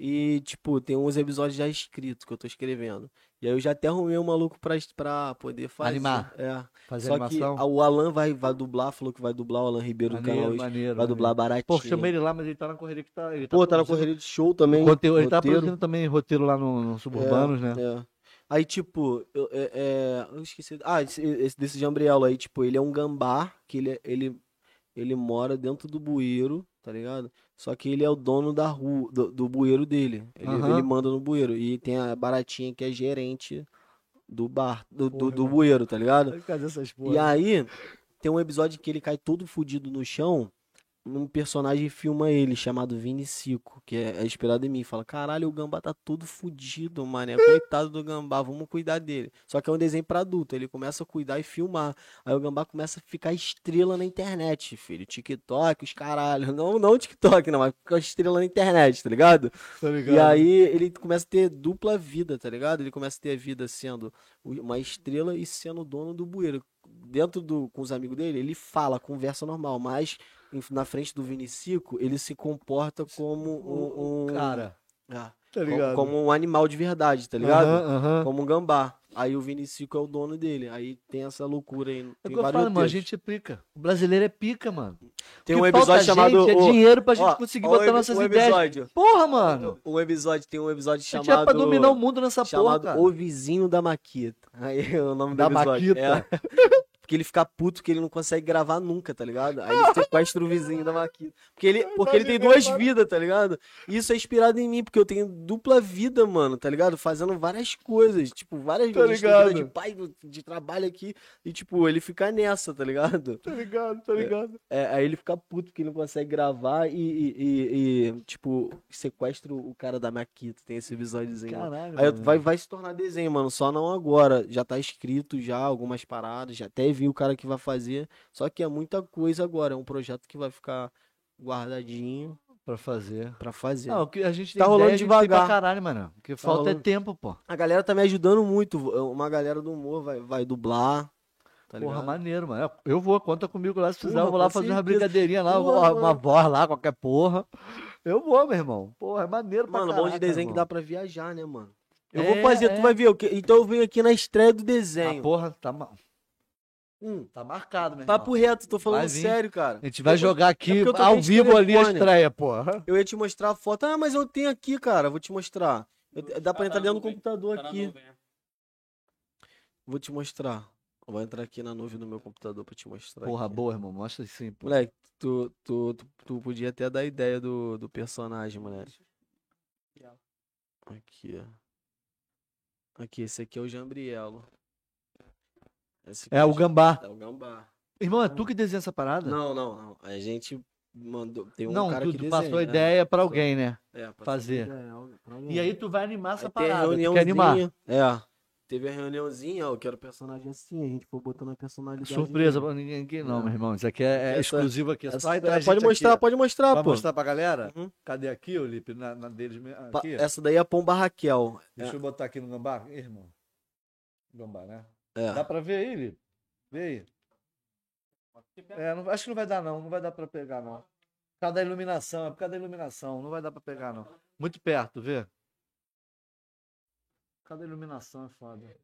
S2: E, tipo, tem uns episódios já escritos que eu tô escrevendo. E aí eu já até arrumei um maluco pra, pra poder fazer.
S1: Animar.
S2: É.
S1: Fazer
S2: Só
S1: animação?
S2: que a- o Alan vai, vai dublar, falou que vai dublar o Alan Ribeiro do canal.
S1: Maneiro,
S2: hoje.
S1: maneiro.
S2: Vai dublar baratinho.
S1: Pô, chamei ele lá, mas ele tá na correria que tá... Ele
S2: Pô, tá na
S1: produzindo
S2: correria de show também.
S1: Roteiro, ele tá
S2: roteiro.
S1: produzindo também roteiro lá no, no Suburbanos, né?
S2: É. Aí, tipo, eu, é- é, eu esqueci. Ah, esse, esse desse jambrielo aí, tipo, ele é um gambá, que ele, é- ele, ele mora dentro do bueiro, tá ligado? Só que ele é o dono da rua, do, do bueiro dele. Ele,
S1: Aham.
S2: ele manda no bueiro. E tem a baratinha que é gerente do bar, do, do,
S1: Porra,
S2: do
S1: irmão.
S2: bueiro, tá ligado?
S1: Cadê essas
S2: E aí, tem um episódio que ele cai todo fudido no chão. um personagem filma ele, chamado Vini Sico, que é, é inspirado em mim. Fala, caralho, o Gambá tá todo fudido, mano. É coitado do Gambá, vamos cuidar dele. Só que é um desenho pra adulto, ele começa a cuidar e filmar. Aí o Gambá começa a ficar estrela na internet, filho. TikTok, os caralho. Não, não TikTok, não, mas fica estrela na internet, tá ligado?
S1: Tá
S2: E
S1: ligado?
S2: aí ele começa a ter dupla vida, tá ligado? Ele começa a ter a vida sendo uma estrela e sendo o dono do bueiro. Dentro do com os amigos dele, ele fala, conversa normal, mas em- na frente do Vinicico, ele se comporta como um, um-
S4: Cara,
S2: ah,
S1: tá
S2: co-
S1: ligado?
S2: como um animal de verdade, tá ligado?
S1: Aham, aham. É
S2: Como um gambá. Aí o Vinicico é o dono dele. Aí tem essa loucura aí.
S1: É o
S2: Tem,
S1: que eu
S2: vários
S1: falo, mano, a
S2: textos.
S1: gente é pica. O brasileiro é pica, mano.
S2: tem
S1: O
S2: um
S1: que falta
S2: episódio
S1: a
S2: chamado
S1: Gente, é
S2: o-
S1: dinheiro pra gente
S2: ó,
S1: conseguir
S2: ó,
S1: botar
S2: o-
S1: nossas
S2: o
S1: ideias.
S2: episódio.
S1: Porra, mano.
S2: Um episódio, tem um episódio
S1: A gente
S2: chamado
S1: é pra dominar o mundo nessa porra,
S2: chamado
S1: cara.
S2: O Vizinho da Maquita. Aí é o nome
S1: Da
S2: do episódio.
S1: Maquita.
S2: É. Porque ele fica puto que ele não consegue gravar nunca, tá ligado? Aí ele sequestra o vizinho da Maquita. Porque ele, porque ele tem duas vidas, tá ligado? E Isso é inspirado em mim, porque eu tenho dupla vida, mano, tá ligado? Fazendo várias coisas, tipo, várias
S1: Tá
S2: vezes. Tem vida
S1: ligado.
S2: de pai, de trabalho aqui. E, tipo, ele fica nessa, tá ligado?
S1: Tá ligado, tá ligado.
S2: É, aí ele fica puto que ele não consegue gravar e, e- e- e, tipo, sequestra o cara da Maquita. Tem esse episódiozinho. mano.
S1: Caralho,
S2: Aí
S1: mano.
S2: vai, vai se tornar desenho, mano. Só não agora. Já tá escrito já algumas paradas. Já até vi o cara que vai fazer. Só que é muita coisa agora. É um projeto que vai ficar guardadinho
S1: Pra fazer.
S2: pra fazer.
S1: Não, o que a gente tem
S2: Tá rolando
S1: ideia, a gente tem pra
S2: devagar. Tá
S1: caralho, mano. O que falta é
S2: rolando-
S1: tempo, pô.
S2: A galera tá me ajudando muito. Uma galera do humor vai, vai dublar. Tá
S1: Porra,
S2: ligado?
S1: maneiro, mano. Eu vou, conta comigo lá se precisar.
S2: Porra,
S1: eu vou lá
S2: com
S1: fazer uma
S2: certeza.
S1: brincadeirinha lá,
S2: Porra,
S1: uma,
S2: mano.
S1: uma voz lá, qualquer porra. Eu vou, meu irmão. Porra, é maneiro pra
S2: Mano,
S1: caraca,
S2: bom de desenho que
S1: irmão.
S2: dá pra viajar, né, mano? Eu
S1: É,
S2: vou fazer,
S1: é.
S2: tu vai ver. eu que- Então eu venho aqui na estreia do
S1: Ah,
S2: desenho.
S1: porra, tá, ma-
S2: Hum,
S1: tá marcado, meu
S2: papo
S1: irmão.
S2: reto, tô
S1: Vai
S2: falando
S1: vir.
S2: sério, cara.
S1: A gente vai
S2: Eu vou-
S1: jogar aqui
S2: é porque eu tô
S1: ao
S2: bem de
S1: vivo ali a
S2: telefone.
S1: estreia, porra.
S2: Eu ia te mostrar a foto. Ah, mas eu tenho aqui, cara. Vou te mostrar. Eu- dá pra
S3: Ah, tá
S2: entrar
S3: na
S2: dentro do
S3: nuvem.
S2: computador
S3: Tá na
S2: aqui.
S3: nuvem, é.
S2: Vou te mostrar. Vou entrar aqui na nuvem do meu computador pra te mostrar.
S1: Porra,
S2: aqui.
S1: boa, irmão. Mostra sim, pô.
S2: Moleque, tu, tu, tu, tu podia até dar ideia do, do personagem, moleque. Aqui, ó. Aqui, esse aqui é o Jambrielo. Esse aqui
S1: É o
S2: Jam-
S1: gambá.
S2: É o Gambá.
S1: Irmão, é tu que desenha essa parada?
S2: Não, não, não. A gente mandou. Tem um
S1: Não,
S2: cara
S1: tu,
S2: que
S1: tu
S2: desenha,
S1: passou a
S2: né?
S1: ideia pra alguém, né?
S2: É, passou a
S1: fazer.
S2: ideia, ó, pra
S1: E
S2: alguém.
S1: aí tu vai animar essa
S2: Aí tem a
S1: parada. Tu quer animar.
S2: reuniãozinha, É. Teve a reuniãozinha, ó, eu quero personagem assim, a gente foi botando a personalidade.
S1: Surpresa pra ninguém aqui, não,
S2: Não.
S1: meu irmão. Isso aqui é, é
S2: Essa-
S1: exclusivo aqui. é
S2: Essa-
S1: só entre a gente
S2: pode
S1: aqui,
S2: mostrar,
S1: ó.
S2: pode mostrar,
S1: Pra
S2: pô.
S1: mostrar pra galera?
S2: Uhum.
S1: Cadê aqui, Olipe? Na, na deles mesmo.
S2: Pa-
S1: Aqui.
S2: Essa daí é a Pomba Raquel.
S1: Deixa eu botar aqui no gambá. Ih, irmão. Gambá, né?
S2: É.
S1: Dá pra ver aí, Lipe? Vê aí. É, não- acho que não vai dar, não. Não vai dar pra pegar, não. Por causa da iluminação, é por causa da iluminação. Não vai dar pra pegar, não. Muito perto, vê. Por causa da iluminação é foda.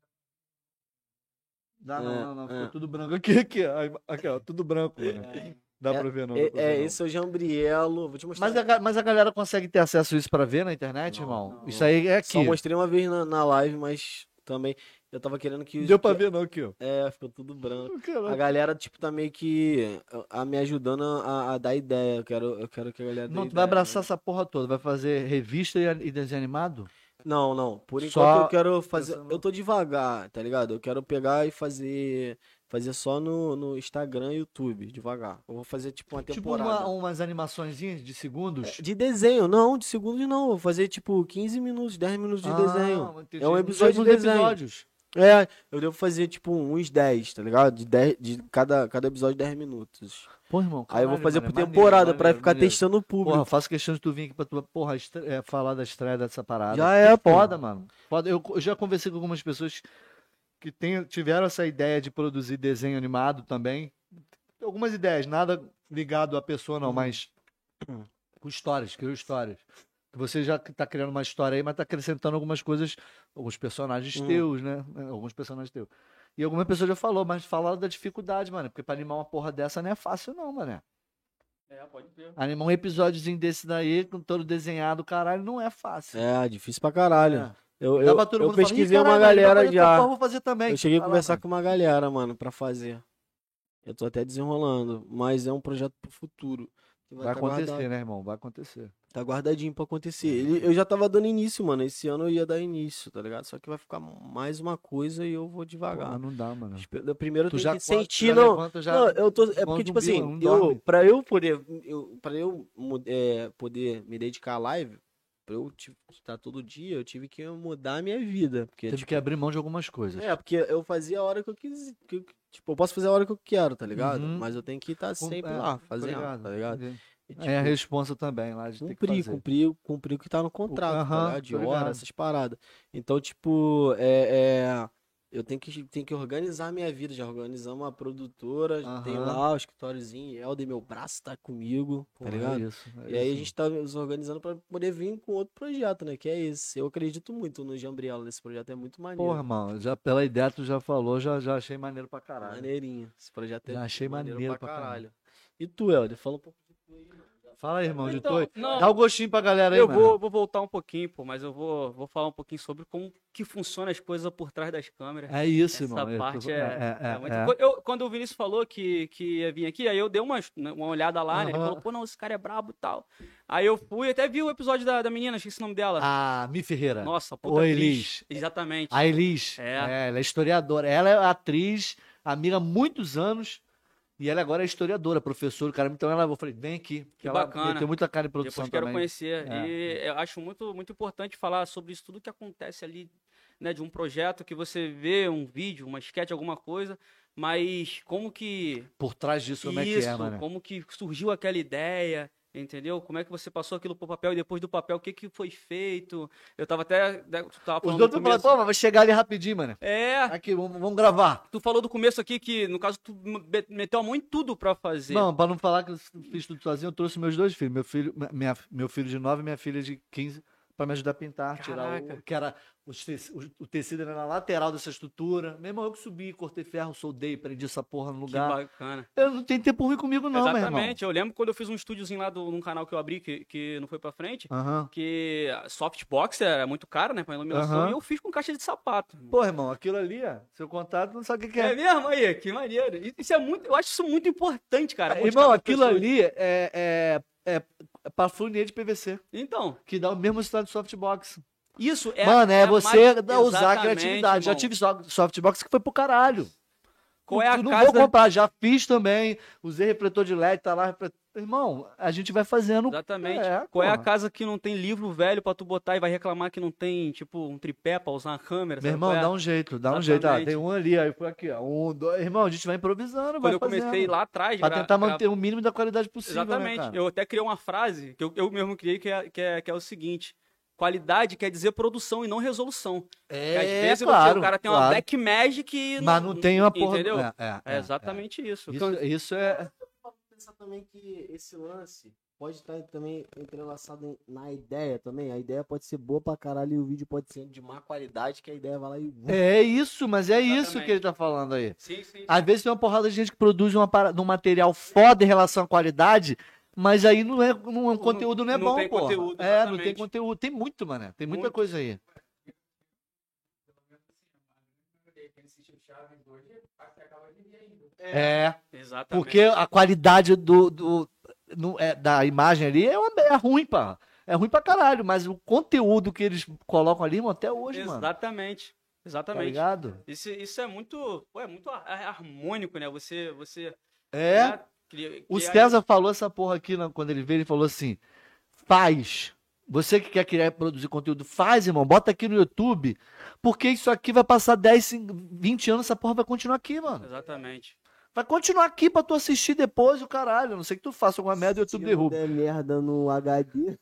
S1: Dá,
S2: É,
S1: não, não, não. Ficou
S2: é.
S1: tudo branco aqui, aqui, ó. Aqui, ó, tudo branco. né? Dá pra ver, não. dá
S2: É,
S1: pra
S2: é,
S1: ver, não.
S2: esse é o Jambrielo. Vou te mostrar.
S1: Mas é a, ga- mas a galera consegue ter acesso a isso pra ver na internet,
S2: Não,
S1: irmão?
S2: não.
S1: Isso aí é
S2: Só um
S1: aqui.
S2: mostrei uma vez na, na live, mas também eu tava querendo que.
S1: Não deu pra ver, não, aqui, ó.
S2: É, ficou tudo branco. A
S1: Caralho.
S2: galera, tipo, tá meio que a, a me ajudando a, a dar ideia. Eu quero, eu quero que a galera. dê
S1: Não, tu
S2: ideia,
S1: vai abraçar
S2: né?
S1: essa porra toda, vai fazer revista e, a- e desenho animado?
S2: Não, não. Por
S1: Só
S2: enquanto eu quero fazer.
S1: pensando-
S2: Eu tô devagar, tá ligado? Eu quero pegar e fazer. Fazer só no, no Instagram e YouTube, devagar. Eu vou fazer, tipo, uma
S1: Tipo
S2: temporada.
S1: uma, umas animaçõezinhas de segundos?
S2: De desenho, não, de segundos não. Eu Vou fazer tipo 15 minutos, 10 minutos de
S1: Ah,
S2: desenho.
S1: entendi.
S2: É um episódio
S1: Uns
S2: de desenho.
S1: episódios.
S2: É, eu devo fazer tipo uns 10, tá ligado? De, 10, de cada, cada episódio 10 minutos.
S1: Pô, irmão,
S2: Aí eu vou
S1: caralho,
S2: fazer
S1: mano,
S2: por
S1: é maneiro,
S2: temporada pra
S1: maneiro,
S2: ficar
S1: maneiro.
S2: testando o público.
S1: Porra, faço questão de tu vir aqui pra tu, porra, estre- é, falar da estreia dessa parada.
S2: Já é, pô.
S1: Foda, mano. Foda. Eu, eu já conversei com algumas pessoas que tem- tiveram essa ideia de produzir desenho animado também. Algumas ideias, nada ligado à pessoa, não, mas com histórias, criou histórias. Que Você já tá criando uma história aí, mas tá acrescentando algumas coisas, alguns personagens
S2: Uhum.
S1: teus, né? Alguns personagens teus. E alguma pessoa já falou, mas falaram da dificuldade, mano. Porque pra animar uma porra dessa não é fácil, não, mano.
S3: É, pode ver.
S1: Animar um episódiozinho desse daí, com todo desenhado, caralho, não é fácil.
S2: É, difícil pra caralho.
S1: É.
S2: Eu,
S1: Dá
S2: eu,
S1: pra todo
S2: eu
S1: mundo falar, "Ih,
S2: pesquisei uma
S1: caralho, dá pra
S2: galera
S1: fazer essa
S2: já.
S1: porra, vou fazer também.
S2: Eu cheguei a
S1: Fala,
S2: conversar
S1: mano.
S2: com uma galera, mano, pra fazer. Eu tô até desenrolando, mas é um projeto pro futuro. que
S1: Vai
S2: tá
S1: acontecer,
S2: guardado.
S1: né, irmão? Vai acontecer.
S2: Tá guardadinho pra
S1: É.
S2: acontecer. Ele- eu já tava dando início, mano. Esse ano eu ia dar início, tá ligado? Só que vai ficar mais uma coisa e eu vou
S1: Pô,
S2: devagar.
S1: não dá, mano.
S2: Espe- Primeiro
S1: Tu
S2: tem
S1: já
S2: que sentir,
S1: já
S2: não.
S1: levanta, já-
S2: Não, eu tô. É
S1: Manda
S2: porque,
S1: um
S2: tipo
S1: bila,
S2: assim,
S1: não dorme.
S2: eu, pra eu poder. Eu, pra eu mu- é, poder me dedicar à live, pra eu tipo, estar todo dia, eu tive que mudar a minha vida. Porque,
S1: Teve
S2: tipo,
S1: que abrir mão de algumas coisas.
S2: é, porque eu fazia a hora que eu quis. que eu- tipo, eu posso fazer a hora que eu quero, tá ligado?
S1: Uhum.
S2: Mas eu tenho que estar
S1: Com-
S2: sempre
S1: é,
S2: lá,
S1: tô
S2: fazendo, tá ligado?
S1: entendi.
S2: E,
S1: é a
S2: tipo, Um
S1: responsa também lá de ter que
S2: cumprir,
S1: fazer.
S2: cumprir, cumprir o que tá no contrato,
S1: aham,
S2: tá ligado? De
S1: tô
S2: hora,
S1: ligado.
S2: essas paradas. Então, tipo, é, é, eu tenho que, tenho que organizar a minha vida. Já organizamos uma produtora, já tem
S1: Aham.
S2: lá o escritóriozinho, Helder, meu braço tá comigo,
S1: Pô,
S2: tá ligado?
S1: É isso, é
S2: E aí a
S1: isso.
S2: gente tá nos organizando pra poder vir com outro projeto, né? Que é esse. Eu acredito muito no Jambriela, nesse projeto é muito maneiro.
S1: Porra, irmão, já, pela ideia que tu já falou, já, já achei maneiro pra caralho.
S2: Maneirinho. Esse projeto é
S1: Já achei maneiro pra
S2: E tu, Helder, fala um pouco.
S1: Fala aí, irmão, de
S3: Então,
S1: toi.
S3: não.
S1: Dá o gostinho pra galera aí,
S3: Eu
S1: mano.
S3: vou, vou voltar um pouquinho, pô, mas eu vou, vou falar um pouquinho sobre como que funcionam as coisas por trás das câmeras.
S1: É isso,
S3: Essa
S1: irmão. eu tô-
S3: parte é,
S1: é,
S3: é muito-
S1: é.
S3: Eu- quando o Vinícius falou que, que ia vir aqui, aí eu dei uma, uma olhada lá, né? Ele
S1: Aham.
S3: falou, pô, não, esse cara é brabo e tal. Aí eu fui, até vi o episódio da, da menina, esqueci o nome dela.
S1: A Mi Ferreira.
S3: Nossa, puta
S1: Ah, Oi,
S3: atriz.
S1: Liz.
S3: Exatamente.
S1: A Elis.
S3: É.
S1: É, ela é historiadora. Ela é atriz, amiga há muitos anos. E ela agora é historiadora, professora, cara. Então ela, eu falei, vem aqui. Que
S3: Que
S1: ela
S3: bacana.
S1: meteu muita cara em produção
S3: Depois quero
S1: também.
S3: conhecer.
S1: É.
S3: E eu acho muito, muito importante falar sobre isso, tudo que acontece ali, né, de um projeto que você vê um vídeo, uma sketch, alguma coisa, mas como que
S1: Por trás disso, como é que é, mano?
S3: como que surgiu aquela ideia, entendeu? Como é que você passou aquilo pro papel e depois do papel, o que que foi feito? Eu tava até né, tu tava
S1: Os
S3: falando do
S1: dois falaram,
S3: começo.
S1: pô, mas vai chegar ali rapidinho, mano.
S3: É,
S1: Aqui, vamos, vamos gravar.
S3: tu falou do começo aqui que no caso tu me- meteu a mão em tudo pra fazer.
S1: Não, pra não falar que eu fiz tudo sozinho, eu trouxe meus dois filhos. Meu filho, minha, meu filho de 9 e minha filha de 15 pra me ajudar a pintar, tirar
S3: Caraca.
S1: o. Que era os teci- o, o tecido era na lateral dessa estrutura. Meu irmão, eu que subi, cortei ferro, soldei, prendi essa porra no
S3: que
S1: lugar.
S3: bacana.
S1: Eu não tenho tempo ruim comigo, não, meu irmão.
S3: Exatamente, eu lembro quando eu fiz um estúdiozinho lá do, num canal que eu abri, que, que não foi pra frente,
S1: Aham.
S3: que a softbox era muito caro, né, pra iluminação,
S1: Aham.
S3: e eu fiz com caixa de sapato.
S1: Pô, irmão, aquilo ali, ó, seu contato não sabe o que, que é.
S3: É mesmo? Aí, que maneiro. I- Isso é muito, eu acho isso muito importante, cara.
S1: É,
S3: mostrar
S1: irmão,
S3: pra
S1: aquilo
S3: pessoas.
S1: ali é, é, é, é pra fluir de PVC,
S3: Então,
S1: que dá o mesmo resultado de softbox.
S3: isso é...
S1: Mano, é, você
S3: mais-
S1: da- usar a
S3: Exatamente,
S1: criatividade. Já
S3: irmão.
S1: tive so- softbox que foi pro caralho.
S3: Qual é a
S1: Eu não
S3: casa...
S1: vou comprar, um já fiz também. Usei refletor de LED, tá lá. refletor- Irmão, a gente vai fazendo.
S3: Exatamente.
S1: É,
S3: Qual é a
S1: porra.
S3: casa que não tem livro velho pra tu botar e vai reclamar que não tem, tipo, um tripé pra usar uma câmera?
S1: Meu
S3: sabe
S1: irmão,
S3: qual é?
S1: dá um jeito, dá um
S3: Exatamente.
S1: jeito. Ah, tem um ali, aí foi aqui, ó. Um, dois. Irmão, a gente vai improvisando, vai
S3: Quando eu
S1: fazendo.
S3: comecei lá atrás...
S1: Pra
S3: gra-
S1: tentar
S3: gra-
S1: manter o mínimo da qualidade possível. né,
S3: Exatamente.
S1: cara?
S3: Eu até criei uma frase que eu, eu mesmo criei, que é, que, é, que é o seguinte: qualidade quer dizer produção e não resolução. Porque
S1: É,
S3: às vezes você-
S1: claro,
S3: o cara tem uma
S1: claro.
S3: black magic e.
S1: Mas não tem uma porra.
S3: Entendeu?
S1: É, é,
S3: É,
S1: é,
S3: exatamente isso.
S1: é. Isso, isso é.
S2: pensar também que esse lance pode estar também entrelaçado na ideia também. A ideia pode ser boa pra caralho e o vídeo pode ser de má qualidade, que a ideia vai lá e.
S1: É isso, mas é isso
S3: Exatamente.
S1: que ele tá falando aí.
S3: Sim, sim.
S1: Às vezes tem uma porrada de gente que produz uma para- um material foda em relação à qualidade, mas aí não é, não, o conteúdo não é
S3: não
S1: bom,
S3: tem
S1: porra.
S3: conteúdo,
S1: é, não
S3: exatamente.
S1: tem conteúdo. Tem muito, mano. Tem muita
S3: Muito.
S1: coisa aí. É,
S3: Exatamente.
S1: porque a qualidade do, do- no- é, da imagem ali é, uma- é ruim, pá. É ruim pra caralho, mas o conteúdo que eles colocam ali, irmão, até hoje, mano.
S3: Exatamente.
S1: Tá
S3: Exatamente.
S1: ligado?
S3: isso, isso é muito. pô, é muito ar- harmônico, né? Você. você
S1: É.
S3: né, cria-
S1: O
S3: cria-
S1: César falou essa porra aqui né, quando ele veio, ele falou assim: faz. Você que quer criar e produzir conteúdo, faz, irmão. Bota aqui no YouTube. Porque isso aqui vai passar 10, 5, 20 anos, essa porra vai continuar aqui, mano.
S3: Exatamente.
S1: Vai continuar aqui pra tu assistir depois o caralho. A não sei que tu faça alguma merda e o YouTube derruba.
S2: É merda no HD.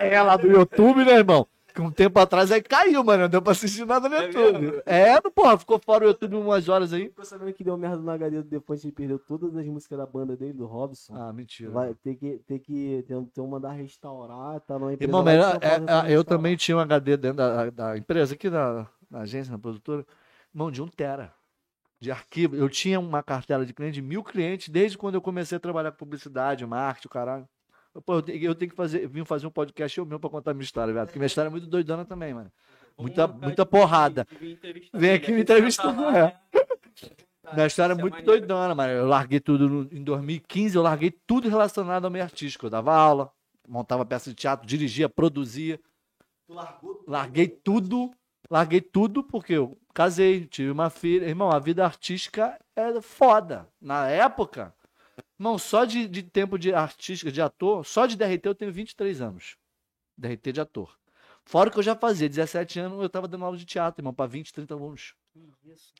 S1: É lá do YouTube, né, irmão? Que um tempo atrás aí caiu, mano. Não deu pra assistir nada no
S3: É
S1: YouTube. É, porra, ficou fora o YouTube umas horas aí.
S2: Ficou sabendo que deu merda no HD depois que ele perdeu todas as músicas da banda dele, do Robson.
S1: Ah, mentira.
S2: Vai ter que, ter que ter, um- ter um mandar restaurar, tá numa empresa.
S1: Irmão,
S2: lá de
S1: melhor,
S2: São Paulo,
S1: é,
S2: tá
S1: é,
S2: restaurando.
S1: eu também tinha um HD dentro da, da empresa, aqui na, na agência, na produtora, irmão, de um tera de arquivo. Eu tinha uma cartela de cliente, de mil clientes, desde quando eu comecei a trabalhar com publicidade, marketing, o caralho. Eu, Pô, eu te- eu tenho que fazer, vim fazer um podcast eu mesmo pra contar minha história, velho, porque minha história é muito doidona também, mano. Muita,
S3: Vamos marcar
S1: muita
S3: de-
S1: porrada.
S3: de vir entrevistar né?
S1: Vem
S3: ele.
S1: aqui me
S3: Ele vai estar
S1: entrevistar,
S3: lá,
S1: é. Minha história é
S3: isso é
S1: muito
S3: maneiro.
S1: doidona, mano. Eu larguei tudo no- em 2015, eu larguei tudo relacionado ao meio artístico. Eu dava aula, montava peça de teatro, dirigia, produzia. Larguei tudo, larguei tudo porque eu casei, tive uma filha. Irmão, a vida artística é foda. Na época, irmão, só de, de tempo de artística, de ator, só de DRT eu tenho 23 anos. DRT de ator. Fora o que eu já fazia, 17 anos eu tava dando aula de teatro, irmão, pra 20, 30 alunos.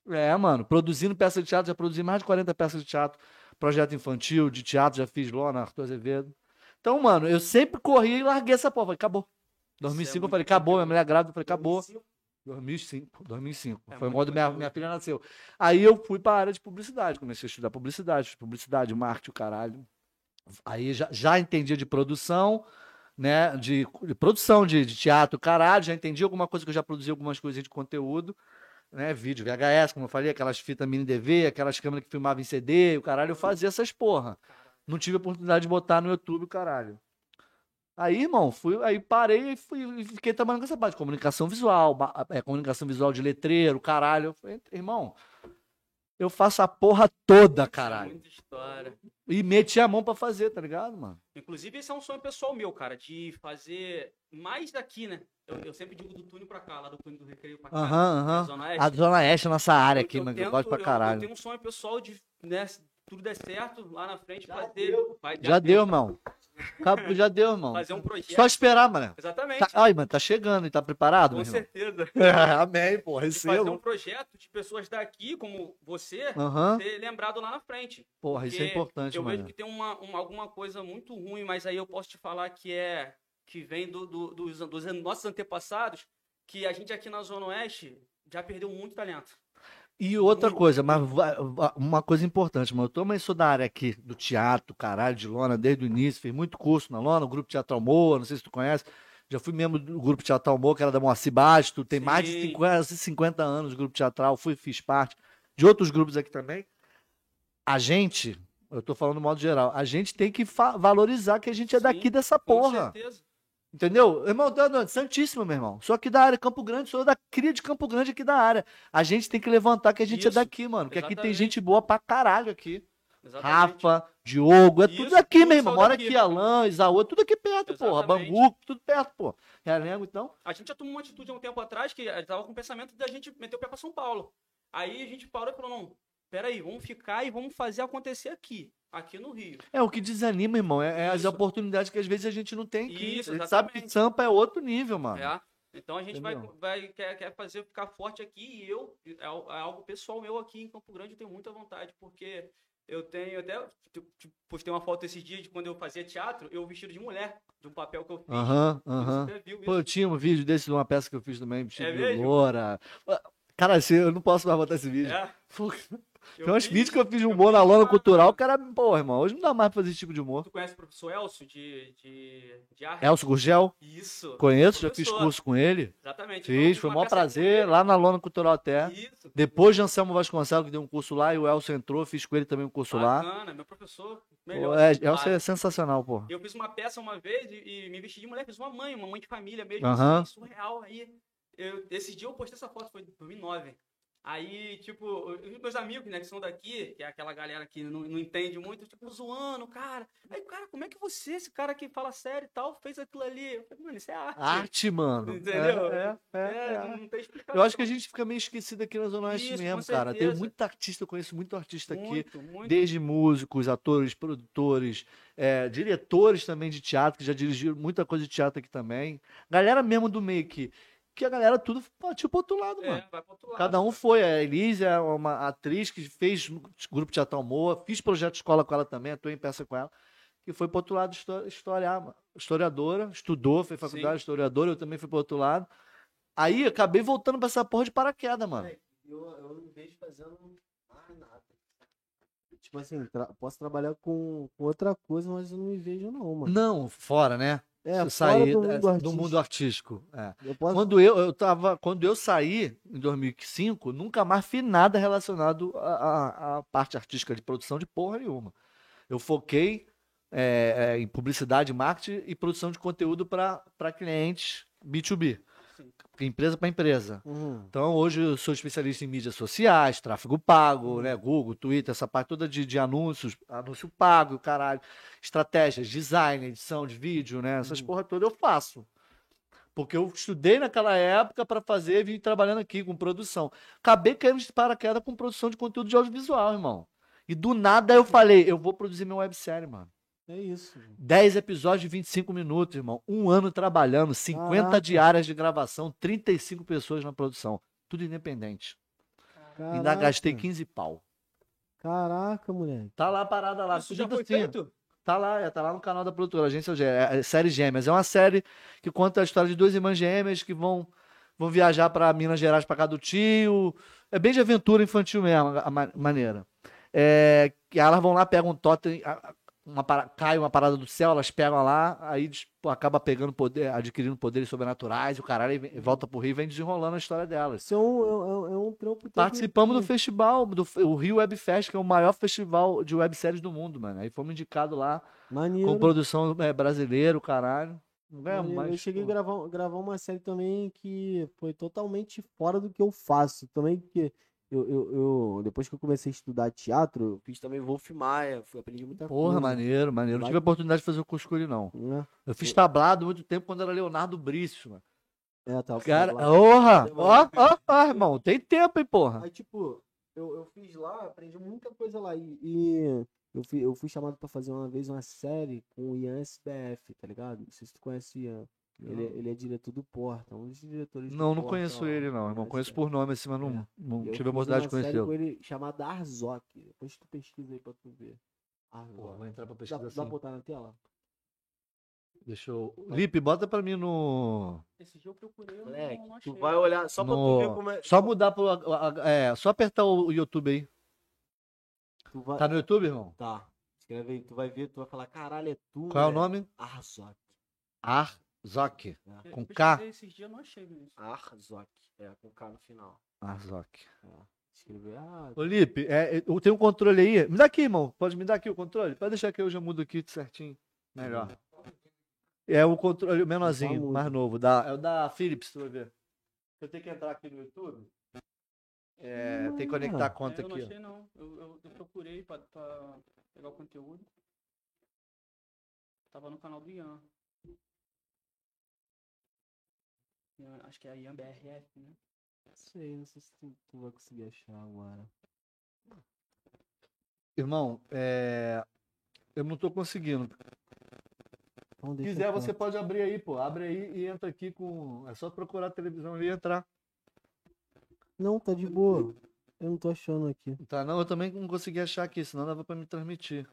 S1: É, mano, produzindo peça de teatro, já produzi mais de 40 peças de teatro, projeto infantil, de teatro, já fiz lona, Arthur Azevedo. Então, mano, eu sempre corri e larguei essa porra, falei, acabou. 2005 eu
S3: é muito
S1: falei, acabou, minha
S3: conteúdo.
S1: mulher é grávida, eu falei, acabou. 2005, 2005,
S3: É
S1: foi
S3: muito
S1: quando minha,
S3: conteúdo.
S1: minha filha nasceu. Aí eu fui pra área de publicidade, comecei a estudar publicidade, publicidade, marketing, o caralho. Aí já, já entendia de produção, né, de, de produção de, de teatro, caralho, já entendi alguma coisa que eu já produzi algumas coisinhas de conteúdo, né, vídeo, VHS, como eu falei, aquelas fitas mini DV, aquelas câmeras que filmavam em CD, o caralho, eu fazia essas porra. Não tive oportunidade de botar no YouTube, o caralho. Aí, irmão, fui, aí parei e fui- e fiquei trabalhando com essa parte de comunicação visual, ba- é, comunicação visual de letreiro, caralho. Eu falei, irmão, eu faço a porra toda, caralho.
S3: é Muita história.
S1: E meti a mão pra fazer, tá ligado, mano?
S3: Inclusive, esse é um sonho pessoal meu, cara, de fazer mais daqui, né? Eu, eu sempre digo do túnel pra cá, lá do túnel do recreio pra cá.
S1: Aham,
S3: da
S1: aham.
S3: Zona Oeste. Então,
S1: A Zona Oeste é a nossa área aqui,
S3: eu
S1: mano. que Eu
S3: tento-
S1: gosto pra
S3: eu- Eu
S1: caralho.
S3: tenho um sonho pessoal de, né, se tudo der certo, lá na frente
S1: Já
S3: fazer. vai dar
S1: Já
S3: tempo,
S1: deu, irmão. Acabou, Já deu, irmão.
S3: Fazer um projeto.
S1: Só esperar, mano.
S3: Exatamente.
S1: Tá... Ai, mano, tá chegando e tá preparado,
S3: com
S1: meu irmão.
S3: certeza.
S1: Amém, pô.
S3: De fazer um
S1: Recebo.
S3: projeto de pessoas daqui, como você,
S1: Aham.
S3: ser lembrado lá na frente.
S1: Porra, isso é
S3: Porque
S1: importante,
S3: eu
S1: mano.
S3: vejo que tem uma, uma- alguma coisa muito ruim, mas aí eu posso te falar que é que vem do- do- dos, dos nossos antepassados, que a gente aqui na Zona Oeste já perdeu muito talento.
S1: E outra coisa, mas va- va- uma coisa importante, mano. Eu também sou da área aqui do teatro, caralho, de lona, desde o início. Fiz muito curso na lona, o Grupo Teatral Moa, não sei se tu conhece. Já fui membro do Grupo Teatral Moa, que era da Moacir Basto. Tem mais de
S3: Sim.
S1: 50, 50 anos do Grupo Teatral. Fui, fiz parte de outros grupos aqui também. A gente, eu tô falando de modo geral, a gente tem que fa- valorizar que a gente é
S3: Sim,
S1: daqui dessa porra.
S3: Com certeza.
S1: Entendeu? Irmão, tá, não, santíssimo, meu irmão. Sou aqui da área, Campo Grande, sou da cria de Campo Grande aqui da área. A gente tem que levantar que a gente é
S3: Isso,
S1: daqui, mano. Porque aqui tem
S3: exatamente.
S1: gente boa pra caralho aqui.
S3: Exatamente.
S1: Rafa, Diogo, é tudo
S3: Isso,
S1: aqui,
S3: tudo
S1: meu irmão.
S3: são
S1: Mora
S3: daqui.
S1: aqui, Alain, Isaú, é tudo aqui perto, porra.
S3: Exatamente.
S1: Bangu, tudo perto, pô. Realengo, então.
S3: A gente já tomou uma atitude há um tempo atrás que eh, tava com o pensamento da gente meter o pé pra São Paulo. Aí a gente parou e falou, não, peraí, vamos ficar e vamos fazer acontecer aqui, aqui no Rio.
S1: É o que desanima, irmão. É, é as
S3: Isso.
S1: oportunidades que às vezes a gente não tem. Que
S3: Isso,
S1: a gente sabe que
S3: exatamente.
S1: Sampa é outro nível, mano.
S3: É. Então a gente vai,
S1: Entendeu?
S3: vai- quer, quer fazer ficar forte aqui e eu, é, al- é algo pessoal meu aqui em Campo Grande, eu tenho muita vontade, porque eu tenho até, tipo, tipo, postei uma foto esses dias de quando eu fazia teatro, eu vestido de mulher, de um papel que eu fiz.
S1: Aham, aham.
S3: Você viu isso?
S1: Pô, eu tinha um vídeo desse de uma peça que eu fiz também, vestido
S3: É
S1: de
S3: mesmo?
S1: loura. Cara, assim, eu não posso mais botar esse vídeo.
S3: É,
S1: Pô,
S3: eu
S1: Tem umas
S3: fiz.
S1: vídeos que eu fiz um de
S3: eu
S1: humor na
S3: fiz
S1: lona
S3: uma-
S1: cultural, o cara, porra, irmão, hoje não dá mais pra fazer esse tipo de humor.
S3: Tu conhece o professor Elcio de, de, de arte?
S1: Elcio Gurgel,
S3: Isso.
S1: conheço, já fiz
S3: Professor.
S1: curso com ele.
S3: Exatamente. Então, eu
S1: Fiz,
S3: fiz
S1: foi o
S3: uma
S1: maior
S3: peça
S1: prazer, lá né? na lona cultural
S3: com
S1: até.
S3: ele. Isso.
S1: Depois de Anselmo Vasconcelos, que deu um curso lá, e o Elcio entrou, fiz com ele também um curso lá.
S3: Bacana, meu professor.
S1: Pô,
S3: Ah, Melhor. assim,
S1: é,
S3: claro.
S1: Elcio é sensacional, porra.
S3: Eu fiz uma peça uma vez e, e me vesti de mulher, fiz uma mãe, uma mãe de família mesmo,
S1: Aham.
S3: assim, surreal. Aí, eu, esse dia eu postei essa foto, foi em 2009. Aí, tipo, eu- meus amigos, né, que são daqui, que é aquela galera que não, não entende muito, tipo, zoando, cara. Aí, cara, como é que você, esse cara que fala sério e tal, fez aquilo ali? Eu falei, mano, isso é arte.
S1: Arte, mano.
S3: Entendeu?
S1: É, Ah, é,
S3: é,
S1: é, é.
S3: Não, não tem explicação.
S1: Eu acho que a gente fica meio esquecido aqui na Zona Oeste
S3: Isso,
S1: mesmo,
S3: com
S1: cara. Tem
S3: certeza.
S1: muito artista, eu conheço muito artista aqui.
S3: muito, muito.
S1: desde músicos, atores, produtores, é, diretores também de teatro, que já dirigiram muita coisa de teatro aqui também. Galera mesmo do meio que, que a galera tudo partiu pro outro lado,
S3: É,
S1: mano.
S3: vai pro outro lado.
S1: Cada um foi. A Elise é uma atriz que fez grupo Teatral Moa, fiz projeto escola com ela também, atuei em peça com ela, que foi pro outro lado histo- historiar, mano. historiadora, estudou, fez faculdade, historiadora, eu também fui pro outro lado. Aí acabei voltando pra essa porra de paraquedas, mano.
S2: Eu, eu não vejo fazendo mais nada. Tipo assim, tra- posso trabalhar com, com outra coisa, mas eu não me vejo não, mano.
S1: Não, fora, né?
S2: É, fora
S1: Sair
S2: do
S1: da-
S2: mundo
S1: do
S2: artístico.
S1: mundo artístico. É.
S2: Eu posso...
S1: Quando eu, eu tava, quando eu saí em 2005, nunca mais fiz nada relacionado à, à- à parte artística de produção de porra nenhuma. Eu foquei é, é, em publicidade, marketing e produção de conteúdo para clientes B2B.
S3: Sim.
S1: empresa para empresa.
S2: Uhum.
S1: Então, hoje eu sou especialista em mídias sociais, tráfego pago, né? Google, Twitter, essa parte toda de, de anúncios, anúncio pago, caralho. Estratégias, design, edição de vídeo, né? Essas porra toda eu faço. Porque eu estudei naquela época para fazer e vim trabalhando aqui com produção. Acabei caindo de paraquedas com produção de conteúdo de audiovisual, irmão. E do nada eu falei, eu vou produzir minha websérie, mano.
S2: É isso. gente.
S1: 10 episódios de 25 minutos, irmão. Um ano trabalhando, 50
S2: Caraca.
S1: diárias de gravação, 35 pessoas na produção. Tudo independente. Ainda
S2: Caraca.
S1: gastei 15 pau.
S2: Caraca, moleque.
S1: Tá lá a parada lá.
S3: Isso já
S1: tudo
S3: foi
S1: assim, ó.
S3: feito?
S1: Tá lá, é, tá lá no canal da produtora, Agência Gê- é, é, Série Gêmeas. É uma série que conta a história de duas irmãs gêmeas que vão, vão viajar pra Minas Gerais pra casa do tio. É bem de aventura infantil mesmo, a, a ma- maneira. É, que elas vão lá, pegam um totem, a- a- uma para- cai uma parada do céu, elas pegam lá, aí des- pô, acaba pegando poder, adquirindo poderes sobrenaturais, e o caralho e vem- volta pro Rio e vem desenrolando a história delas.
S2: Isso é um, é um- é um trampo.
S1: Participamos do
S2: um
S1: festival, do f- o Rio Web Fest, que é o maior festival de webséries do mundo, mano. Aí fomos indicados lá
S2: Maneiro. né?
S1: com produção é, brasileira, o caralho. Não ganhamos
S2: Maneiro. eu
S1: mais.
S2: cheguei a
S1: É, pô.
S2: gravar, gravar uma série também que foi totalmente fora do que eu faço. Também que eu, eu, eu- depois que eu comecei a estudar teatro, eu fiz também Wolf Maia, fui aprendi muita
S1: Porra,
S2: coisa.
S1: maneiro, maneiro. Não
S2: Vai-
S1: tive a oportunidade de fazer o curso com ele, não.
S2: Né?
S1: Eu fiz tablado muito tempo quando era Leonardo Brício, mano.
S2: É, tava
S1: Cara,
S2: falando lá.
S1: porra! Ó, ó, ó, irmão, tem tempo, hein, porra.
S2: Aí, tipo, eu, eu fiz lá, aprendi muita coisa lá. E, e eu, fui, eu fui chamado pra fazer uma vez uma série com o Ian SBF, tá ligado? Não sei se tu conhece o Ian. Ele, é- ele é diretor do Porta, um dos diretores do
S1: Não, não
S2: Porta,
S1: conheço
S2: ó,
S1: ele, não, irmão.
S2: Ian
S1: Conheço
S2: SBF.
S1: por nome, assim, mas não,
S2: É.
S1: não
S2: Eu
S1: tive a
S2: fiz
S1: oportunidade de
S2: uma série com
S1: conhecê-lo.
S2: ele chamada Arzok. Depois tu pesquisa aí pra tu ver.
S1: Porra,
S2: Arzok.
S1: vou entrar pra
S2: Dá,
S1: pesquisar
S2: dá pra
S1: assim.
S2: botar na tela?
S1: Deixa eu. Lipe, bota pra mim no.
S3: Esse dia eu procurei, eu
S2: Moleque,
S3: não, não achei.
S2: Tu vai olhar só pra tu ver
S1: No-
S2: como é.
S1: Só mudar pro. a- a- É, só apertar o YouTube aí.
S2: Tu vai...
S1: Tá
S2: Tá.
S1: no YouTube, irmão?
S2: Escreve aí, tu vai ver, tu vai falar, caralho, é tu.
S1: Qual é o
S2: moleque."
S1: nome?
S2: Arzok.
S1: Arzoc.
S2: né?
S3: Eu
S1: Com
S3: pesquisei
S1: K?
S3: Esses dias eu não achei, Vinícius.
S2: Arzok. É, com K no final.
S1: Arzoc.
S2: Escrever. Ah,
S1: Ô, Lipe, é, eu tenho um controle aí. Me dá aqui, irmão. Pode me dar aqui o controle? Pode deixar que eu já mudo aqui certinho. Melhor. É o controle
S2: Tá
S1: menorzinho,
S2: mudo.
S1: mais novo. Da, é o da Philips, tu vai ver. Eu tenho que entrar aqui no YouTube. É, tem que
S2: Ah.
S1: conectar a
S3: É,
S1: conta
S3: eu não
S1: aqui. ó.
S3: achei, não. Eu, eu- eu procurei pra, pra pegar o conteúdo. Tava no canal do Ian. Ian- acho que é a Ian BRF, né?
S2: não sei, não sei se tu, tu vai conseguir achar agora.
S1: Irmão, é, eu não tô conseguindo.
S2: Então,
S1: Se
S2: deixa
S1: quiser,
S2: aqui, ó.
S1: você pode abrir aí, pô. Abre aí e entra aqui com. É só procurar a televisão ali e entrar.
S2: Não, tá de boa. Eu não tô achando aqui.
S1: Tá, não, eu também não consegui achar aqui, senão dava pra me transmitir.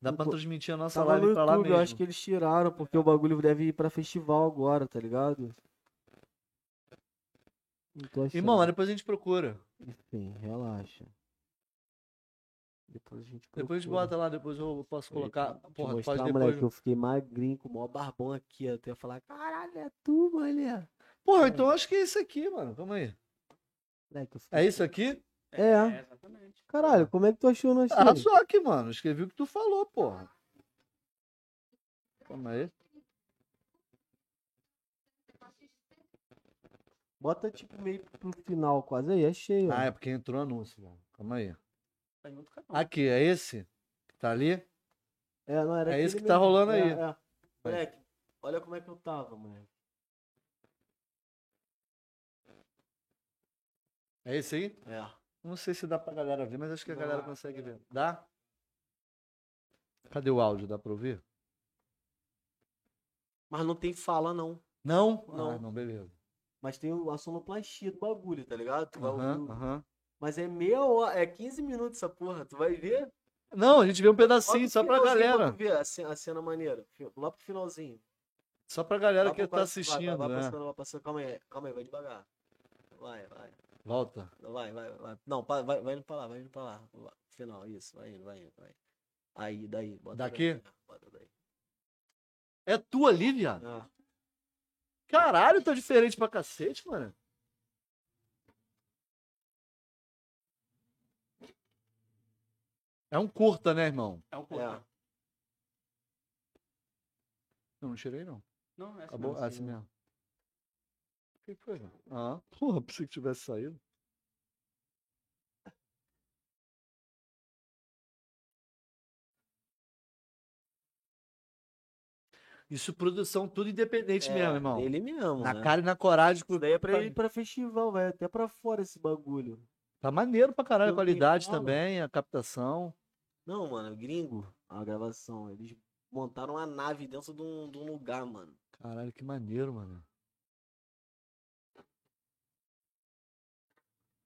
S1: Dá
S2: Não
S1: pra
S2: tô-
S1: transmitir a nossa
S2: Tava no
S1: live pra Tá lá
S2: YouTube,
S1: mesmo.
S2: eu acho que eles tiraram, porque o bagulho deve ir pra festival agora, tá ligado? Não tô achando.
S1: Irmão, mas depois a gente procura.
S2: Enfim, relaxa. Depois a gente
S1: Depois a gente
S2: procura.
S1: bota lá, depois eu posso
S2: Peraí,
S1: colocar.
S2: Vou te
S1: Porra,
S2: mostrar,
S1: pode
S2: moleque,
S1: depois. um
S2: eu fiquei magrinho, com o maior barbão aqui, ó. Tu ia falar, caralho, é tu, mané.
S1: Porra, então acho que é isso aqui, mano. Calma aí.
S2: Moleque, eu fiquei...
S1: É isso aqui?
S2: É.
S3: exatamente.
S2: Caralho, como é que tu achou no
S1: Ah, só aqui, mano. Escrevi o que tu falou, porra. Calma aí.
S2: Bota, tipo, meio pro final, quase aí. Achei, ó.
S1: Ah, é porque entrou anúncio, velho. Calma aí.
S3: Tá em outro canal.
S1: Aqui, é esse? que Tá ali?
S2: É, não, era
S1: É
S2: aquele
S1: isso que tá
S2: mesmo.
S1: rolando
S2: É,
S1: aí.
S2: é. Moleque, olha como é que eu tava, moleque.
S1: É esse aí?
S2: É.
S1: Não sei se dá pra galera ver, mas acho que a
S2: Dá,
S1: galera consegue ver. Dá? Cadê o áudio? Dá pra ouvir?
S2: Mas não tem fala, não.
S1: Não?
S2: Não.
S1: Ah, não, beleza.
S2: Mas tem o- a sonoplastia do bagulho, tá ligado? Tu vai
S1: Aham,
S2: ouvir o-
S1: aham.
S2: Mas é meia hora, é 15 minutos essa porra, tu vai ver?
S1: Não, a gente vê um
S2: Lá
S1: pedacinho
S2: pro
S1: só pra
S2: finalzinho
S1: galera.
S2: tu ver a ce- a cena, maneira. Fi- Lá pro finalzinho.
S1: Só pra galera
S2: Lá
S1: que
S2: pro
S1: tá
S2: quase- vai-
S1: assistindo,
S2: Vai, vai
S1: né?
S2: passando, vai passando. Calma aí, calma aí, vai devagar. Vai, vai.
S1: Volta.
S2: Vai, vai, vai. Não, pa- vai, vai indo pra lá, vai indo pra lá. Lá, Final, isso, vai indo, vai indo, vai. Aí, daí, bota
S1: Daqui?
S2: daí, bota daí.
S1: É tua ali, viado?
S2: Ah,
S1: Caralho, tá diferente pra cacete, mano. É um curta, né, irmão?
S3: É um
S2: é.
S3: curta.
S1: Eu não tirei, não.
S3: Não, é essa
S1: Acabou?
S3: mesmo.
S1: Ah, assim mesmo. Que coisa. Ah, porra, pensei que tivesse saído. Isso produção tudo independente mesmo, irmão.
S2: É, Ele mesmo,
S5: Na
S2: né?
S5: cara e na coragem.
S2: Isso daí é pra ele ir pra festival, velho. Até pra fora esse bagulho.
S1: Tá maneiro pra caralho a
S2: Eu-
S1: qualidade
S2: eu falo.
S1: também, a captação.
S2: Não, mano, gringo, a gravação. Eles montaram uma nave dentro de um, de um lugar, mano.
S1: Caralho, que maneiro, mano.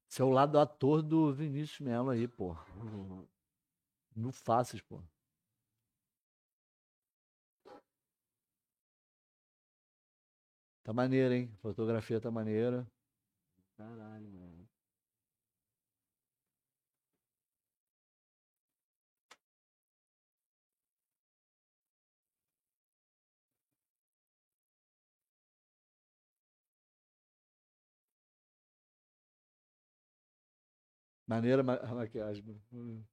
S1: Esse é o lado ator do Vinícius Melo aí, pô.
S2: Uhum.
S1: Mil faces, pô. Tá maneiro, hein? Fotografia tá maneira.
S2: Caralho, mano.
S1: Maneira ma- a maquiagem. mano. Hum.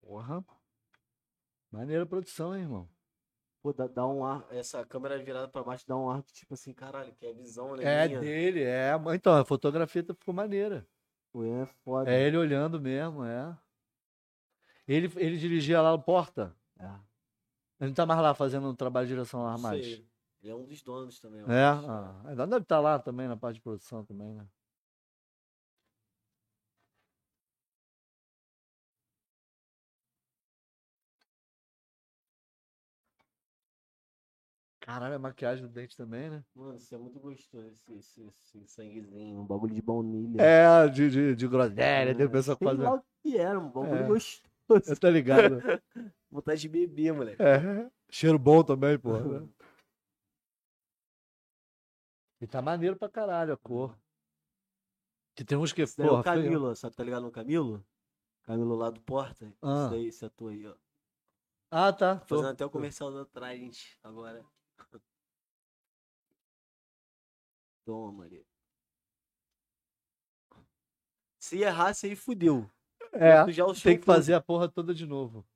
S1: Porra. Maneira produção, hein, irmão?
S2: Pô, dá, dá um ar. Essa câmera virada pra baixo dá um ar que, tipo assim, caralho, que é visão, né?
S1: É
S2: minha?
S1: dele, é. Mas Então, a fotografia tá- ficou maneira.
S2: Pô, é foda.
S1: É ele olhando mesmo, é. Ele, ele dirigia lá na porta.
S2: É.
S1: Ele não tá mais lá fazendo um trabalho de direção lá
S2: Não
S1: mais.
S2: sei. Ele é um dos donos também, eu
S1: É,
S2: acho.
S1: ah, ainda deve estar lá também na parte de produção também, né? Caralho, a maquiagem do dente também, né?
S2: Mano, isso é muito gostoso, esse, esse, esse sanguezinho, um bagulho de baunilha.
S1: É, de, de, de groselha,
S2: É,
S1: tem pessoa
S2: Sei
S1: fazendo.
S2: lá o que era, um bagulho
S1: É. Eu
S2: gostoso.
S1: tô ligado.
S2: Vontade de beber, moleque.
S1: É. Cheiro bom também, pô. né? e tá maneiro pra caralho a cor. um Que tem uns que,
S2: Isso daí é
S1: porra,
S2: o
S1: feio.
S2: Camilo, ó, sabe, tá ligado no Camilo? Camilo lá do Porta.
S1: Ah.
S2: Isso daí, esse ator aí, ó.
S1: Ah, tá. tô.
S2: Fazendo até o comercial da Trident agora. Toma, Maria. Se errasse aí, fudeu.
S1: É,
S2: Tu já o show
S1: tem que
S2: todo.
S1: fazer a porra toda de novo.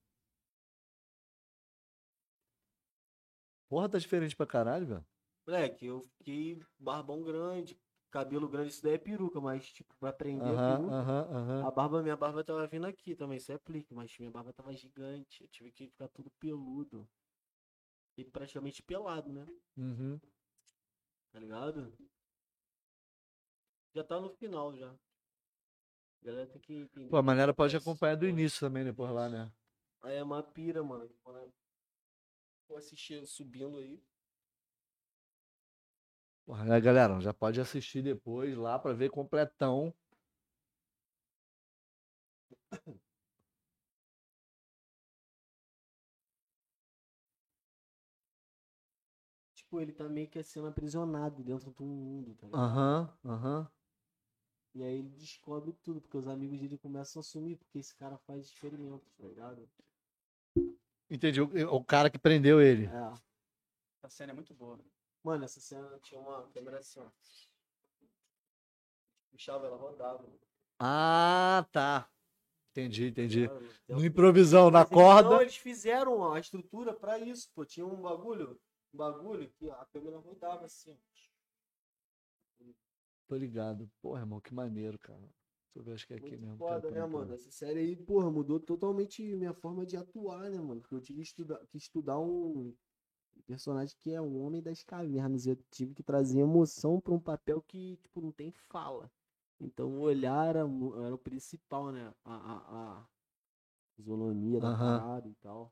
S1: Porra, tá diferente pra caralho, velho.
S2: Moleque, eu fiquei barbão grande, cabelo grande, isso daí é peruca, mas tipo, pra prender a
S1: Aham,
S2: peruca.
S1: aham, aham.
S2: A barba, minha barba tava vindo aqui também, isso é aplique, mas minha barba tava gigante. Eu tive que ficar tudo peludo. E praticamente pelado, né?
S1: Uhum.
S2: Tá ligado? Já tá no final já. A galera tem que entender.
S1: Pô, a maneira pode
S2: Acontece.
S1: acompanhar do início também, né, por lá, né?
S2: Aí é uma pira, mano. Quando eu assistir subindo aí.
S1: Porra, né, galera, já pode assistir depois lá pra ver completão.
S2: Tipo, ele tá meio que sendo aprisionado dentro de um mundo, tá ligado?
S1: Aham, aham.
S2: E aí ele descobre tudo, porque os amigos dele começam a sumir, porque esse cara faz experimentos, tá ligado?
S1: Entendi, o, o cara que prendeu ele.
S2: É.
S3: Essa cena é muito boa.
S2: Mano, essa cena tinha uma câmera assim, ó. Puxava, ela rodava.
S1: Ah, tá. então Entendi, entendi.
S2: Mano, até
S1: No
S2: o-
S1: improvisão, na
S2: Mas eles- Não,
S1: corda.
S2: eles fizeram a estrutura pra isso, pô. Tinha um bagulho, um bagulho que a câmera rodava assim.
S1: Tô ligado. Porra, irmão, que maneiro, cara. Deixa eu ver, acho que é aqui
S2: Muito
S1: mesmo.
S2: foda,
S1: Pera,
S2: né,
S1: pera,
S2: mano?
S1: pera.
S2: Essa série aí, porra, mudou totalmente minha forma de atuar, né, mano? Porque eu tive que estudar, que estudar um personagem que é um homem das cavernas. E eu tive que trazer emoção pra um papel que, tipo, não tem fala. Então o olhar era, mu- era o principal, né? A, a, a isonomia da
S1: Aham.
S2: parada e tal.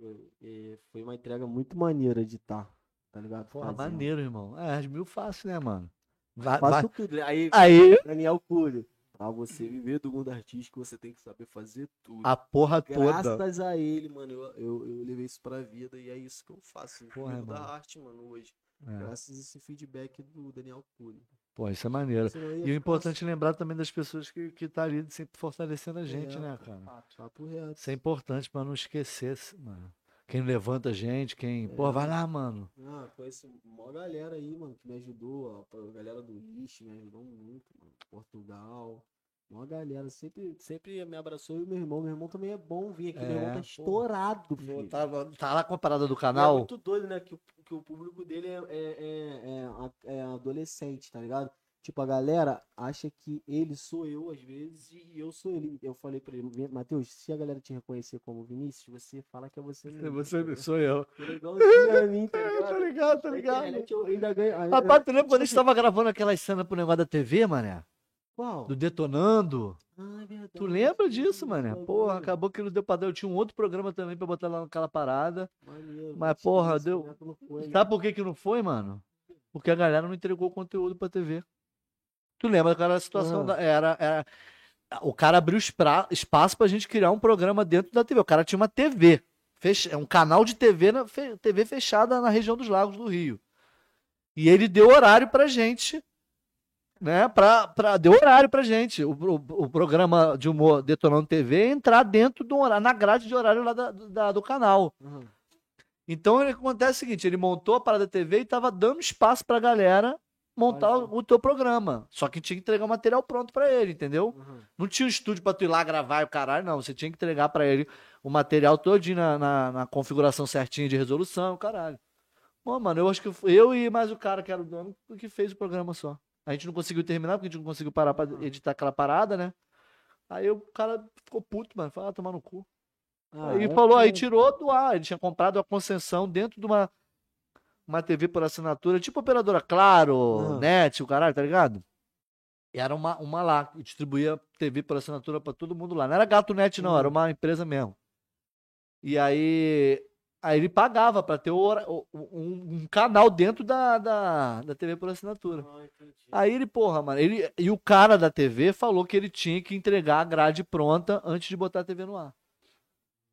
S2: E- e foi uma entrega muito maneira de estar, tá ligado?
S1: Porra,
S2: Fazendo.
S1: maneiro, irmão. É, as mil fácil, né, mano? Vai, vai. Ah,
S2: Faço tudo. né? Aí,
S1: Aí,
S2: Daniel Cury. é Pra você viver do mundo artístico, você tem que saber fazer tudo.
S1: a porra toda.
S2: Graças a ele, mano, eu, eu, eu levei isso pra vida e é isso que eu faço. Eu
S1: Porra,
S2: vivo da
S1: mano.
S2: arte, mano, hoje.
S1: É.
S2: Graças a esse feedback do Daniel Cury.
S1: Pô, isso é maneiro.
S2: Senão ia
S1: E o
S2: ficar
S1: importante é lembrar também das pessoas que que tá ali sempre fortalecendo a gente,
S2: É.
S1: né, cara?
S2: assim, Papo reto.
S1: Isso é importante pra não esquecer, se- mano. Quem levanta a gente, quem. Pô, vai lá, mano.
S2: Ah, conheço mó galera aí, mano, que me ajudou. ó, A galera do Ixi me ajudou muito, mano. Portugal. Mó galera. Sempre, sempre me abraçou e o meu irmão. Meu irmão também é bom vir aqui. meu
S1: É,
S2: irmão tá
S1: pô.
S2: estourado,
S1: Pô,
S2: filho.
S1: Tá, tá lá com a parada do
S2: E É
S1: canal.
S2: muito doido, né? Que, o- que o público dele é, é- é- é a- é adolescente, tá ligado? Tipo, a galera acha que ele sou eu, às vezes, e eu sou ele. Eu falei pra ele, Matheus, se a galera te reconhecer como Vinícius, você fala que é você mesmo.
S1: Você, sou eu.
S2: Ele é igualzinho a mim, tá
S1: Tá
S2: ligado?
S1: ligado, tá
S2: Na
S1: ligado?
S2: internet eu ainda ganho- ainda-
S1: Rapaz, tu lembra quando a gente tava gravando aquelas cenas pro negócio da TV, mané?
S2: Qual?
S1: Do Detonando?
S2: Ah, é verdade.
S1: Tu lembra disso, mané?
S2: Bagulho.
S1: Porra, acabou que não deu pra dar. Eu tinha um outro programa também pra botar lá naquela parada.
S2: Maneiro,
S1: Mas,
S2: eu tinha
S1: porra,
S2: visto,
S1: deu- Tá
S2: né, quando foi, né?
S1: Sabe por que que não foi, mano? Porque a galera não entregou conteúdo pra TV. Tu lembra daquela situação?
S2: Ah.
S1: da- era, era- O cara abriu espra- espaço pra gente criar um programa dentro da TV. O cara tinha uma TV. fech- é Um canal de TV, na... fe- TV fechada na região dos Lagos do Rio. E ele deu horário pra gente. Né, pra, pra, deu horário pra gente. O, o- o programa de humor Detonando TV entrar dentro do horário, na grade de horário lá da- da- do canal.
S2: Aham.
S1: Então ele acontece o seguinte, ele montou a parada TV e tava dando espaço pra galera montar
S2: Olha.
S1: o, o teu programa. Só que tinha que entregar o material pronto pra ele, entendeu?
S2: aham.
S1: Não tinha um estúdio pra tu ir lá gravar e o caralho, não. Você tinha que entregar pra ele o material todinho na, na, na configuração certinha de resolução, caralho. Bom, mano, eu acho que foi eu e mais o cara que era o dono que fez o programa só. A gente não conseguiu terminar porque a gente não conseguiu parar pra editar aquela parada, né? Aí o cara ficou puto, mano. Falou, ah, tomar no cu.
S2: Ah,
S1: Aí
S2: é
S1: falou, aí
S2: que-
S1: tirou do ar. Ele tinha comprado a concessão dentro de uma, uma TV por assinatura, tipo operadora Claro,
S2: Ah.
S1: Net, o caralho, tá ligado? E era uma, uma lá, que distribuía TV por assinatura pra todo mundo lá. Não era Gato Net, não,
S2: Hum.
S1: era uma empresa mesmo. E aí, aí ele pagava pra ter o hora- o- um, um canal dentro da, da, da TV por assinatura.
S2: Ah, entendi.
S1: Aí ele, porra, mano, ele, e o cara da TV falou que ele tinha que entregar a grade pronta antes de botar a TV no ar.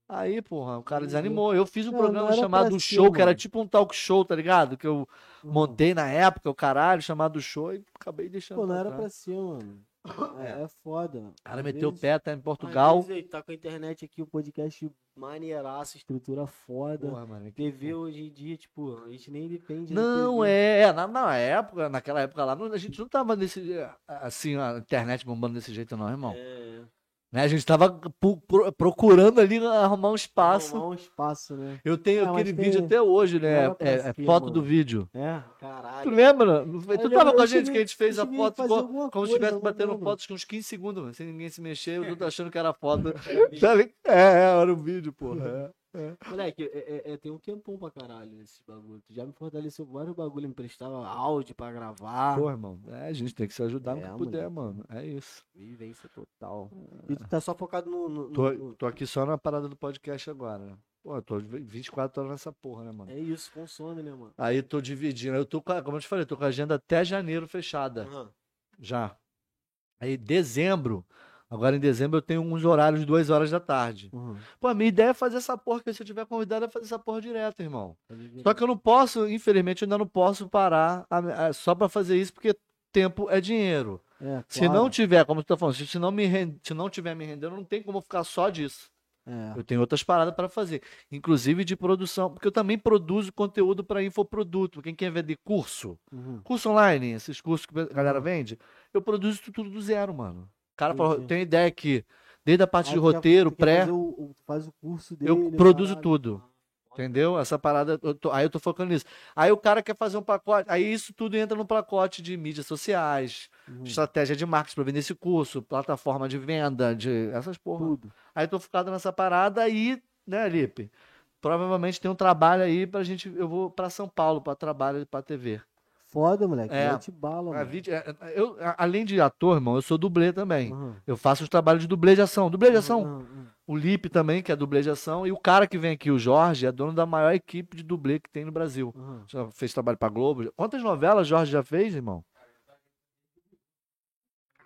S1: Aí, porra, o cara
S2: Entendi.
S1: desanimou. Eu fiz um
S2: Não,
S1: programa
S2: não era
S1: chamado
S2: pra
S1: O
S2: ser,
S1: Show, que era
S2: mano. Uhum.
S1: tipo um talk show, tá ligado? Que eu
S2: Aham.
S1: montei na época, o caralho, chamado O Show, e acabei deixando.
S2: Pô, não
S1: pra
S2: era
S1: trás.
S2: pra ser, mano. É, é foda.
S1: O cara
S2: Às
S1: meteu o
S2: vezes-
S1: pé, tá em
S2: às
S1: Portugal.
S2: vezes aí, tá com a internet aqui, o podcast maneiraço, estrutura foda.
S1: Porra, mano. que-
S2: TV hoje em dia, tipo, a gente nem depende da
S1: Não,
S2: TV.
S1: é, é, na, na época, naquela época lá, não- a gente não tava desse, assim, a internet bombando desse jeito não, irmão.
S2: É,
S1: Né, a gente tava pu- pro- procurando ali arrumar um espaço.
S2: arrumar um espaço, né?
S1: Eu tenho
S2: Ah, mas
S1: aquele
S2: tem-
S1: vídeo até hoje, né?
S2: Leva pra
S1: É, é
S2: cima.
S1: foto do vídeo.
S2: É,
S1: Tu
S2: caralho.
S1: lembra? tu
S2: lembro,
S1: tava com a
S2: eu
S1: gente
S2: cheguei-
S1: que a gente fez
S2: eu
S1: a
S2: cheguei
S1: foto
S2: fazer
S1: co-
S2: alguma
S1: como se
S2: coisa,
S1: estivesse
S2: eu
S1: batendo
S2: lembro.
S1: fotos com uns 15 segundos, mano, sem ninguém se mexer, eu tô achando que era foto. Tá li- é, é, era o vídeo, porra.
S2: Moleque, é, é- é, tem um tempão pra caralho esse bagulho. Tu já me fortaleceu com vários bagulho, me emprestava áudio pra
S1: É.
S2: gravar.
S1: Pô, irmão, é, a gente tem que se ajudar no
S2: Ah. É,
S1: que puder, mano. É isso.
S2: Vivência total. E tu tá só focado no. no- no-
S1: Tô,
S2: no-
S1: tô aqui só na parada do podcast agora. Pô, eu tô 24 horas nessa porra, né, mano?
S2: É isso, consome, né, mano?
S1: Aí eu tô dividindo. Eu tô com a, como eu te falei, eu tô com a agenda até janeiro fechada.
S2: Aham.
S1: Já. Aí, dezembro. Agora em dezembro eu tenho uns horários, duas horas da tarde.
S2: Aham.
S1: Pô, a minha ideia é fazer essa porra, que se eu tiver convidado é fazer essa porra direto, irmão.
S2: Tá vivendo.
S1: Só que eu não posso, infelizmente, eu ainda não posso parar a- a- só pra fazer isso, porque tempo é dinheiro.
S2: É,
S1: Se
S2: claro.
S1: não tiver, como tu tá falando, se, se não me ren- se não tiver me rendendo, não tem como eu ficar só disso.
S2: É.
S1: Eu tenho outras paradas para fazer, inclusive de produção, porque eu também produzo conteúdo para infoproduto. Quem quer vender curso,
S2: Uhum.
S1: curso online, esses cursos que a galera vende, eu produzo isso tudo do zero, mano. O cara falou,
S2: Entendi.
S1: eu tenho ideia que desde a parte
S2: Aí
S1: de
S2: tu quer-
S1: roteiro,
S2: tu quer
S1: pré,
S2: fazer o- o- faz o curso dele. né,
S1: eu produzo
S2: caralho.
S1: tudo. Entendeu? Essa parada, eu tô- aí eu tô focando nisso. Aí o cara quer fazer um pacote, aí isso tudo entra no pacote de mídias sociais,
S2: Uhum.
S1: estratégia de marketing para vender esse curso, plataforma de venda, de essas porra.
S2: Tudo.
S1: Aí eu tô focado nessa parada e, né, Lipe? Provavelmente tem um trabalho aí pra gente. Eu vou pra São Paulo pra trabalho pra TV.
S2: Foda, moleque.
S1: É.
S2: É. te bala,
S1: A
S2: mano.
S1: vídeo- é, é, eu, a- além de ator, irmão, eu sou dublê também.
S2: Aham.
S1: Eu faço os trabalhos de dublê de ação. Dublê de ação.
S2: Aham, aham.
S1: O Lipe também, que é dublê de ação. E o cara que vem aqui, o Jorge, é dono da maior equipe de dublê que tem no Brasil.
S2: Aham.
S1: Já fez trabalho pra Globo. Quantas novelas Jorge já fez, irmão?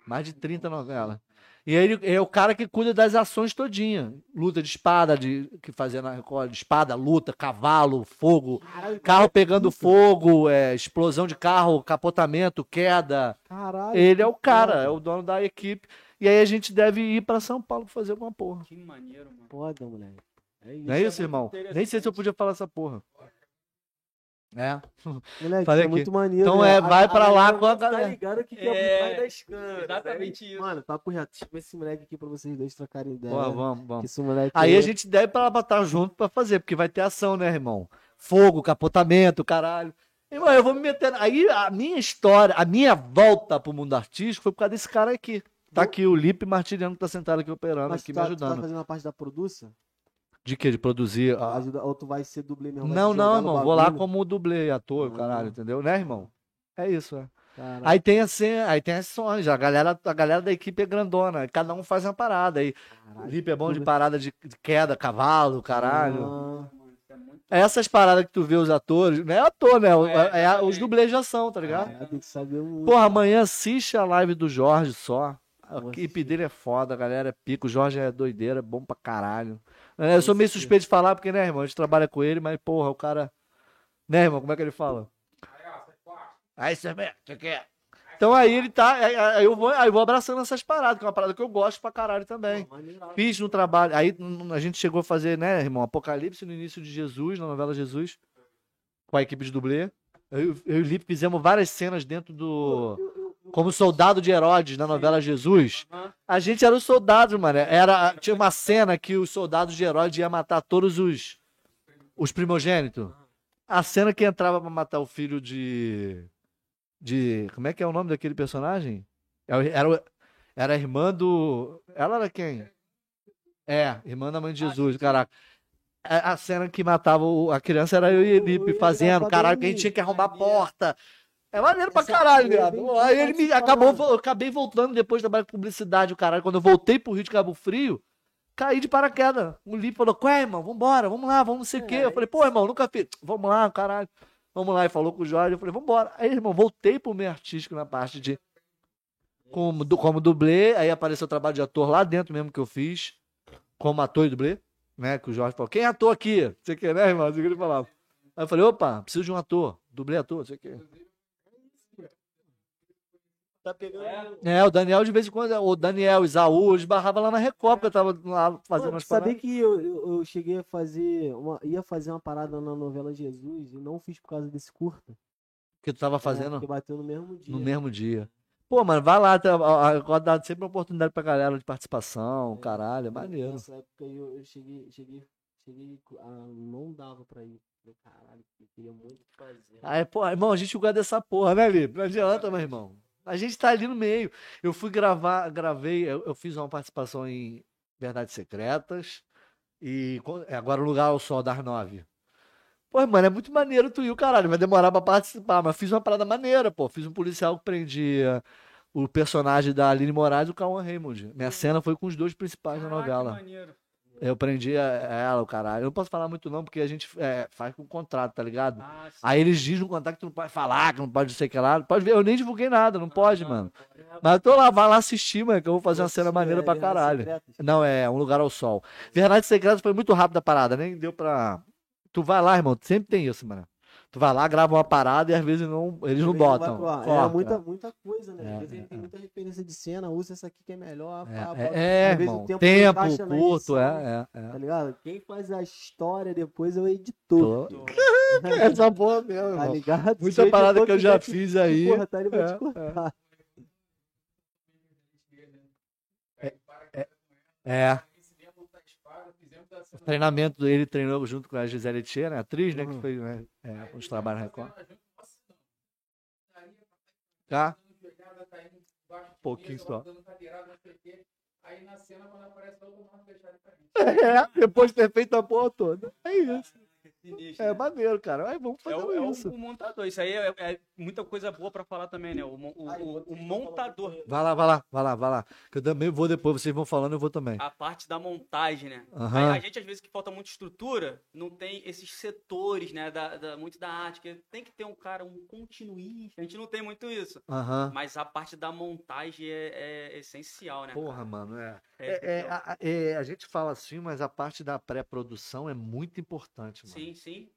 S1: Mais de 30 novelas. E ele é o cara que cuida das ações todinha. Luta de espada, de, que fazia na Record, de espada, luta, cavalo, fogo,
S2: Caralho,
S1: carro pegando fogo, é, explosão de carro, capotamento, queda.
S2: caralho.
S1: Ele é o cara, é o dono da equipe. E aí a gente deve ir pra São Paulo fazer alguma porra.
S3: Que maneiro, mano.
S2: Foda, moleque. É isso.
S1: Não é
S3: Isso é
S1: isso,
S3: muito
S1: irmão? Nem sei se eu
S3: interessante.
S1: podia falar essa porra. É. Falei
S2: Moleque, isso é
S1: aqui.
S2: muito maneiro.
S1: Então
S2: né?
S1: é,
S2: A-
S1: vai
S2: a
S1: pra lá
S2: galera
S1: com a
S2: Tá
S1: galera.
S2: ligado que é,
S3: É,
S2: é das câmeras.
S3: exatamente
S2: é
S3: isso.
S2: Mano, papo reto. Chama esse moleque aqui pra vocês dois trocarem ideia.
S1: Pô, vamos, vamos.
S2: É. Que Esse moleque
S1: Aí
S2: é-
S1: a gente deve pra lá pra estar junto pra fazer, porque vai ter ação, né, irmão? Fogo, capotamento, caralho. Irmão, eu vou me meter. Aí a minha história, a minha volta pro mundo artístico foi por causa desse cara aqui. Tá aqui o Lipe Martiriano que tá sentado aqui operando,
S2: Mas
S1: aqui
S2: tu
S1: me
S2: tá, tu tá
S1: ajudando.
S2: fazendo a parte da produção?
S1: De quê? De produzir. a-
S2: Ajuda, ou tu vai ser dublê mesmo? vai
S1: Não,
S2: te
S1: não,
S2: jogar no
S1: irmão. Vou lá
S2: bagulho?
S1: como dublê, ator,
S2: Ah.
S1: caralho, entendeu? Né, irmão? É isso, é.
S2: Caralho.
S1: Aí tem assim, aí tem as sonhos. A galera, a galera da equipe é grandona. aí Cada um faz uma parada. Aí o
S2: Caralho.
S1: Lipe é bom de
S2: tudo.
S1: parada de de queda, cavalo, caralho.
S2: Ah,
S3: é
S1: Essas paradas que tu vê os atores, não é ator, né? O-
S3: É,
S1: É, a- os
S3: exatamente.
S1: dublês já são, tá ligado?
S2: caralho, É, tem que saber muito.
S1: Porra, amanhã assiste a live do Jorge só. A
S2: Nossa.
S1: equipe dele é foda, a galera é pico. O Jorge é doideira, é bom pra caralho. É, Eu sou meio suspeito de falar, porque, né, irmão, a gente trabalha com ele, mas, porra, o cara. Né, irmão, como é que ele fala? Aí você vê, você quer. Então aí ele tá. Aí aí eu vou, aí eu vou abraçando essas paradas, que é uma parada que eu gosto pra caralho também.
S2: Pô, maneirado.
S1: Fiz no trabalho. Aí n- a gente chegou a fazer, né, irmão, Apocalipse no início de Jesus, na novela Jesus, com a equipe de dublê. Eu, eu e o Lipe fizemos várias cenas dentro do. Como soldado de Herodes na novela Jesus.
S3: Aham.
S1: A gente era os soldados, mano. Era, tinha uma cena que os soldados de Herodes iam matar todos os, os primogênitos. A cena que entrava pra matar o filho de. De. Como é que é o nome daquele personagem? Era, o- era, o- era a irmã do. Ela era quem? É, irmã da mãe
S2: Ah,
S1: de Jesus, caraca. A, a cena que matava o- a criança era eu e
S2: Eu
S1: Elipe
S2: ia
S1: fazendo,
S2: gravar
S1: caralho,
S2: bem
S1: que a gente
S2: isso,
S1: tinha que arrombar a
S3: maneiro.
S1: porta. É maneiro pra
S2: Essa
S1: caralho,
S2: foi
S1: viado.
S2: bem
S1: Aí ele me
S2: participando.
S1: acabou, vo- eu acabei voltando depois do trabalho com publicidade, o caralho. Quando eu voltei pro Rio de Cabo Frio, caí de paraquedas. O Lipe falou, qual é, irmão? Vambora, vamos lá, vamos não sei o quê. Eu falei, pô, irmão, nunca fiz. Vamos lá, caralho. Vamos lá. E falou com o Jorge, eu falei, vambora. Aí, irmão, voltei pro meio artístico na parte de como, du- como dublê, aí apareceu o trabalho de ator lá dentro mesmo que eu fiz, como ator e dublê, né? Que o Jorge falou, quem é ator aqui? Não sei o que, né, irmão? Não sei o que ele falava. Aí eu falei, opa, preciso de um ator, dublê ator, não sei o que.
S2: Tá pegando.
S1: É, o Daniel de vez em quando, o Daniel, o Isaú, eu esbarrava lá na Record, porque eu tava lá fazendo
S2: Mano,
S1: umas
S2: tu sabia
S1: paradas.
S2: que eu, eu, eu cheguei a fazer uma, ia fazer uma parada na novela Jesus e não fiz por causa desse curta. né,
S1: Que tu tava Tá fazendo
S2: Porque bateu no mesmo dia.
S1: no mesmo dia. Pô, mano, vai lá, tá- a a Record dá sempre uma oportunidade pra galera de participação, caralho, é maneiro.
S2: Nessa época eu, eu cheguei, cheguei, cheguei, ah, não dava pra ir. Falei, Caralho, eu queria muito fazer.
S1: Aí, pô, irmão, a gente julga dessa porra, né, Lipe? Não adianta, meu irmão. A gente tá ali no meio. Eu fui gravar, gravei, eu, eu fiz uma participação em Verdades Secretas e co- é, agora o lugar ao sol das nove. Pô, mano, é muito maneiro tu ir, o caralho. Vai demorar pra participar, mas fiz uma parada maneira, pô. Fiz um policial que prendia o personagem da Aline Moraes e o Cauan Raymond. Minha cena foi com os dois principais da novela. Eu prendi a- ela, o caralho. Eu não posso falar muito, não, porque a gente é, faz com contrato, tá ligado? Aí eles dizem no contato que tu não pode falar, que não pode não sei o que lá. Pode ver, eu nem divulguei nada, não pode, mano.
S3: é
S1: Mas eu tô lá, vai lá assistir, mano, que eu vou fazer uma
S2: é
S1: cena maneira pra caralho. Não, é Um Lugar ao Sol. Verdade Secreta foi muito rápido a parada, nem deu pra. Tu vai lá, irmão, sempre tem isso, mano. Tu vai lá, grava uma parada e às vezes não, eles não botam.
S2: É
S1: corta.
S2: muita, muita coisa, né?
S1: É,
S2: Às vezes
S1: é,
S2: ele tem muita referência de cena, usa essa aqui que é melhor. pá,
S1: É,
S2: bota-
S1: é, é,
S2: às vezes o
S1: irmão.
S2: tempo não
S1: Tempo,
S2: encaixa na
S1: curto,
S2: edição,
S1: é, é, é.
S2: Tá ligado? Quem faz a história depois é o editor.
S1: Tô- Essa porra mesmo,
S2: Tá
S1: irmão.
S2: ligado? Se
S1: Muita
S2: o editor tipo
S1: parada que eu já
S2: quiser te
S1: fiz aí.
S2: cortar, tá, ele vai te
S1: É,
S2: cortar.
S1: É. O treinamento dele ele treinou junto com a Gisele Thier, né? Atriz, né? Que
S2: Uhum.
S1: foi né? é, os trabalhos na Record. Tá? Pouquinho só. É, depois de ter feito a porra toda. É isso.
S3: Sinistro,
S1: É
S3: né?
S1: maneiro, cara. Ai, vamos
S3: É
S1: fazer
S3: o, é o-
S1: isso.
S3: o montador. Isso aí é, é muita coisa boa pra falar também, né? O, mon- o- o- o montador.
S1: Vai lá, vai lá, vai lá, vai lá. Que eu também vou depois, vocês vão falando, eu vou também.
S3: A parte da montagem, né?
S1: Aham.
S3: A, a gente, às vezes, que falta muita estrutura, não tem esses setores, né? Da, da- muito da arte, que tem que ter um cara, um continuista. A gente não tem muito isso.
S1: Aham.
S3: Mas a parte da montagem é, é essencial, né? cara?
S1: Porra, mano, é.
S3: É
S1: É, é,
S3: essencial.
S1: a, é, a gente fala assim, mas a parte da pré-produção é muito importante, mano.
S3: Sim, sim.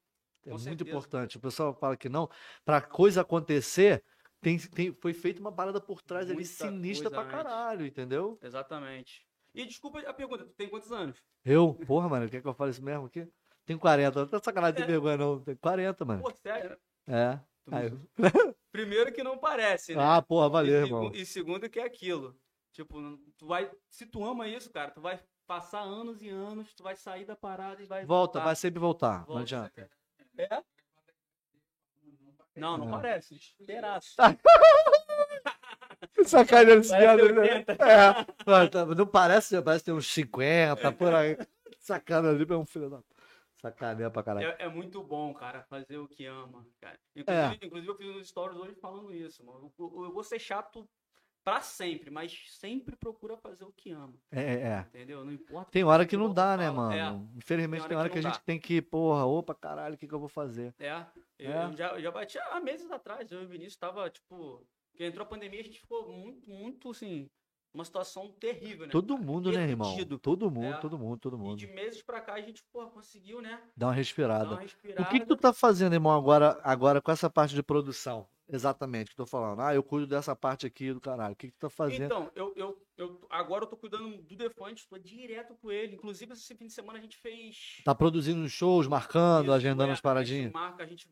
S1: é
S3: com
S1: muito
S3: certeza.
S1: importante. O pessoal fala que não. Pra coisa acontecer, tem, tem, foi feita uma parada por trás ali
S3: Muita
S1: sinistra pra
S3: coisa antes.
S1: caralho, entendeu?
S3: Exatamente. E desculpa a pergunta, tu tem quantos anos?
S1: Eu, porra, mano, quer que eu fale isso mesmo aqui? Tenho 40, não tá sacanagem de
S3: É.
S1: vergonha, não. Tenho 40, mano.
S3: Pô, sério?
S1: É.
S3: Tu-
S1: Aí-
S3: Primeiro que não parece, né?
S1: Ah, porra,
S3: e,
S1: valeu,
S3: segu-
S1: irmão.
S3: e segundo que é aquilo. Tipo, não- tu vai. Se tu ama isso, cara, tu vai passar anos e anos, tu vai sair da parada e vai.
S1: Volta,
S3: voltar.
S1: vai sempre voltar. Não
S3: Volta,
S1: adianta.
S3: cara. É? Não, não
S1: É.
S3: parece. Esperaço.
S1: Tá, Sacanagem esse
S3: Parece
S1: viado, né?
S3: 80.
S1: É. Mano, tá- Não parece, né? parece ter uns
S3: É.
S1: 50 por aí. Sacanagem, ali é um filho da. Sacanagem pra caralho.
S3: É, é muito bom, cara, fazer o que ama, cara.
S1: É.
S3: Inclusive, inclusive eu fiz uns stories hoje falando isso, mano. Eu, eu- eu vou ser chato pra sempre, mas sempre procura fazer o que ama,
S1: É, é, é.
S3: entendeu? Não importa.
S1: Tem
S3: o
S1: hora
S3: que
S1: que
S3: o
S1: não
S3: outro
S1: dá, né,
S3: fala. É.
S1: mano? Infelizmente tem
S3: Tem
S1: hora
S3: hora
S1: que a
S3: que não
S1: gente
S3: dá.
S1: tem que, porra, opa, caralho, o que, que eu vou fazer?
S3: É. Eu,
S1: É.
S3: eu já, eu já bati há meses atrás. Eu e o Vinícius tava, tipo. Porque entrou a pandemia, a gente ficou muito, muito, assim. Uma situação terrível, né?
S1: Todo mundo, né, irmão?
S3: Perdido.
S1: Todo mundo,
S3: É.
S1: todo mundo, todo
S3: E
S1: mundo.
S3: de meses pra cá a gente, porra, conseguiu, né?
S1: Dá uma
S3: Dar uma
S1: respirada. O
S3: respirada.
S1: que, que tu tá fazendo, irmão, agora, agora com essa parte de produção? Exatamente, que eu tô falando. Ah, eu cuido dessa parte aqui do caralho. O que, que tu tá fazendo?
S3: Então, eu, eu, eu agora eu tô cuidando do Defante, tô direto com ele. Inclusive, esse fim de semana a gente fez.
S1: Tá produzindo uns shows, marcando,
S3: Isso,
S1: agendando
S3: é,
S1: as
S3: A
S1: paradinhas?
S3: gente marca, a gente.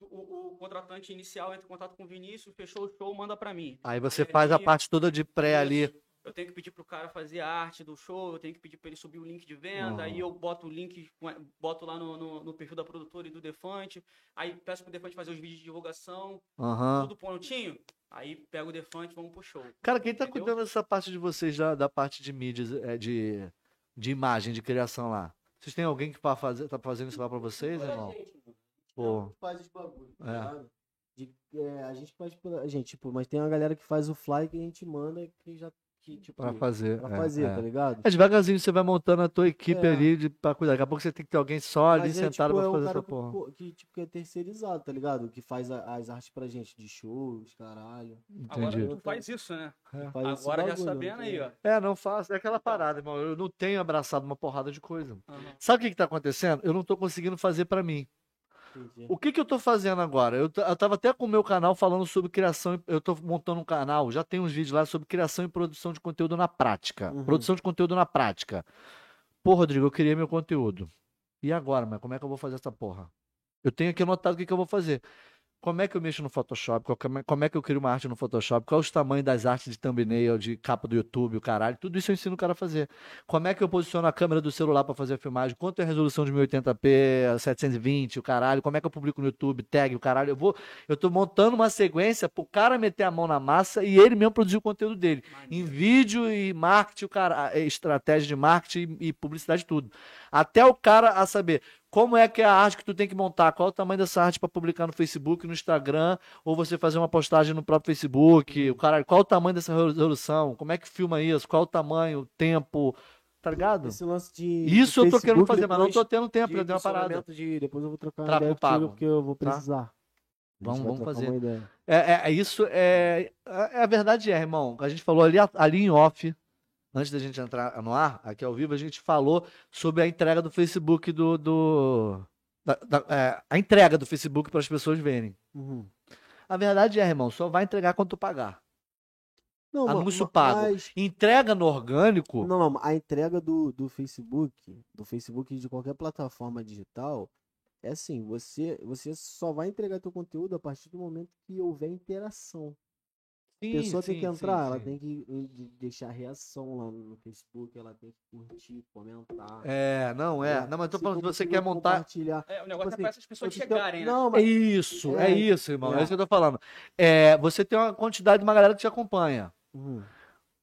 S3: O, o contratante inicial entra em contato com o Vinícius, fechou o show, manda pra mim.
S1: Aí você
S3: É,
S1: faz a
S3: e-
S1: parte toda de
S2: É
S1: pré ali.
S3: Isso. Eu tenho que pedir pro cara fazer a arte do show, eu tenho que pedir pra ele subir o link de
S1: Uhum.
S3: venda, aí eu boto o link, com- boto lá no, no, no perfil da produtora e do Defante, aí peço pro Defante fazer os vídeos de divulgação,
S2: Ah.
S1: Aham.
S3: tudo prontinho, aí pego o Defante e vamos pro show.
S1: Cara, quem tá
S3: Entendeu?
S1: cuidando dessa parte de vocês, da, da parte de mídias, é, de, de imagem, de criação lá? Vocês têm alguém que tá fazer- tá fazendo isso lá pra vocês,
S2: Olha a
S1: irmão?
S2: gente, mano.
S1: Pô,
S2: faz os bagulhos,
S1: É.
S2: tá ligado? De- é, a gente faz pela. A gente, tipo, mas tem uma galera que faz o fly que a gente manda que já. Que, tipo,
S1: pra fazer.
S2: pra
S1: é,
S2: fazer,
S1: é.
S2: tá ligado?
S1: É, devagarzinho você vai montando a tua equipe
S2: É.
S1: ali de, pra cuidar. Daqui a pouco você tem que ter alguém só Tá ali
S2: Mas é,
S1: sentado
S2: tipo,
S1: pra
S2: é um
S1: fazer
S2: cara
S1: essa porra.
S2: Que, que, tipo, que é terceirizado, tá ligado? Que faz a- as artes pra gente, de shows, caralho.
S1: Entendi.
S3: Agora tu faz isso, né?
S2: Faz esse
S3: Agora já
S2: bagulho,
S3: sabendo
S2: né?
S3: aí, ó.
S1: É, não faço. É aquela parada, irmão. Eu não tenho abraçado uma porrada de coisa.
S3: Aham.
S1: Sabe o que que tá acontecendo? Eu não tô conseguindo fazer pra mim.
S2: Entendi.
S1: O que, que eu tô fazendo agora? Eu, t- eu tava até com o meu canal falando sobre criação. e- Eu tô montando um canal, já tem uns vídeos lá sobre criação e produção de conteúdo na prática.
S2: Uhum.
S1: Produção de conteúdo na prática. Pô, Rodrigo, eu queria meu conteúdo. E agora, mas como é que eu vou fazer essa porra? Eu tenho aqui anotado o que, que eu vou fazer. Como é que eu mexo no Photoshop? Qual- como é- Como é que eu crio uma arte no Photoshop? Qual os tamanhos das artes de thumbnail, de capa do YouTube, o caralho? Tudo isso eu ensino o cara a fazer. Como é que eu posiciono a câmera do celular pra fazer a filmagem? Quanto é a resolução de 1080p, 720, o caralho? Como é que eu publico no YouTube, tag, o caralho? Eu vou, eu tô montando uma sequência pro cara meter a mão na massa e ele mesmo produzir o conteúdo dele em
S3: Maneiro.
S1: vídeo e marketing, o cara, é, estratégia de marketing e e publicidade, tudo. Até o cara a saber como é que é a arte que tu tem que montar, qual é o tamanho dessa arte para publicar no Facebook, no Instagram, ou você fazer uma postagem no próprio Facebook, o cara, qual é o tamanho dessa resolução, como é que filma isso, qual é o tamanho, o tempo, tá ligado?
S2: Esse lance de.
S1: Isso eu tô querendo
S2: Facebook,
S1: fazer, mas não tô
S2: depois
S1: tendo tempo
S2: de
S1: pra dar uma parada.
S2: funcionamento de- depois eu vou trocar uma
S1: Tráfego
S2: ideia contigo,
S1: pago,
S2: porque eu vou
S1: tá?
S2: precisar. A gente
S1: Vamos-
S2: vai
S1: vamos
S2: trocar
S1: fazer.
S2: uma ideia.
S1: É, é- é isso é, é a verdade é, irmão. A gente falou ali, ali em off, antes da gente entrar no ar, aqui ao vivo, a gente falou sobre a entrega do Facebook do, do da- da- é, a entrega do Facebook para as pessoas verem.
S2: Uhum.
S1: A verdade é, irmão, só vai entregar quando tu pagar.
S2: Não,
S1: Anúncio
S2: ma-
S1: pago.
S2: mas-
S1: Entrega no orgânico.
S2: Não, não, a entrega do, do Facebook, do Facebook e de qualquer plataforma digital, é assim, você, você só vai entregar teu conteúdo a partir do momento que houver interação. A pessoa tem que entrar, ela tem que eh, de- deixar reação lá no Facebook, ela tem que curtir, comentar.
S1: É, não é. Não, mas eu tô
S2: Se
S1: falando, você
S2: compartilhar,
S1: quer montar
S2: compartilhar.
S3: É, o negócio
S2: Tipo
S3: é pra
S2: assim,
S3: essas pessoas
S2: Você tem-
S3: chegarem, né?
S2: Não,
S1: É
S2: mas
S1: isso, é
S2: É.
S1: isso, irmão. É
S2: É.
S1: isso que eu tô falando. É, você tem uma quantidade de uma galera que te acompanha.
S2: Uhum.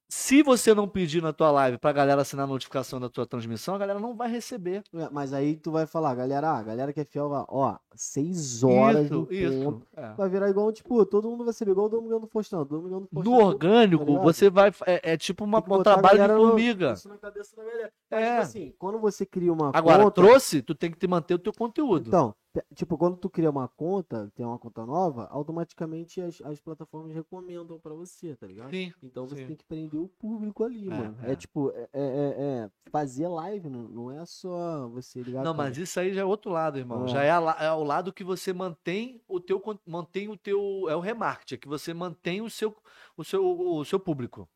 S1: Se você não pedir na tua live pra galera assinar a notificação da tua transmissão, a galera não vai receber.
S2: É, Mas aí tu vai falar, galera, ah, galera que é fiel, vai- ó, seis horas
S1: isso,
S2: do tempo.
S1: isso. é.
S2: Vai virar igual, tipo, todo mundo vai ser igual o Domingão do Faustão. Domingão do Faustão.
S1: No orgânico,
S2: Tá ligado?
S1: você vai. É, é tipo uma,
S2: Tem que botar
S1: um
S2: a
S1: trabalho de
S2: galera no- tipo assim,
S1: formiga.
S2: Isso na cabeça da galera. Mas,
S1: É.
S2: tipo assim, quando você cria uma
S1: Agora,
S2: conta...
S1: trouxe, tu tem que te manter o teu conteúdo.
S2: Então, te- tipo, quando tu cria uma conta, tem uma conta nova, automaticamente as, as plataformas recomendam pra você, tá ligado?
S1: Sim,
S2: Então você
S1: sim.
S2: tem que prender o público ali,
S1: É,
S2: mano.
S1: é.
S2: É, tipo, é, é- é- é fazer live, não, não é só você ligar. a
S1: Não, mas
S2: câmera.
S1: isso aí já é outro lado, irmão.
S2: tá. É.
S1: Já é, a la- é o lado que você mantém o teu con- mantém o teu é o remarketing, é que você mantém o seu o seu o seu público.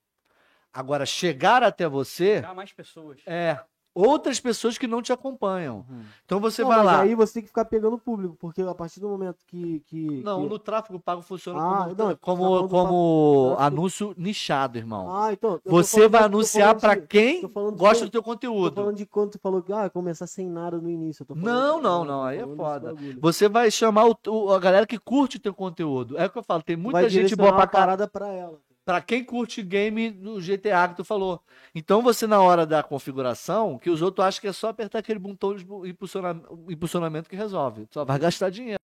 S1: Agora chegar até você
S3: Chegar a mais pessoas.
S1: é outras pessoas que não te acompanham. Então você
S2: Não,
S1: vai
S2: mas
S1: lá.
S2: aí você tem que ficar pegando o público, porque a partir do momento que. que
S1: Não,
S2: que-
S1: no tráfego pago funciona
S2: Ah,
S1: como
S2: não, eu tô
S1: como,
S2: falando do
S1: como
S2: tráfego-
S1: anúncio nichado, irmão.
S2: Ah, então. eu tô
S1: você
S2: falando-
S1: vai
S2: eu tô
S1: anunciar
S2: falando
S1: pra
S2: de-
S1: quem
S2: tô falando de
S1: gosta
S2: quem-
S1: do teu
S2: Tô
S1: conteúdo.
S2: falando de quando tu falou que ah, começar sem nada no início. eu tô falando-
S1: Não, não, não,
S2: tô
S1: aí é
S2: falando desse
S1: foda.
S2: bagulho.
S1: Você vai chamar o- o- a galera que curte o teu conteúdo. É o que eu falo, tem muita
S2: Vai
S1: gente boa
S2: direcionar
S1: pra
S2: uma
S1: caralho.
S2: parada pra ela.
S1: Pra quem curte game no GTA que tu falou. Então você, na hora da configuração, que os outros acham que é só apertar aquele botão de impulsiona- impulsionamento que resolve. Só vai gastar dinheiro.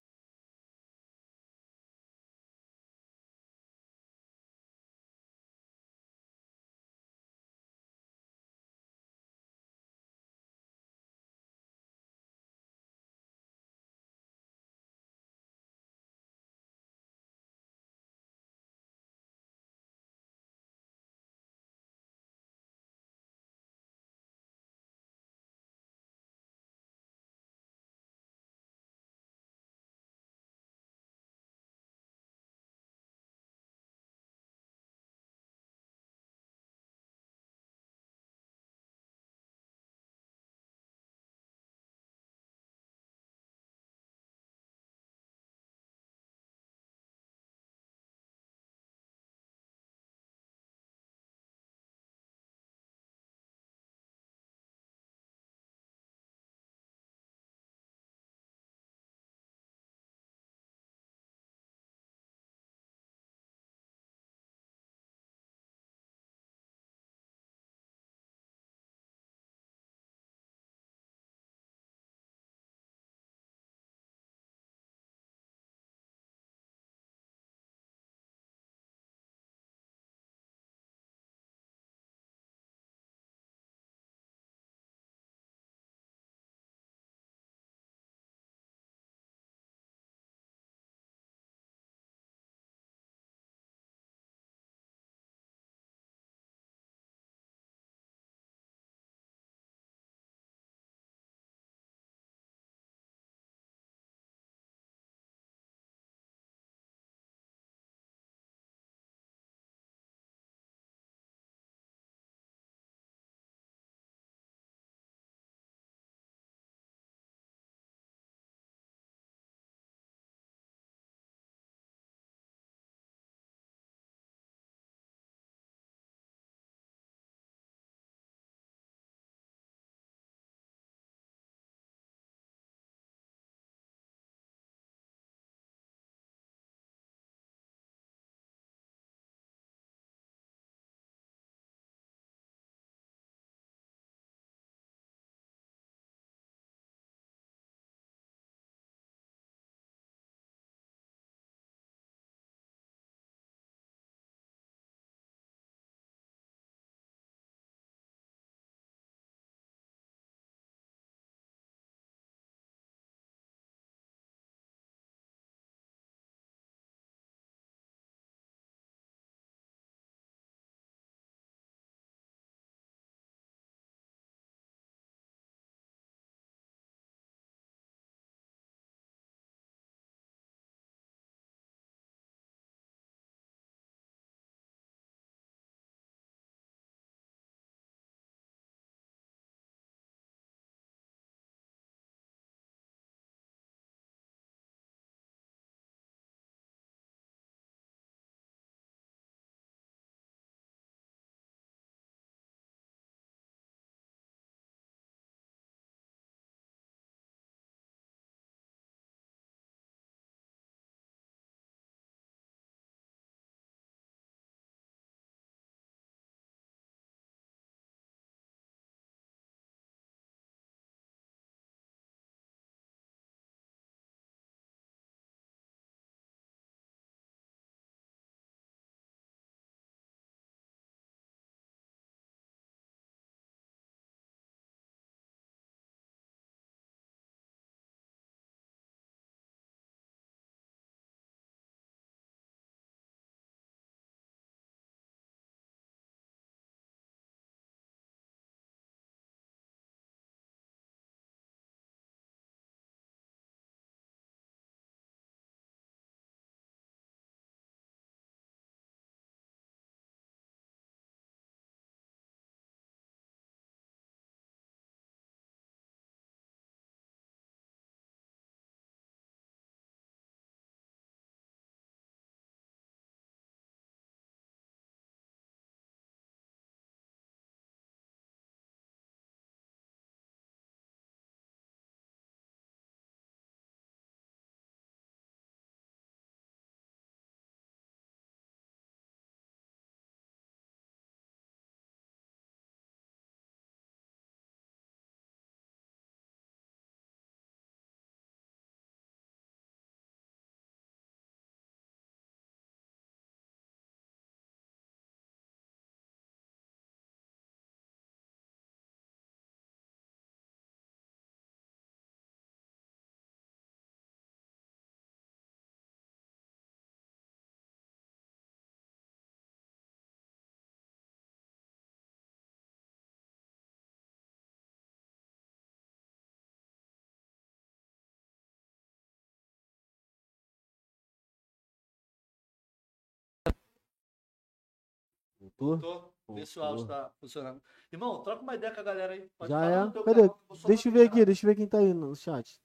S2: Voltou?
S6: Tô. Vê se o
S2: Voltou.
S6: áudio tá funcionando. Irmão, troca uma ideia com a galera aí.
S2: Já
S6: falar
S2: é?
S6: no teu
S2: Cadê?
S6: canal, que eu vou só
S2: Deixa eu ver
S6: mapear.
S2: aqui, deixa eu ver quem tá aí no chat.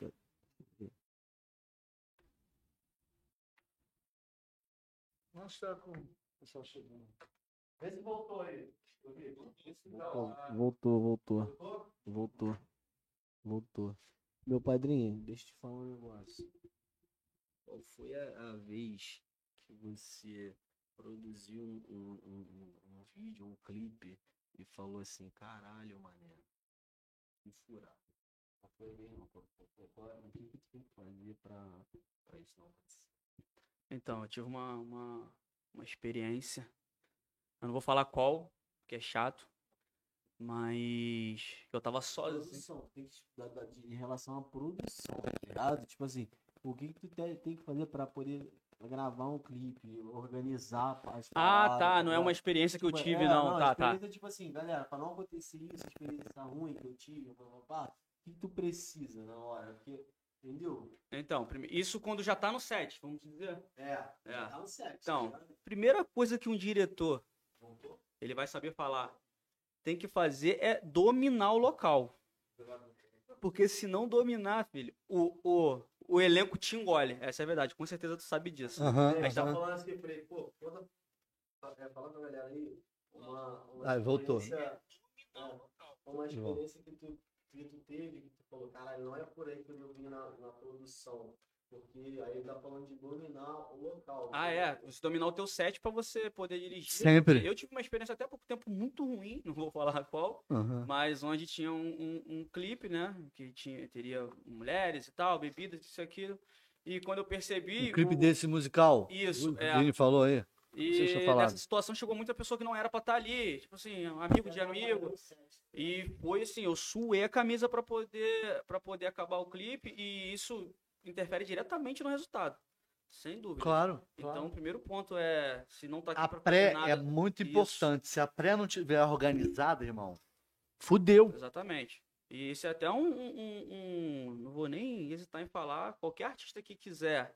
S6: Não está com. Pessoal chegando. Vê se voltou aí. Vê se dá
S1: Então,
S2: Voltou,
S6: uma-
S2: voltou, voltou,
S6: Voltou?
S2: voltou. Voltou. Meu padrinho, deixa eu te falar um negócio. Qual foi a, a vez que você produziu um, um- um- um- um vídeo, um clipe e falou assim, caralho, mané, que furado. Qual foi mesmo? Qual- qual- qual- O que que tem que fazer pra, pra isso não acontecer?
S3: Então, eu tive uma, uma, uma experiência. Eu não vou falar qual, porque é chato. Mas eu tava sozinho.
S2: Produção, tem que estudar da- de- em relação à produção, tá ligado? Tipo assim, o que, que tu te- tem que fazer pra poder gravar um clipe, organizar as
S3: Ah,
S2: paradas,
S3: tá. Não é
S2: ligado?
S3: uma experiência que eu
S2: Tipo,
S3: tive,
S2: é,
S3: não.
S2: a
S3: Tá, tá.
S2: experiência, Tipo assim, galera, pra não acontecer isso, a experiência ruim que eu tive, blá, blá, blá, o que tu precisa na hora? Porque, entendeu?
S3: Então, prime- isso quando já tá no set, vamos dizer.
S2: É,
S3: É.
S2: tá no set.
S3: Então.
S2: tá ligado? Então,
S3: Primeira coisa que um diretor
S2: Voltou,
S3: ele vai saber falar tem que fazer é dominar o local.
S2: jogado.
S3: Porque se não dominar, filho, o, o, o elenco te engole. Essa é a verdade. Com certeza tu sabe disso.
S1: Aham.
S3: Mas tá
S1: aham.
S2: falando assim, falei, pô, conta, é, fala pra galera aí, uma... uma
S1: Ah, voltou.
S2: experiência- é, uma
S1: De volta.
S2: experiência que tu, que tu teve, que tu falou, caralho, não é por aí que eu vim na, na produção. Porque aí tá falando de dominar o local. Então,
S3: Ah, é. Você dominar o teu set pra você poder dirigir.
S1: Sempre.
S3: Eu tive uma experiência até há pouco tempo muito ruim, não vou falar qual,
S1: Aham.
S3: mas onde tinha um, um- um clipe, né? Que tinha, teria mulheres e tal, bebidas, isso e aquilo. E quando eu percebi.
S1: Um clipe
S3: o-
S1: desse musical.
S3: Isso,
S1: O
S3: é.
S1: Vini falou aí. Vocês
S3: E
S1: tinham falado.
S3: nessa situação chegou muita pessoa que não era pra estar ali. Tipo assim, um amigo
S2: é,
S3: de amigo. E foi assim, eu suei a camisa pra poder para poder acabar o clipe e isso interfere diretamente no resultado. Sem dúvida.
S1: Claro.
S3: Então, o primeiro ponto é, se não tá aqui
S1: A
S3: pra
S1: pré
S3: fazer nada,
S1: é muito
S3: Isso.
S1: importante. Se a pré não tiver organizada, irmão, fudeu.
S3: Exatamente. E isso é até um, um- um- um- Não vou nem hesitar em falar. Qualquer artista que quiser,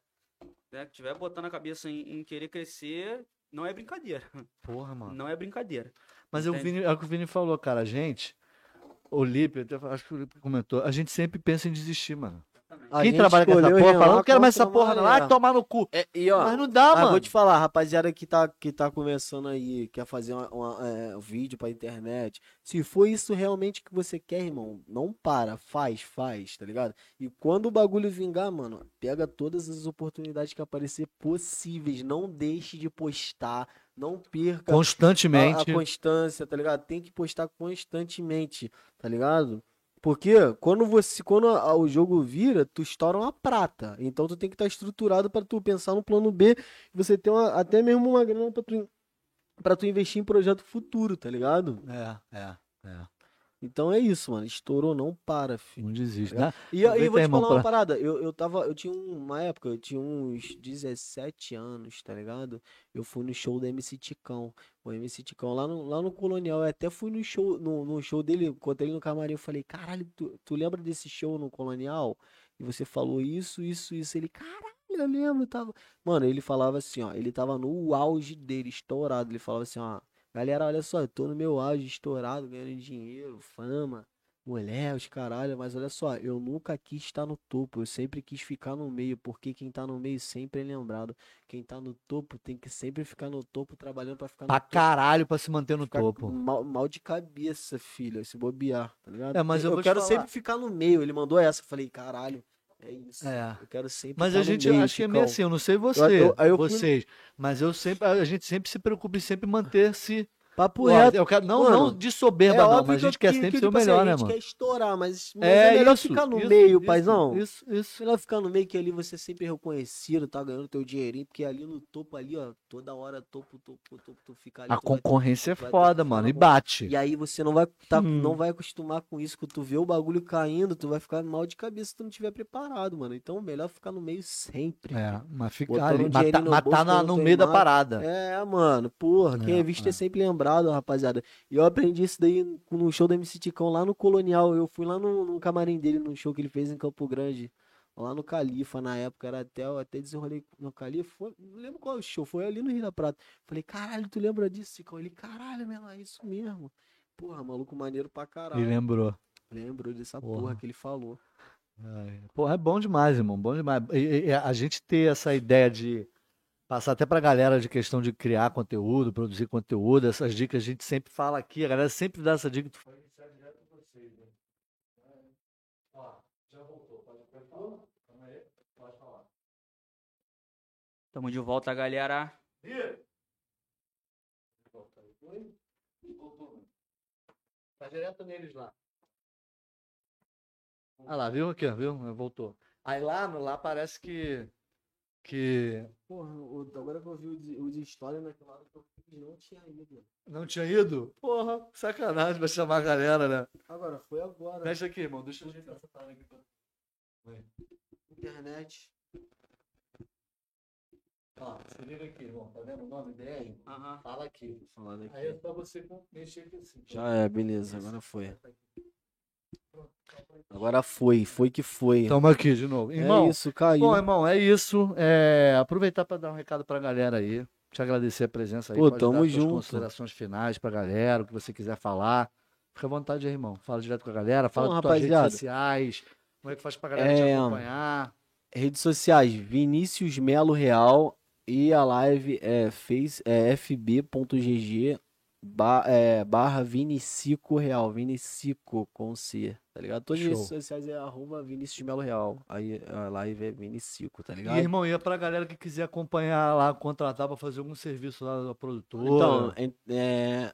S3: né, que tiver botando a cabeça em, em querer crescer, não é brincadeira.
S1: Porra, mano.
S3: Não é brincadeira.
S1: Mas eu,
S3: Entende?
S1: Vini, é o que o Vini falou, cara. A gente, o Lipe, eu até acho que o Lipe comentou, a gente sempre pensa em desistir, mano. Quem trabalha com essa porra fala, não quero mais essa porra,
S2: né?
S1: então. não. Vai tomar no cu.
S3: É,
S2: e ó,
S1: Mas não dá,
S2: Ah,
S1: tá, mano.
S2: vou te falar, rapaziada que tá, que tá começando aí, quer fazer uma- uma, é, um vídeo pra internet. Se for isso realmente que você quer, irmão, não para, faz, faz, tá ligado? E quando o bagulho vingar, mano, pega todas as oportunidades que aparecer possíveis. Não deixe de postar, não perca a- a,
S1: Constantemente.
S2: constância, tá ligado? Tem que postar constantemente, tá ligado? Porque quando você, quando a- o jogo vira, tu estoura uma prata. Então tu tem que estar estruturado pra tu pensar no plano B você tem uma- até mesmo uma grana pra tu, in- pra tu investir em projeto futuro, tá ligado?
S1: É, é, é.
S2: Então é isso, mano. Estourou, não para, filho.
S1: Não desiste, né?
S2: E aí, eu
S1: Aproveita,
S2: vou te
S1: irmão,
S2: falar uma
S1: pra-
S2: parada. Eu, eu tava. Eu tinha um, uma época, eu tinha uns 17 anos, tá ligado? Eu fui no show do MC Ticão. O MC Ticão lá no, lá no Colonial. Eu até fui no show, no, no show dele, encontrei ele no camarim. Eu falei, caralho, tu, tu lembra desse show no Colonial? E você falou isso, isso, isso. Ele, caralho, eu lembro. eu Tava... Mano, ele falava assim, ó. Ele tava no auge dele, estourado. Ele falava assim, ó. Galera, olha só, eu tô no meu auge, estourado, ganhando dinheiro, fama. Mulher, os caralho, mas olha só, eu nunca quis estar no topo, eu sempre quis ficar no meio, porque quem tá no meio sempre é lembrado. Quem tá no topo tem que sempre ficar no topo trabalhando pra ficar no
S1: Pra
S2: topo.
S1: caralho, pra se manter no
S2: ficar
S1: topo.
S2: Mal, mal de cabeça, filho, se bobear, tá ligado?
S1: É, mas eu vou te
S2: quero
S1: falar.
S2: sempre ficar no meio. Ele mandou essa, eu falei, caralho, é isso.
S1: É.
S2: Eu quero sempre
S1: Mas
S2: tá
S1: a
S2: no
S1: gente,
S2: meio,
S1: acho que é meio
S2: Chicão.
S1: assim, eu não sei você,
S2: eu- aí eu fui-
S1: vocês, mas eu sempre, a gente sempre se preocupa em sempre manter-se. Ó,
S2: Papo reto.
S1: eu quero- não,
S2: é mano.
S1: não de soberba, não,
S2: É óbvio
S1: mas
S2: que
S1: a
S2: eu-
S1: gente quer
S2: que-
S1: sempre
S2: que,
S1: ser o
S2: tipo assim,
S1: melhor, né,
S2: A gente
S1: mano?
S2: quer estourar, mas, mas
S1: É
S2: é melhor
S1: isso,
S2: ficar no
S1: isso,
S2: meio,
S1: isso,
S2: paizão. É
S1: Isso, isso.
S2: melhor ficar no meio que ali você sempre é reconhecido, tá ganhando teu dinheirinho, porque ali no topo ali, ó, toda hora topo, topo, topo, tu fica ali.
S1: A
S2: tu vai-
S1: concorrência é
S2: vai ter
S1: foda,
S2: que
S1: mano, e
S2: falar,
S1: bate.
S2: E aí você não vai tá,
S1: Hum.
S2: não vai acostumar com isso, que tu vê o bagulho caindo, tu vai ficar mal de cabeça se tu não tiver preparado, mano. Então melhor ficar no meio sempre.
S1: É, mas ficar
S2: Botando
S1: ali,
S2: um
S1: matar,
S2: dinheirinho no
S1: matar
S2: bolso
S1: na-
S2: pra não
S1: no meio da
S2: queimar.
S1: parada.
S2: É, mano, porra, quem
S1: É,
S2: é visto
S1: é.
S2: é sempre lembrado, rapaziada. E eu aprendi isso daí no show do MC Ticão lá no Colonial. Eu fui lá no, no camarim dele, num show que ele fez em Campo Grande. Lá no Califa, na época, era até, eu até desenrolei no Califa. Foi, não lembro qual show, foi ali no Rio da Prata. Falei, caralho, tu lembra disso, Cicão? Ele, caralho, meu, é isso mesmo. Porra, maluco maneiro pra caralho.
S1: Me lembrou.
S2: Lembrou dessa
S1: Porra.
S2: porra. que ele falou.
S1: Ai, Porra, é bom demais, irmão. Bom demais. E- e- a gente ter essa ideia de passar até pra galera de questão de criar conteúdo, produzir conteúdo, essas dicas a gente sempre fala aqui, a galera sempre dá essa dica. Tu fala,
S3: Tamo de volta, galera.
S1: Tá direto neles lá. Ah lá, viu aqui, ó, viu? Voltou. Aí lá, no- lá parece que. Que.
S2: Porra, o- agora que eu vi o de- o de história naquela hora que eu fiz, não tinha ido.
S1: Não tinha ido? Porra, sacanagem, vai chamar a galera, né?
S2: Agora, foi agora.
S1: Mexe aqui, irmão, deixa eu ajeitar essa parada aqui.
S2: Internet.
S1: Ó, se liga aqui, irmão, tá vendo o nome DR?
S3: Aham.
S1: Fala aqui.
S2: Falando
S1: Aí é só você com- mexer aqui assim.
S2: Já é, beleza, agora foi. Agora foi, foi que foi.
S1: Toma aqui de novo. Então, Irmão,
S2: é isso, caiu.
S1: bom, irmão, é isso. É, aproveitar para dar um recado pra galera aí. Te agradecer a presença aí.
S2: Pô,
S1: Pode
S2: tamo
S1: dar suas
S2: junto.
S1: considerações finais pra galera, o que você quiser falar. Fica à vontade aí, irmão. Fala direto com a galera, fala
S2: Bom,
S1: das tuas
S2: rapaziada.
S1: redes sociais. Como é que faz pra galera te
S2: É,
S1: acompanhar?
S2: Redes sociais, Vinícius Melo Real e a live é, face- é fb.gg ba- é, barra Vinicico Real, Vinicico com C, tá ligado? Todas as
S1: Show.
S2: redes sociais é arroba Vinícius Melo Real, aí a live é Vinicico, tá
S1: E,
S2: ligado?
S1: irmão, e é pra galera que quiser acompanhar lá, contratar pra fazer algum serviço lá da
S2: Então,
S1: produtora.
S2: en- é,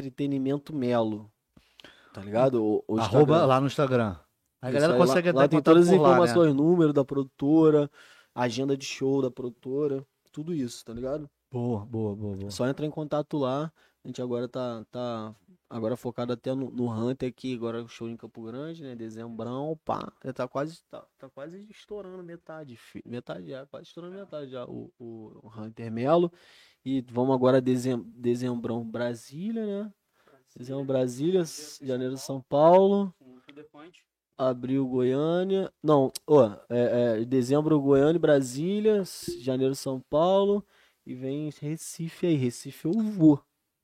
S2: entretenimento Melo, tá ligado? O- o
S1: arroba
S2: Instagram.
S1: lá no Instagram. A
S2: Isso
S1: galera
S2: aí,
S1: consegue
S2: lá,
S1: entrar
S2: lá
S1: em
S2: tem
S1: contato
S2: todas as
S1: por lá, né?
S2: informações, número da produtora, agenda de show da produtora, tudo isso, tá ligado?
S1: Boa, boa, boa, boa.
S2: Só entrar em contato lá. A gente agora tá, tá agora focado até no, no Hunter aqui, agora é o show em Campo Grande, né? Dezembrão, pá. Já tá quase, tá, tá quase estourando metade, fi- metade já, quase estourando metade já o, o Hunter Melo. E vamos agora dezem, dezembrão Brasília, né? Dezembro Brasília, janeiro São Paulo.
S3: Com Tudo é Point.
S2: Abril, Goiânia. Não, ó, é, é, dezembro, Goiânia, e Brasília. s- Janeiro, São Paulo. E vem Recife aí. Recife eu vou.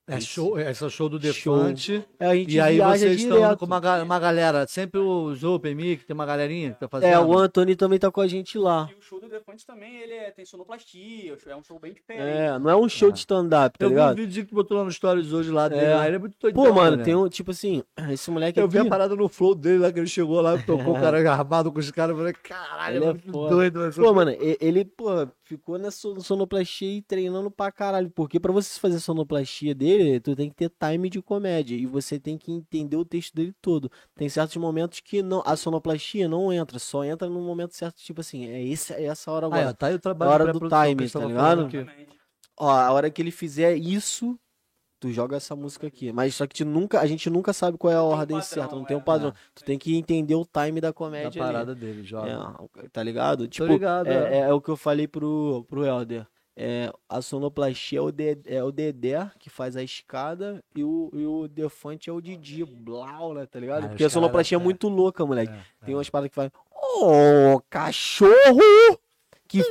S1: É show, é só show do
S2: Show.
S1: Defante.
S2: É, a gente
S1: E aí
S2: viaja
S1: vocês
S2: direto.
S1: estão com uma, ga- uma galera, sempre os Open Mic, tem uma galerinha que tá fazendo.
S2: É, o Anthony também tá com a gente
S1: Ah.
S2: lá.
S3: E o show do Elefante também, ele é, tem sonoplastia, é um show bem diferente.
S2: É, não é um show
S1: É.
S2: de stand-up, tá
S1: eu vi um
S2: ligado?
S1: vídeo que botou lá no Stories hoje lá dele,
S2: É.
S1: lá, ele é muito doidão.
S2: Pô, mano,
S1: né?
S2: tem um, tipo assim, esse moleque
S1: Eu
S2: aqui...
S1: vi a parada no flow dele lá, que ele chegou lá, tocou o cara armado com os caras, eu falei, caralho,
S2: Ele
S1: é
S2: é
S1: muito
S2: foda.
S1: doido. Mas
S2: Pô, mano, e- ele, pô, ficou na son- sonoplastia e treinando pra caralho. Porque pra você fazer a sonoplastia dele, tu tem que ter time de comédia. E você tem que entender o texto dele todo. Tem certos momentos que não, a sonoplastia não entra, só entra no momento certo, tipo assim, é, esse, é essa hora agora.
S1: Aí, ó, tá aí o trabalho
S2: Hora
S1: de
S2: do
S1: pré-produção que
S2: timing,
S1: a gente tava
S2: tá
S1: falando
S2: ligado?
S1: aqui.
S3: Exatamente.
S2: Ó, a hora que ele fizer isso, tu joga essa música aqui. Mas só que tu nunca, a gente nunca sabe qual é a
S3: tem um
S2: ordem
S3: padrão,
S2: certa, não tem um
S3: é.
S2: padrão.
S3: É.
S2: Tu tem que entender o time da
S1: Da
S2: comédia. ali.
S1: parada dele, joga.
S2: É, tá ligado? Tipo,
S1: ligado,
S2: é, é, é o que eu falei pro, pro Helder. É, a sonoplastia é o, de, é o Dedé, que faz a escada, e o, e o Defante é o Didi, blau, né, tá ligado?
S1: Ah,
S2: Porque a
S1: os caras-
S2: sonoplastia é,
S1: é.
S2: muito louca, moleque.
S1: É,
S2: Tem
S1: é.
S2: um- umas paradas que faz... Ô, cachorro! Que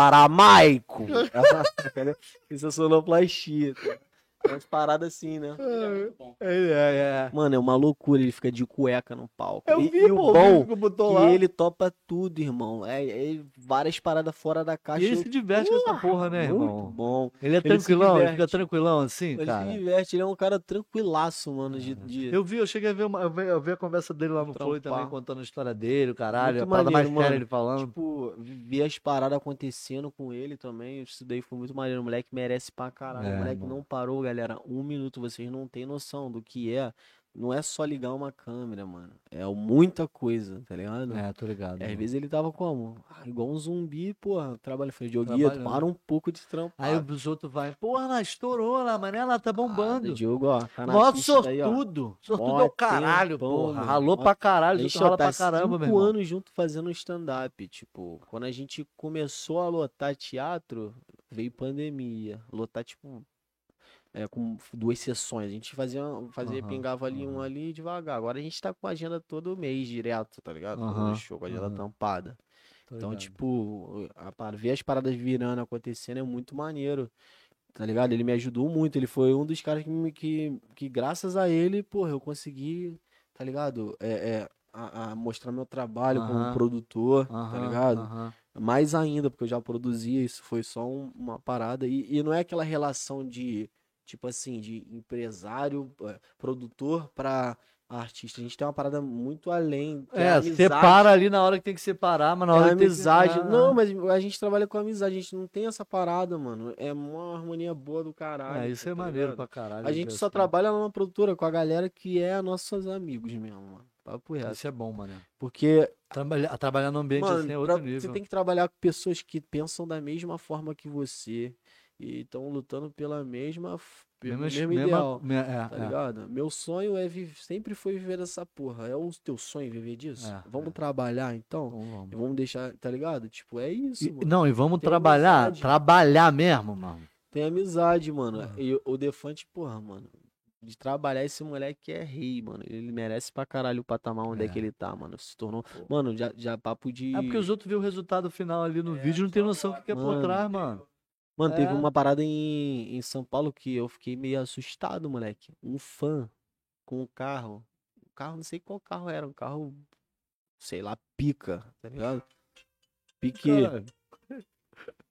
S2: aramaico! Essa- entendeu? Isso é sonoplastia. tá? Tem umas paradas assim, né?
S3: Ele é muito bom.
S1: É, é, é.
S2: Mano, é uma loucura, ele fica de cueca no palco.
S1: Eu
S2: e,
S1: vi,
S2: e o
S1: pô, o
S2: bom...
S1: vídeo que botou lá.
S2: E ele topa tudo, irmão. É, é várias paradas fora da
S1: E
S2: caixa.
S1: ele se diverte com essa porra, né,
S2: muito
S1: irmão?
S2: bom.
S1: Ele é
S2: se
S1: tranquilão, ele
S2: diverte.
S1: fica tranquilão assim,
S2: Ele
S1: cara. Uhum.
S2: se diverte, ele é um cara tranquilaço, mano. De, de- um
S1: Eu vi, eu cheguei a ver, uma- eu vi, eu vi a conversa dele lá no
S2: Trampar.
S1: Flow também, contando a história dele, o caralho.
S2: Muito
S1: a parada
S2: maneiro,
S1: mais séria
S2: mano.
S1: ele falando.
S2: Tipo, ver as paradas acontecendo com ele também. Isso daí foi muito maneiro. O moleque merece pra caralho.
S1: É,
S2: o moleque
S1: mano.
S2: não parou, galera. Um minuto, vocês não têm noção do que é. Não é só ligar uma câmera, mano. É muita coisa, tá ligado?
S1: É, tô ligado.
S2: Às
S1: mano.
S2: vezes ele tava como? Ah, igual um zumbi, porra. Trabalha, falei, Dioguito,
S1: Trabalhando.
S2: para um pouco de trampar.
S1: Aí os outros vai, porra, lá estourou lá, mané, ela tá bombando.
S2: Ah, Diogo, ó, tá na
S1: Mó
S2: pista aí, ó.
S1: sortudo.
S2: Mó
S1: Sortudo é o caralho,
S2: tempão,
S1: porra.
S2: mano.
S1: Ralou
S2: Mó-
S1: pra caralho,
S2: A
S1: os outros
S2: gente já
S1: ralam
S2: tá
S1: pra
S2: cinco
S1: caramba, meu irmão.
S2: anos junto fazendo stand-up. Tipo, quando a gente começou a lotar teatro, veio pandemia. Lotar, tipo, é, com duas sessões. A gente fazia, fazia
S1: Aham,
S2: pingava ali um
S1: aham.
S2: ali devagar. Agora a gente tá com a agenda todo mês direto, tá ligado? Fazendo
S1: Aham,
S2: show, com a agenda
S1: aham.
S2: tampada. Então, tipo, a, par- ver as paradas virando, acontecendo é muito maneiro. Tá ligado? Ele me ajudou muito. Ele foi um dos caras que, me- que, que graças a ele, porra, eu consegui, tá ligado? É, é, a, a mostrar meu trabalho como
S1: Aham.
S2: produtor, tá
S1: Aham,
S2: ligado?
S1: aham.
S2: Mais ainda, porque eu já produzia, isso foi só um- uma parada. E, e não é aquela relação de, tipo assim, de empresário, eh, produtor pra artista. A gente tem uma parada muito além. que
S1: É,
S2: amizade,
S1: separa ali na hora que tem que separar, mas na hora
S2: é
S1: que tem que-
S2: amizade.
S1: Ah,
S2: Não, mas a gente trabalha com amizade, a gente não tem essa parada, mano. É uma harmonia boa do caralho.
S1: É, isso
S2: pô,
S1: é
S2: tá
S1: maneiro
S2: ligado?
S1: pra caralho.
S2: A gente
S1: ver
S2: só
S1: assim.
S2: trabalha lá na produtora com a galera que é nossos amigos mesmo, mano. Papo reto.
S1: Isso é bom, mano.
S2: Porque,
S1: Trabalhar, trabalhar num ambiente
S2: mano,
S1: assim é outro
S2: pra-
S1: nível.
S2: você tem que trabalhar com pessoas que pensam da mesma forma que você e estão lutando pela mesma, f- pelo
S1: Mesmas-
S2: mesmo
S1: mesma-
S2: ideal.
S1: me- é,
S2: Tá
S1: é.
S2: ligado? Meu sonho é viver, sempre foi viver essa porra. É o teu sonho viver disso?
S1: É,
S2: Vamos
S1: é.
S2: trabalhar então?
S1: Vamos, vamos.
S2: E vamos deixar, tá ligado? Tipo, é isso,
S1: E-
S2: mano.
S1: não, e vamos
S2: Tem
S1: trabalhar,
S2: amizade.
S1: trabalhar mesmo, mano.
S2: Tem amizade, mano. E o Defante, porra, mano. De trabalhar esse moleque é rei, mano. Ele merece pra caralho o patamar onde é,
S1: É.
S2: que ele tá, mano. Se tornou. Mano, já, já papo de.
S1: É porque os outros vêem o resultado final ali no vídeo e não tem noção do que, que é por
S2: Mano.
S1: trás, mano.
S2: Mano,
S1: é.
S2: teve uma parada em, em São Paulo que eu fiquei meio assustado, moleque. Um fã com um carro. Um carro, não sei qual carro era. Um carro, sei lá, pica, tá ligado? Pique.
S1: Caralho.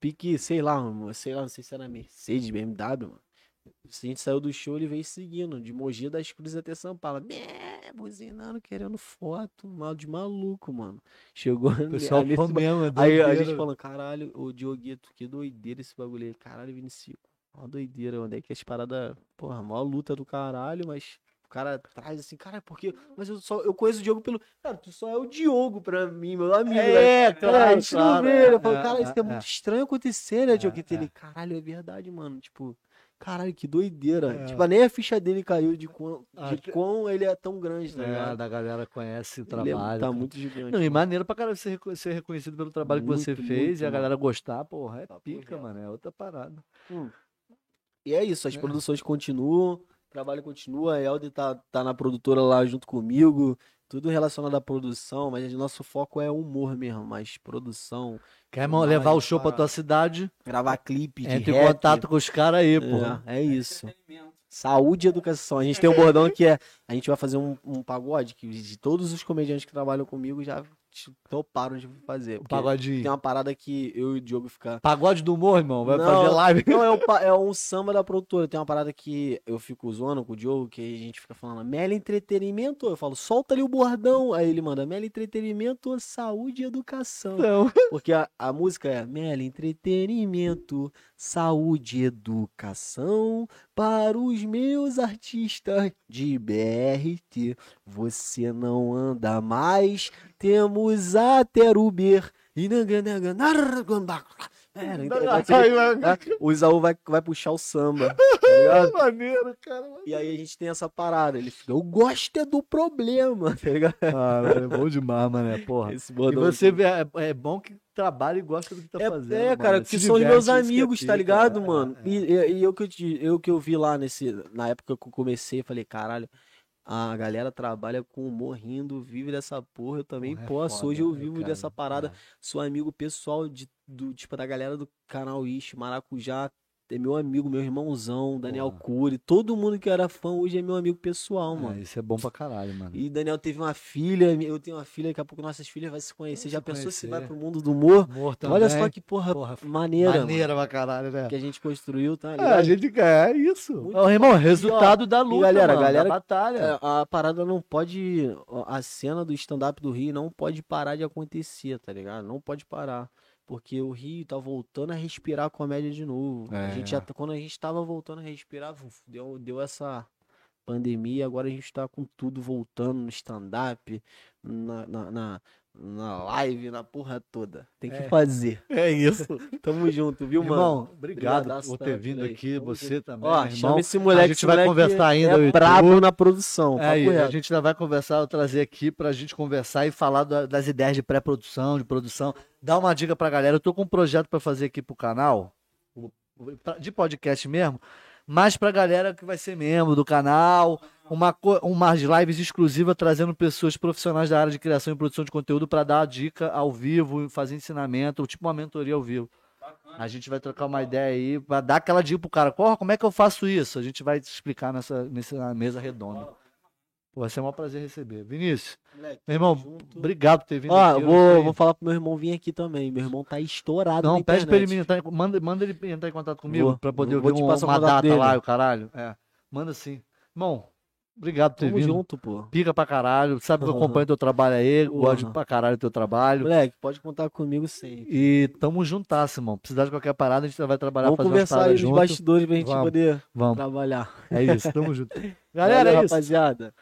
S2: pique, sei lá, mano, sei lá, não sei se era Mercedes, BMW, mano. A gente saiu do show, ele veio seguindo, de Mogi das Cruzes até São Paulo. Bé, buzinando, querendo foto, mal de maluco, mano. Chegou
S1: O pessoal
S2: ali,
S1: fã mesmo, é
S2: aí a
S1: doideira.
S2: gente falando, caralho, ô Dioguito, que doideira esse bagulho aí. Caralho, Vinicius, uma doideira, onde é que as paradas, porra, maior luta do caralho, mas o cara traz assim, cara, porque, mas eu só, eu conheço o Diogo pelo, cara, tu só é o Diogo pra mim, meu amigo, né?
S1: É,
S2: É, a
S1: claro,
S2: gente não
S1: claro.
S2: vê, eu falo,
S1: É,
S2: cara, isso
S1: é,
S2: é muito estranho acontecer, né, Diogo?
S1: É,
S2: Que Ele, caralho, é verdade, mano. Tipo, caralho, que doideira.
S1: É.
S2: Tipo, nem a ficha dele caiu de quão,
S1: Ah,
S2: de
S1: que-
S2: quão ele é tão grande, tá
S1: É,
S2: ligado?
S1: da galera conhece o
S2: Ele é-
S1: trabalho.
S2: tá
S1: cara.
S2: muito gigante.
S1: Não, e maneiro pra caralho você reco- ser reconhecido pelo trabalho que você
S2: Muito,
S1: fez
S2: muito,
S1: e a
S2: mano.
S1: galera gostar, porra, é
S2: Papo
S1: pica,
S2: reto.
S1: mano, é outra parada.
S2: E é isso, as
S1: É.
S2: produções continuam, o trabalho continua, a Elder tá, tá na produtora lá junto comigo, tudo relacionado à produção, mas nosso foco é humor mesmo, mas produção,
S1: Quer
S2: Demais,
S1: levar o show pra
S2: parada.
S1: tua cidade,
S2: gravar clipe de
S1: entra em
S2: rap,
S1: contato com os caras aí, porra.
S2: é, é isso.
S3: Entretenimento.
S2: Saúde e educação. A gente tem um bordão que é. A gente vai fazer um, um pagode que de todos os comediantes que trabalham comigo já te- toparam de fazer.
S1: O
S2: porque
S1: pagodinho.
S2: Tem uma parada que eu e o Diogo ficar.
S1: Pagode do humor, irmão, vai
S2: Não.
S1: fazer live.
S2: Não, é um, pa- é um samba da produtora. Tem uma parada que eu fico zoando com o Diogo, que a gente fica falando, Mela Entretenimento. Eu falo, solta ali o bordão. Aí ele manda, Mela Entretenimento, saúde e educação.
S1: Então,
S2: Porque a, a música é Mela, entretenimento, saúde, educação para os meus artistas de BRT. Você não anda mais, temos até Uber. E O Isaú vai, vai puxar o samba. Tá ligado?
S1: maneiro, cara.
S2: E aí a gente tem essa parada. Ele fica, eu gosto é do problema, tá ligado?
S1: Caralho, é bom demais, mano, porra.
S2: Esse
S1: E
S2: bordão
S1: você vê, é, é bom que trabalha e gosta do que tá
S2: é,
S1: fazendo.
S2: é,
S1: mano,
S2: cara,
S1: se
S2: que são os
S1: diverte,
S2: meus
S1: isso que é
S2: amigos, tá
S1: pica,
S2: ligado,
S1: é,
S2: mano?
S1: é.
S2: E, e- e eu, que eu, te- eu que eu vi lá nesse. Na época que eu comecei, falei, caralho, a galera trabalha com humor rindo, vive dessa porra, eu também
S1: Porra, é
S2: posso.
S1: foda,
S2: Hoje eu
S1: né,
S2: vivo
S1: cara? É.
S2: dessa parada. Sou amigo pessoal de, do, tipo, da galera do canal Ish, Maracujá. É meu amigo, meu irmãozão, Daniel
S1: Porra.
S2: Cury, todo mundo que era fã hoje é meu amigo
S1: É,
S2: pessoal, mano.
S1: isso é bom pra caralho, mano.
S2: E Daniel teve uma filha, eu tenho uma filha, daqui a pouco nossas filhas vão se conhecer.
S1: se
S2: Já pensou se vai
S1: conhecer.
S2: pro mundo do humor?
S1: Humor também.
S2: Olha só que porra,
S1: Porra,
S2: maneira, mano,
S1: maneira pra caralho, né?
S2: que a gente construiu, tá?
S1: É,
S2: ligado?
S1: a gente ganha, é isso.
S2: Muito
S1: Ó, irmão, resultado da luta,
S2: galera,
S1: mano,
S2: galera-
S1: da batalha.
S2: É, A parada não pode. A cena do stand-up do Rio não pode parar de acontecer, tá ligado? Não pode parar. Porque o Rio tá voltando a respirar a comédia de novo. A
S1: É.
S2: gente já, tá- quando a gente tava voltando a respirar, vuf, deu, deu essa pandemia. Agora a gente tá com tudo voltando no stand-up, na, na, na, na live, na porra toda. Tem que
S1: É.
S2: fazer.
S1: É isso.
S2: Tamo junto, viu, mano?
S1: Irmão, obrigado
S2: Brigadaço,
S1: por
S2: tá,
S1: ter vindo
S2: peraí.
S1: aqui,
S2: Tamo
S1: você também,
S2: Ó,
S1: meu Né, irmão.
S2: chama esse moleque.
S1: a gente
S2: esse
S1: vai
S2: moleque
S1: conversar ainda, o
S2: É
S1: Itu.
S2: brabo na produção.
S1: É,
S2: papo
S1: e a
S2: reto.
S1: gente ainda vai conversar, eu trazer aqui pra gente conversar e falar da- das ideias de pré-produção, de produção. Dá uma dica pra galera. Eu tô com um projeto pra fazer aqui pro canal, o- o- pra- de podcast mesmo, mas pra galera que vai ser membro do canal, uma, co- um mar de lives exclusiva trazendo pessoas profissionais da área de criação e produção de conteúdo para dar dica ao vivo, fazer ensinamento, tipo uma mentoria ao vivo. A gente vai trocar uma ideia aí, vai dar aquela dica pro cara, "Porra, como é que eu faço isso? A gente vai te explicar nessa, nessa mesa redonda. Pô, vai ser um maior prazer receber. Vinícius,
S2: Moleque,
S1: meu irmão,
S2: junto.
S1: obrigado por ter vindo
S2: Ó,
S1: aqui. eu
S2: vou,
S1: adorei.
S2: vou falar pro meu irmão vir aqui também. Meu irmão tá estourado
S1: Não,
S2: na
S1: pede pra ele me
S2: internet.
S1: entrar, em- manda, manda ele entrar em contato comigo
S2: Vou.
S1: pra poder
S2: Vou- vou
S1: ver
S2: te
S1: um-
S2: passar o
S1: uma
S2: contato
S1: data
S2: dele.
S1: lá, o caralho. É, manda sim. Irmão, obrigado por ter
S2: Tamo
S1: vindo.
S2: junto, pô.
S1: Pica pra caralho, sabe que eu
S2: Aham.
S1: acompanho teu trabalho aí, gosto
S2: Aham.
S1: pra caralho do teu trabalho.
S2: Moleque, pode contar comigo sempre.
S1: E tamo juntasso, irmão. Precisar de qualquer parada, a gente vai trabalhar,
S2: Vamos
S1: fazer umas
S2: conversar aí
S1: paradas
S2: nos
S1: junto.
S2: bastidores pra gente
S1: Vamos.
S2: poder
S1: Vamos,
S2: trabalhar.
S1: é isso, tamo junto. Galera,
S2: Valeu,
S1: é isso.
S2: rapaziada.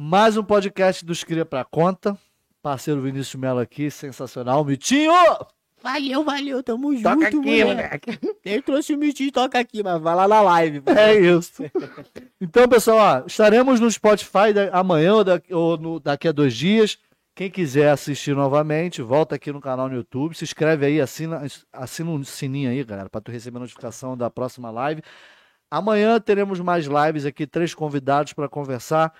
S1: Mais um podcast dos Cria pra Conta. Parceiro Vinícius Melo aqui, sensacional. Mitinho!
S2: Valeu, valeu, tamo junto, moleque. Eu trouxe o Mitinho, toca aqui, mas vai lá na live. pô.
S1: É isso. Então, pessoal, ó, estaremos no Spotify da- amanhã ou, da- ou no- daqui a dois dias. Quem quiser assistir novamente, volta aqui no canal no YouTube, se inscreve aí, assina, assina um sininho aí, galera, para tu receber a notificação da próxima live. Amanhã teremos mais lives aqui, três convidados para conversar,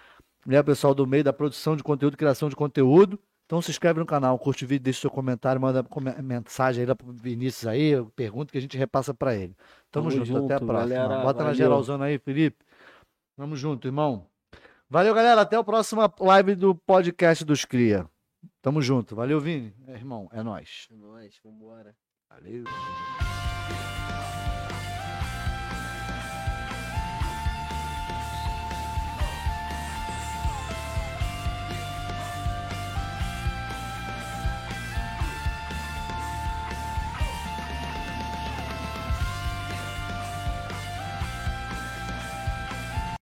S1: né, pessoal do meio da produção de conteúdo, criação de conteúdo. Então se inscreve no canal, curte o vídeo, deixa seu comentário, manda come- mensagem aí lá pro Vinícius aí, pergunta que a gente repassa para ele. Tamo,
S2: Tamo
S1: junto, até a
S2: junto,
S1: próxima.
S2: galera,
S1: Bota na
S2: valeu.
S1: geralzona aí, Felipe. Tamo junto, irmão. Valeu, galera. Até a próxima live do podcast dos Cria. Tamo junto. Valeu, Vini. É, irmão, é nóis.
S2: É nóis, vambora.
S1: Valeu.